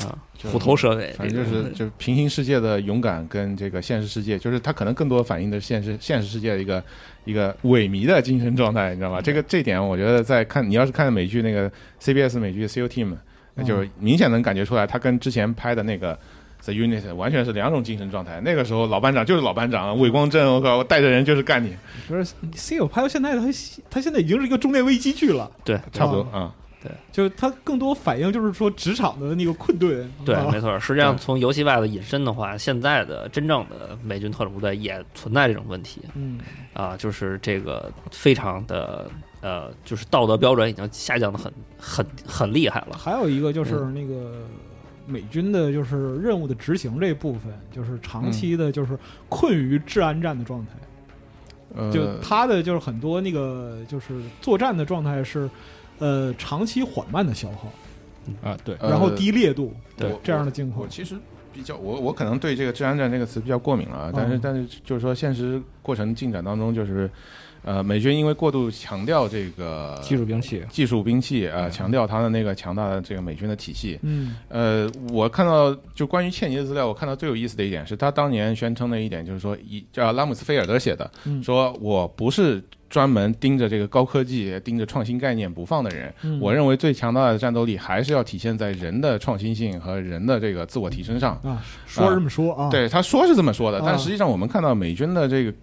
啊，虎头蛇尾，反正就是就是平行世界的勇敢跟这个现实世界，就是它可能更多反映的是现实现实世界的一个一个萎靡的精神状态，你知道吧？这个这一点我觉得在看你要是看美剧那个 CBS 美剧 CU Team，那就是明显能感觉出来，它跟之前拍的那个。在 Unity 完全是两种精神状态。那个时候老班长就是老班长，伪光正，我靠，我带着人就是干你，就是 C 九拍到现在，它它现在已经是一个中年危机剧了，对差不多啊、就是它更多反映就是说职场的那个困顿。嗯对啊，没错。实际上，从游戏外的引申的话，现在的真正的美军特种部队也存在这种问题嗯，啊，就是这个非常的呃，就是道德标准已经下降的很很很厉害了。还有一个就是那嗯个美军的，就是任务的执行这部分，就是长期的，就是困于治安战的状态。呃，就他的就是很多那个就是作战的状态是，呃，长期缓慢的消耗，啊，对，呃然后低烈度我这样的境我况。其实比较，我我可能对这个“治安战”这个词比较过敏了啊，但是、嗯但是就是说，现实过程进展当中，就是呃，美军因为过度强调这个技术兵器，技术兵器啊、呃强调它的那个强大的这个美军的体系。嗯呃，我看到就关于切尼的资料，我看到最有意思的一点是他当年宣称的一点，就是说一叫拉姆斯菲尔德写的，嗯说我不是专门盯着这个高科技、盯着创新概念不放的人，嗯，我认为最强大的战斗力还是要体现在人的创新性和人的这个自我提升上。啊，说是这么说啊，，对，他说是这么说的啊，但实际上我们看到美军的这个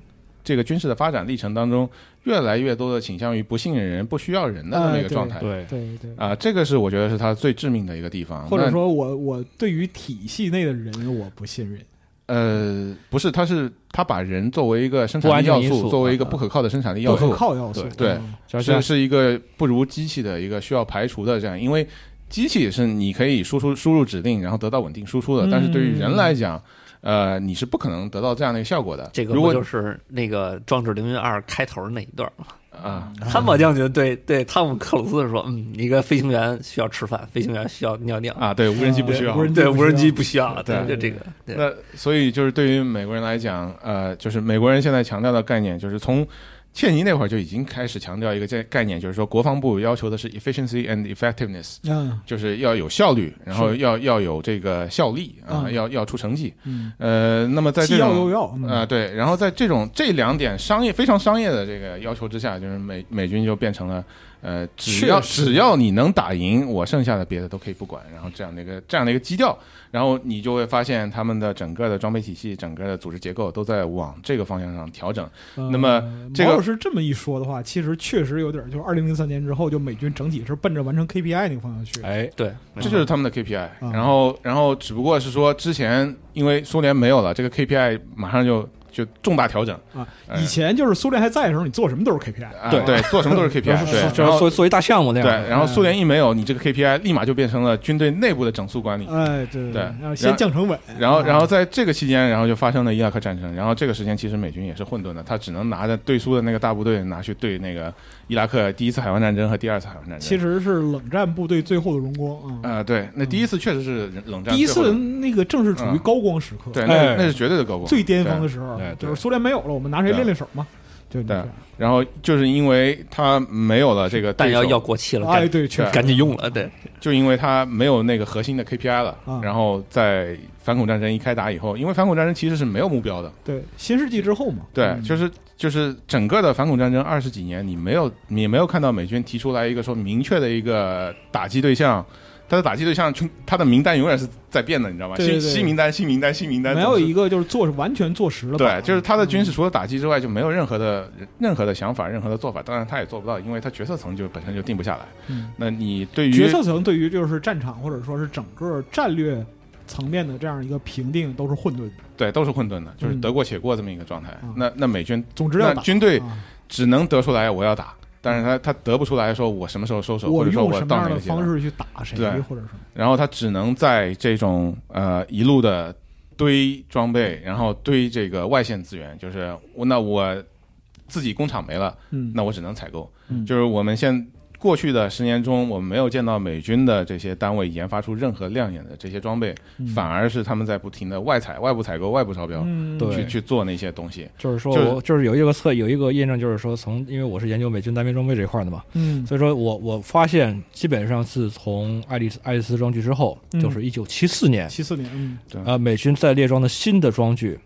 这个军事的发展历程当中，越来越多的倾向于不信任人、不需要人的这么一哎个对状态。对，对对。啊，这个是我觉得是他最致命的一个地方。或者那说我我对于体系内的人我不信任，呃，不是，他是他把人作为一个生不产安力全要因素，素作为一个啊不可靠的生产力不要可素，靠要素对，对嗯就是是是一个不如机器的一个需要排除的这样，因为机器是你可以输出输入指令，然后得到稳定输出的，嗯但是对于人来讲，呃，你是不可能得到这样的一个效果的。这个如不果就是那个《壮志凌云二》开头那一段吗？ 啊，汉嗯堡将军对对汤姆克鲁斯说：“嗯，一个飞行员需要吃饭，飞行员需要尿尿，啊，对，无人机不需要无。人对不需无人机要不需要。”对就这个，对那所以就是对于美国人来讲，呃，就是美国人现在强调的概念，就是从切尼那会儿就已经开始强调一个这概念，就是说国防部要求的是 efficiency and effectiveness，嗯就是要有效率，然后是要要有这个效力啊、嗯要要出成绩。嗯，呃，那么在这既要又种要，嗯啊、对，然后在这种这两点商业非常商业的这个要求之下，就是美美军就变成了，呃，只要确实只要你能打赢，我剩下的别的都可以不管，然后这样的一个这样的一个基调，然后你就会发现他们的整个的装备体系、整个的组织结构都在往这个方向上调整。呃那么这个毛老师这么一说的话，其实确实有点儿，就是二零零三年之后，就美军整体是奔着完成 KPI 那个方向去。哎，对，这就是他们的 KPI，、嗯然后然后只不过是说之前因为苏联没有了，这个 KPI 马上就就重大调整啊呃以前就是苏联还在的时候，你做什么都是 KPI。啊对对，做什么都是 KPI，就是对，就是然后做做一大项目那对，嗯样，然后苏联一没有，你这个 KPI 立马就变成了军队内部的整肃管理。哎，对对啊先降成啊本，然后，然后在这个期间，然后就发生了伊拉克战争。然后这个时间其实美军也是混沌的，他只能拿着对苏的那个大部队拿去对那个伊拉克第一次海湾战争和第二次海湾战争。其实是冷战部队最后的荣光啊。啊、对，那第一次确实是冷战第一最后次的，那个正是处于嗯高光时刻，对，哎那那是绝对的高光，最巅峰的对。时候对，就对是苏联没有了，我们拿谁对练练手嘛？就这对样然后就是因为他没有了这个弹对手药要过期了，哎，赶对，确实赶紧用了，对，就因为他没有那个核心的 KPI 了。啊然后在反恐战争一开打以后，因为反恐战争其实是没有目标的，对，新世纪之后嘛，对，嗯就是就是整个的反恐战争二十几年，你没有你没有看到美军提出来一个说明确的一个打击对象，他的打击对象就他的名单永远是在变的，你知道吗？对对对新新名单、新名单、新名单，没有总是一个就是嗯坐实完全坐实了吧。对，就是他的军事除了打击之外，就没有任何的任何的想法、任何的做法。当然，他也做不到，因为他决策层就本身就定不下来。嗯那你对于决策层对于就是战场或者说是整个战略层面的这样一个评定都是混沌的。对都是混沌的，就是嗯得过且过这么一个状态。嗯那那美军总之要那打军队啊只能得出来我要打，但是他他得不出来说我什么时候收手，或者说用我什么到哪样个的阶段方。式去打谁对或者什么？然后他只能在这种呃一路的堆装备，然后堆这个外线资源，就是我那我自己工厂没了，嗯，那我只能采购。嗯就是我们现过去的十年中，我们没有见到美军的这些单位研发出任何亮眼的这些装备，嗯反而是他们在不停的外采、外部采购、外部招标。嗯对去去做那些东西，就是说就是我就是有一个测有一个验证，就是说从因为我是研究美军单兵装备这一块的嘛，嗯所以说我我发现基本上是从爱丽丝爱丽丝装具之后，嗯就是一九七四年，七四年嗯呃，美军在列装的新的装具，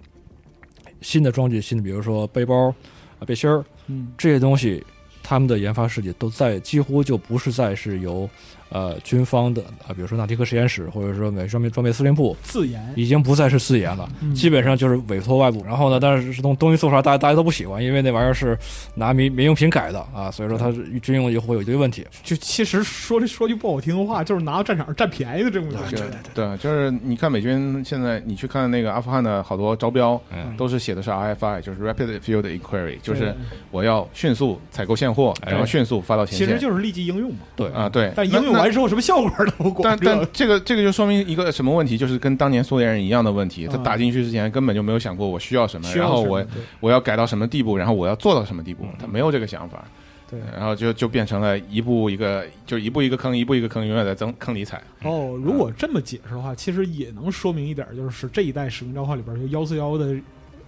新的装具，新的比如说背包、啊背心儿嗯这些东西，他们的研发设计都在几乎就不是在是由呃军方的啊，比如说纳迪克实验室或者说美装备装备司令部，自研，已经不再是私研了，嗯基本上就是委托外部。然后呢，但是这东东西做出来，大家大家都不喜欢，因为那玩意儿是拿民民用品改的啊，所以说它是军用以后会有一堆问题。就其实说这说句不好听的话，就是拿到战场上占便宜的这种感啊对觉。对，就是你看美军现在，你去看那个阿富汗的好多招标，嗯都是写的是 RFI，就是 Rapid Field Inquiry，就是对我要迅速采购现货，哎然后迅速发到前其线。实就是立即应用嘛。对啊，，对，但那应用。那完之后，什么效果都不管但这个。但这个这个就说明一个什么问题，就是跟当年苏联人一样的问题，他嗯打进去之前根本就没有想过我需要什么，需要然后什么我对我要改到什么地步，然后我要做到什么地步嗯，他没有这个想法，对然后就就变成了一步一个就一步一个坑，一步一个坑，永远在增坑里踩。哦，如果这么解释的话，其实也能说明一点，就是这一代《使命召唤》里边就幺四幺的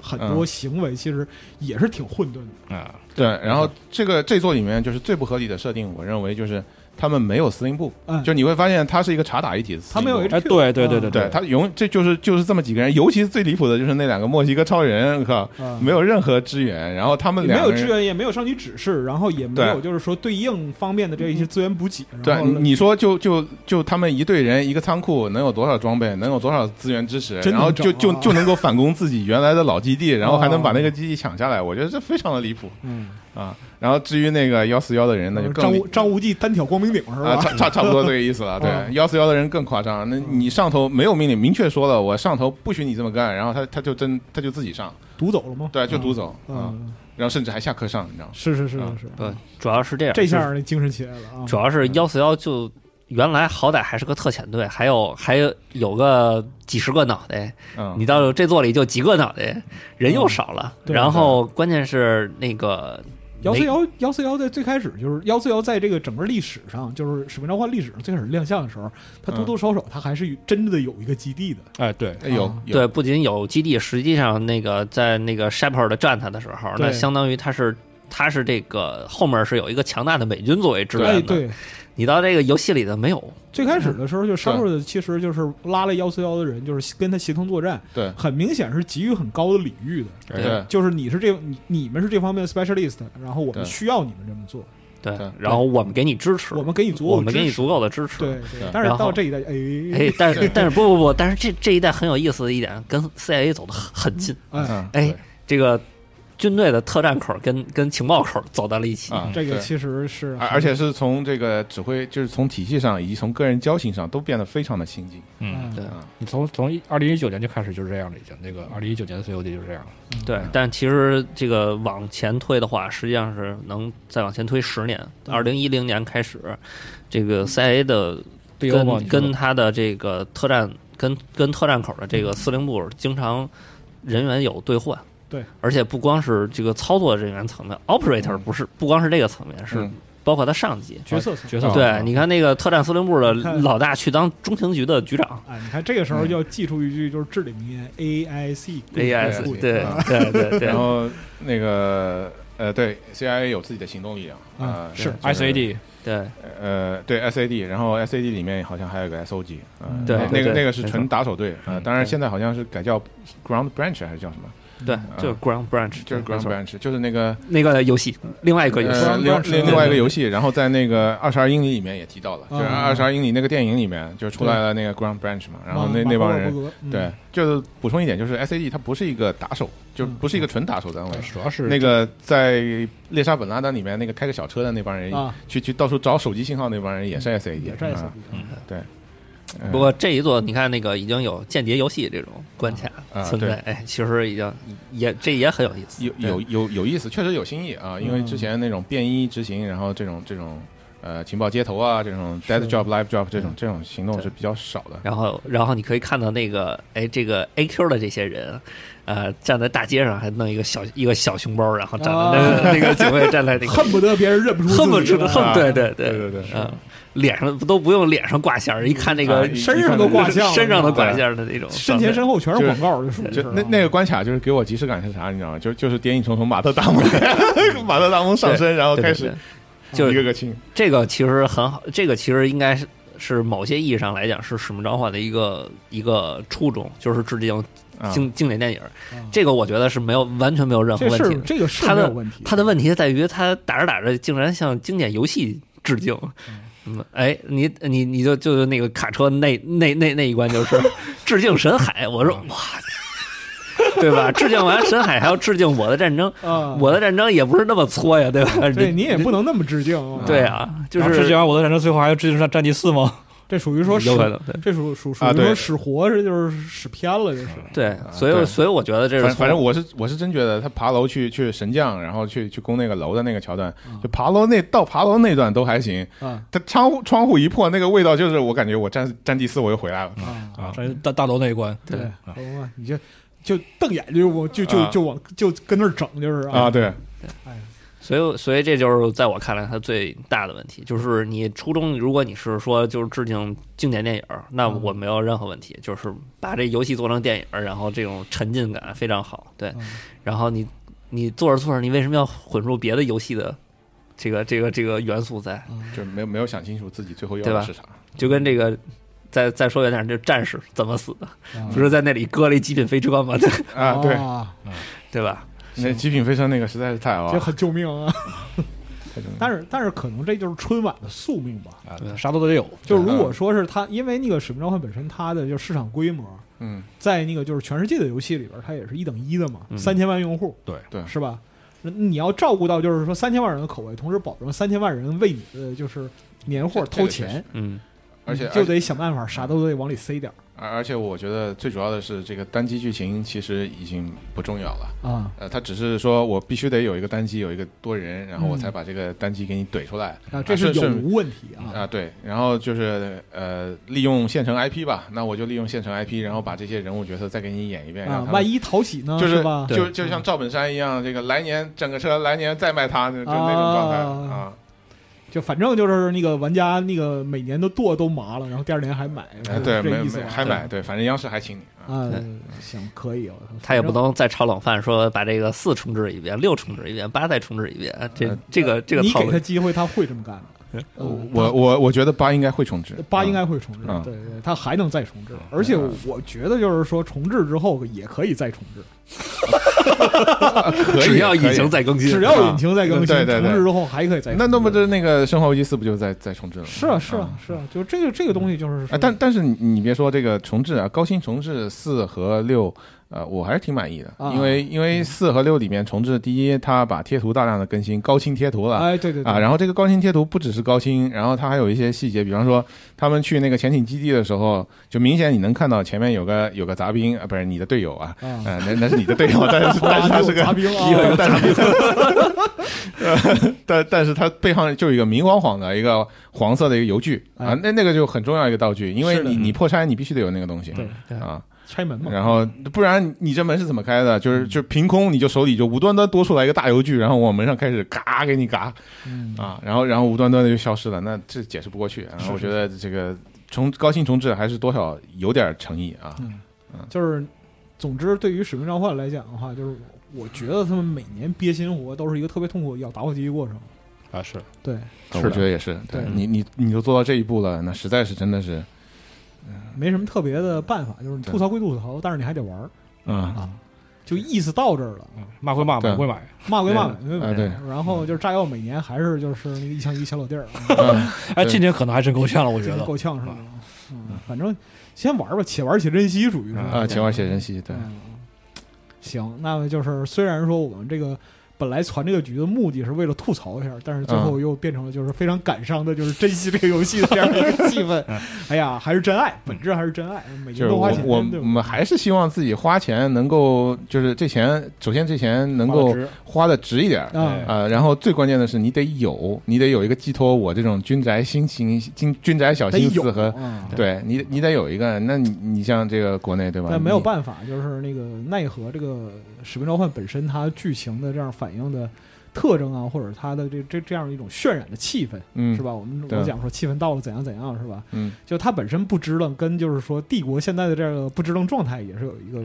很嗯多行为，其实也是挺混沌的。啊，对，然后这个这座里面就是最不合理的设定，我认为就是他们没有司令部，嗯就你会发现它是一个查打一体的司他令部，们有一哎，对对嗯对对对他永这就是就是这么几个人，尤其是最离谱的就是那两个墨西哥超人，靠，啊没有任何支援，然后他们也没两有个支人。援，也没有上级指示，然后也没对有就是说对应方面的这一些资源补给。对然，后你说就就就他们一队人一个仓库能有多少装备，能有多少资源支持，真然后能整就就啊就能够反攻自己原来的老基地，然后还能把哦那个基地抢下来，我觉得这非常的离谱嗯，啊。然后至于那个幺四幺的人，那就更张离无张无忌单挑光明顶是吧？啊，差差差不多这个意思了。对嗯，幺四幺的人更夸张，那你上头没有命令，明确说了，我上头不许你这么干，然后他他就真他就自己上，独走了吗？对，就独走啊，嗯，然后甚至还下课上，你知道吗？是是是啊是是，对，主要是这样。这下儿那精神起来了啊！主要是幺四幺就原来好歹还是个特遣队，还有还有有个几十个脑袋，嗯，你到这座里就几个脑袋，人又少了，嗯对然后关键是那个幺四没幺幺四幺在最开始就是幺四幺在这个整个历史上，就是《使命召唤》历史上最开始亮相的时候，它多嗯多少少它还是真的有一个基地的。哎对，哎有啊有对，不仅有基地，实际上那个在那个 Shepard 站他的时候，对那相当于他是。他是这个后面是有一个强大的美军作为支哎，援的，嗯对，你到这个游戏里头没有，最开始的时候就 s h a r d 其实就是拉了幺四幺的人，就是跟他协同作战，对很明显是给予很高的礼遇的，对对就是你是这你你们是这方面的 specialist，然后我们对需要你们这么做，对对，然后我们给你支持，我们给你足够我们的给你支持。足够的支持，对，对对但是然后到这一代，哎 哎，但是但是不不不，但是这这一代很有意思的一点，跟 CIA 走的很很近。哎，嗯哎，这个军队的特战口跟跟情报口走到了一起。啊，这个对其实是而而且是从这个指挥，就是从体系上以及从个人交情上都变得非常的亲近。啊嗯，嗯对你从从二零一九年就开始就是这样了，已经那个二零一九年的 COD 就是这样了。嗯对，但其实这个往前推的话，实际上是能再往前推十年。嗯二零一零年开始，这个 CIA 的对欧嘛跟，跟他的这个特战跟跟特战口的这个司令部经常人员有兑换。对，而且不光是这个操作人员层面，operator 不是不光是这个层面，是嗯包括他上级。角色层角色啊对，你看那个特战司令部的你看老大去当中情局的局长啊，你看这个时候就要记住一句，就是至理名言 A I C ，AS，对对啊 E 对对对然，后那个呃，对 CIA 有自己的行动力量嗯啊，是 SAD 对呃，对 SAD，然后 SAD 里面好像还有个 SOG，啊嗯，对那个对那个是没错纯打手队啊，嗯当然现在好像是改叫 Ground Branch 还是叫什么？对，就是 Ground Branch，嗯啊就是没 Ground 错 Branch，就是那个那个游戏，另外一个游戏，呃 Ground 另 Branch，另另外一个游戏，然后在那个二十二英里里面也提到了，嗯就是二十二英里那个电影里面就出来了那个 Ground Branch 嘛，然后那马那帮，马人可波罗伯格嗯对，就是补充一点，就是 SAD 它不是一个打手，就不是一个纯打手单嗯位。主要是那个在猎杀本拉登里面那个开个小车的那帮人，啊去去到处找手机信号那帮人也是 SAD，也在 C 啊嗯不过这一座你看那个已经有间谍游戏这种关卡啊存对在，哎，其实已经也这也很有意思。有有有有意思，确实有新意啊！因为嗯之前那种便衣执行，然后这种这种呃情报接头啊，这种 dead 是嗯 job live job 这种这种行动是比较少的。然后，然后你可以看到那个，哎，这个 AQ 的这些人，呃，站在大街上还弄一个小一个小熊包，然后站在那啊个、那个警卫站在 那个恨不得别人认不出自己，恨不是得吧恨，对对对对对对嗯，脸上都不用脸上挂线儿，一看那啊个嗯身上哎都挂相了，身上都挂线儿的那种，身前身后全是广告，就属于就是那那个关卡就是给我即视感是啥，你知道吗？就就是谍影重重，马特达蒙， 马特达蒙上身，然后对对开对始就一是个个清。这个其实很好，这个其实应该是是某些意义上来讲是《使命召唤》的一个一个初衷，就是致敬啊经经典电影啊。这个我觉得是没有完全没有任何这问事题儿的。这个是他没的有问题，他的问题在于他打着打着竟然向经典游戏致敬，嗯，哎，你你你就就是那个卡车那那那那一关就是致敬神海，我说哇，对吧？致敬完神海还要致敬我的战争，啊，我的战争也不是那么搓呀，对吧？对你你也不能那么致敬啊，对啊，就然后是致敬完我的战争，最后还要致敬上战地四吗？这属于说使有可能对这属属属啊于对说使活是就是使偏了，就是对，所以对所以我觉得这是反反正从我是我是真觉得他爬楼去去神将，然后去去攻那个楼的那个桥段，嗯就爬楼那到爬楼那段都还行，啊他窗户窗户一破，那个味道就是我感觉我战战地四我又回来了。啊，啊战大大楼那一关，对，哇，你这就瞪眼就我就就啊就往就跟那儿整就是嗯啊，，对，所以所以这就是在我看来它最大的问题，就是你初中如果你是说就是致敬经典电影儿，那嗯我没有任何问题，就是把这游戏做成电影儿，然后这种沉浸感非常好，对，嗯然后你你做着做着，你为什么要混入别的游戏的这个这个这个元素在？嗯就没有没有想清楚自己最后要对的吧是啥。就跟这个再再说远点儿，这战士怎么死的？啊不是在那里割了一极品飞车 吗？对啊，对，哦啊对吧？那极品飞车那个实在是太好这了，很救命 啊！太重要了但是但是可能这就是春晚的宿命吧，啊，啥都得有。就是如啊果说是它，因为那个《使命召唤》本身它的就市场规模，嗯，在那个就是全世界的游戏里边，它也是一等一的嘛，嗯三千万用户，对对是吧？那你要照顾到就是说三千万人的口味，同时保证三千万人为你的就是年货这掏钱，，嗯，这个确实而且你就得想办法，啥都得往里塞点儿而而且我觉得最主要的是，这个单机剧情其实已经不重要了。啊。呃，他只是说我必须得有一个单机，有一个多人，然后我嗯才把这个单机给你怼出来。啊，这是有顺无问题啊！啊，对，然后就是呃，利用现成 IP 吧，那我就利用现成 IP，然后把这些人物角色再给你演一遍，让啊，他万们一讨喜呢，就是吧？嗯就就像赵本山一样，这个来年整个车，来年再卖他，就就啊那种状态啊。就反正就是那个玩家那个每年的剁都麻了，然后第二年还买，哎，是对，没这意思啊吧没还买，对，反正央视还请你啊。啊对，行，可以，我操嗯他也不反正能再炒冷饭，说把这个四重置一遍，六重置一遍，八再重置一遍，这呃这个这个你套给路他机会，他会这么干的。 呃我我嗯我觉得八应该会重置，八应啊该会重置，嗯对对，他还能再重置，而且我觉得就是说重置之后也可以再重置，可以，只要可引以擎再更新，只要引擎再更新，嗯对对对重置之后还可以再重置。那那不这那个《生化危机四》不就在在重置了吗？是啊是啊是啊，就这个这个东西哎就是啊，说，但但是你你别说这个重置啊，高清重置四和六，呃，我还是挺满意的，啊因为因为四和六里面重置，第一，它把贴图大量的更新，高清贴图了。哎对对对啊，然后这个高清贴图不只是高清，然后它还有一些细节，比方说他们去那个潜艇基地的时候，就明显你能看到前面有个有个杂兵啊，不是你的队友啊，啊嗯、那那是你的队友，但是但是他是个杂 兵 啊，但是，呃， 但但是它背上就有一个明晃晃的一个黄色的一个油锯哎啊，那那个就很重要一个道具，因为是的你你破拆你必须得有那个东西对对啊，拆门嘛，然后不然你这门是怎么开的？嗯就是就凭空你就手里就无端端多出来一个大油锯，然后往门上开始嘎给你嘎嗯啊，然后然后无端端的就消失了，那这解释不过去。然后我觉得这个重高清重置还是多少有点诚意啊，嗯就是，总之，对于《使命召唤》来讲的话，就是我觉得他们每年憋新活都是一个特别痛苦咬打火机的过程。啊，是对，我是的觉得也是。对对你你你都做到这一步了，那实在是真的是没什么特别的办法，就是你对吐槽归吐槽，但是你还得玩儿嗯。 啊。就意思到这儿了，骂归骂，对买归买，骂归骂，没啊问对然后就是炸药每年还是就是那个一枪一小老弟儿，啊嗯哎，对今年可能还真够呛了，我觉真得。够呛是吧？嗯，反正先玩儿吧，且玩儿且珍惜，属于是啊，前玩写真戏，对，嗯行，那么就是虽然说我们这个本来传这个局的目的是为了吐槽一下，但是最嗯后又变成了就是非常感伤的，就是珍惜这个游戏的这样的一个气氛。 哎呀，还是真爱，本质还是真爱，每嗯就年是都我花钱，我对我吧们还是希望自己花钱能够，就是这钱，首先这钱能花够得值花的值一点儿啊哎啊，然后最关键的是你得有，你得有一个寄托我这种军宅心情、军军宅小得心有思和，啊对你你得有一个，那你你像这个国内对吧？但没有你办法，就是那个奈何这个《使命召唤》本身它剧情的这样反映的特征啊，或者它的这这这样一种渲染的气氛，嗯是吧？哎我们对我讲说气氛到了怎样怎样，是吧？嗯，就它本身不支棱，跟就是说帝国现在的这个不支棱状态也是有一个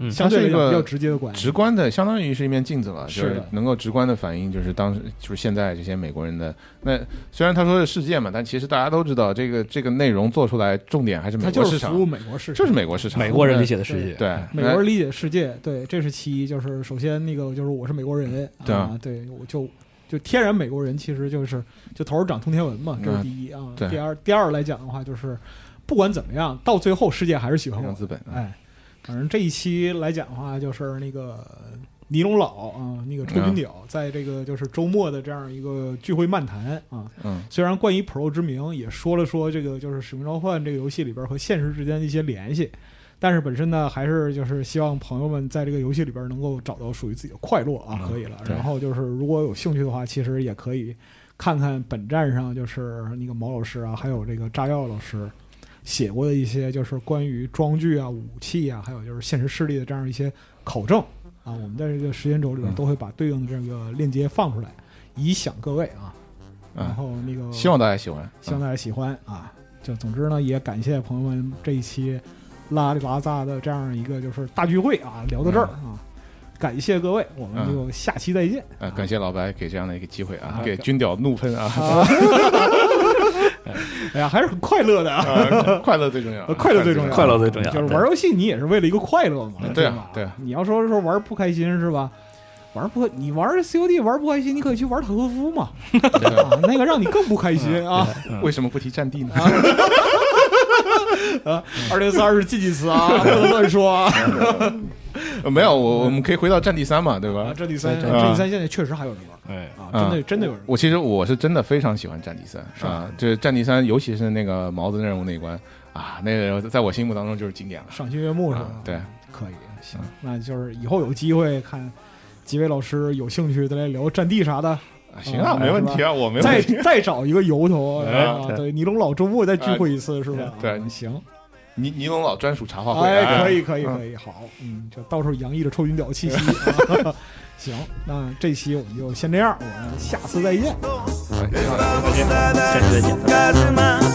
嗯相对来它是讲一比个较直接的关系。直观的，相当于是一面镜子了，就是是的能够直观的反映，就是当时就是现在这些美国人的那虽然他说是世界嘛，但其实大家都知道，这个这个内容做出来重点还是美它国就是市场服，务美国市场，就是美哎国市场，美国人理解的世界，对，嗯美国人理解世界。对，这是其一，就是首先那个就是我是美国人对啊啊，对，我就就天然美国人其实就是就头儿长通天文嘛，这是嗯第一啊。对第二第二来讲的话，就是不管怎么样，到最后世界还是喜欢非我常们。资本。嗯哎，反正这一期来讲的话，就是那个尼龙老啊，那个抽军屌，在这个就是周末的这样一个聚会漫谈啊，嗯，虽然冠以 Pro 之名也说了说这个就是《使命召唤》这个游戏里边和现实之间的一些联系，但是本身呢，还是就是希望朋友们在这个游戏里边能够找到属于自己的快乐啊，嗯可以了。对然后就是如果有兴趣的话，其实也可以看看本站上就是那个毛老师啊，还有这个炸药老师。写过的一些就是关于装具啊、武器啊，还有就是现实势力的这样一些考证啊，我们在这个时间轴里边嗯都会把对应的这个链接放出来，以享各位啊。然啊，后那个希望大家喜欢。嗯希望大家喜欢啊。就总之呢，也感谢朋友们这一期拉里拉杂的这样一个就是大聚会啊，聊到这儿啊，感谢各位，我们就下期再见。啊，感谢老白给这样的一个机会啊啊，给军屌怒喷啊，哎呀，还是很快乐的啊，啊快乐最重要呃，快乐最重要，快乐最重要就是玩游戏你也是为了一个快乐嘛，对啊吧？对啊你要说说玩不开心是吧？玩不开，你玩 COD 玩不开心，你可以去玩塔科夫嘛，最重要。啊，那个让你更不开心啊。为什么不提战地呢？二零四二是禁忌词啊，不能乱说啊。呃没有，我我们可以回到战地三嘛，对吧啊，？这第三，对这嗯对第三现在确实还有人玩哎，啊，啊真的真的有人玩。我其实我是真的非常喜欢战地三是啊，就是战地三，尤其是那个毛子任务那一关啊，那个在我心目当中就是经典了赏心悦目是吧嗯啊。？对，嗯可以，行，那就是以后有机会看几位老师有兴趣再来聊战地啥的，啊行啊，嗯没问题啊，我没再问题。再找一个由头哎啊，对对，尼龙老周末再聚会一次是吧哎？对啊行，尼尼龙老专属茶话会，哎，可以可以嗯可以，好，嗯，就到时候洋溢着臭云屌气息。啊 行，那这期我们就先这样，我们下次再见。下次再见。 God's man.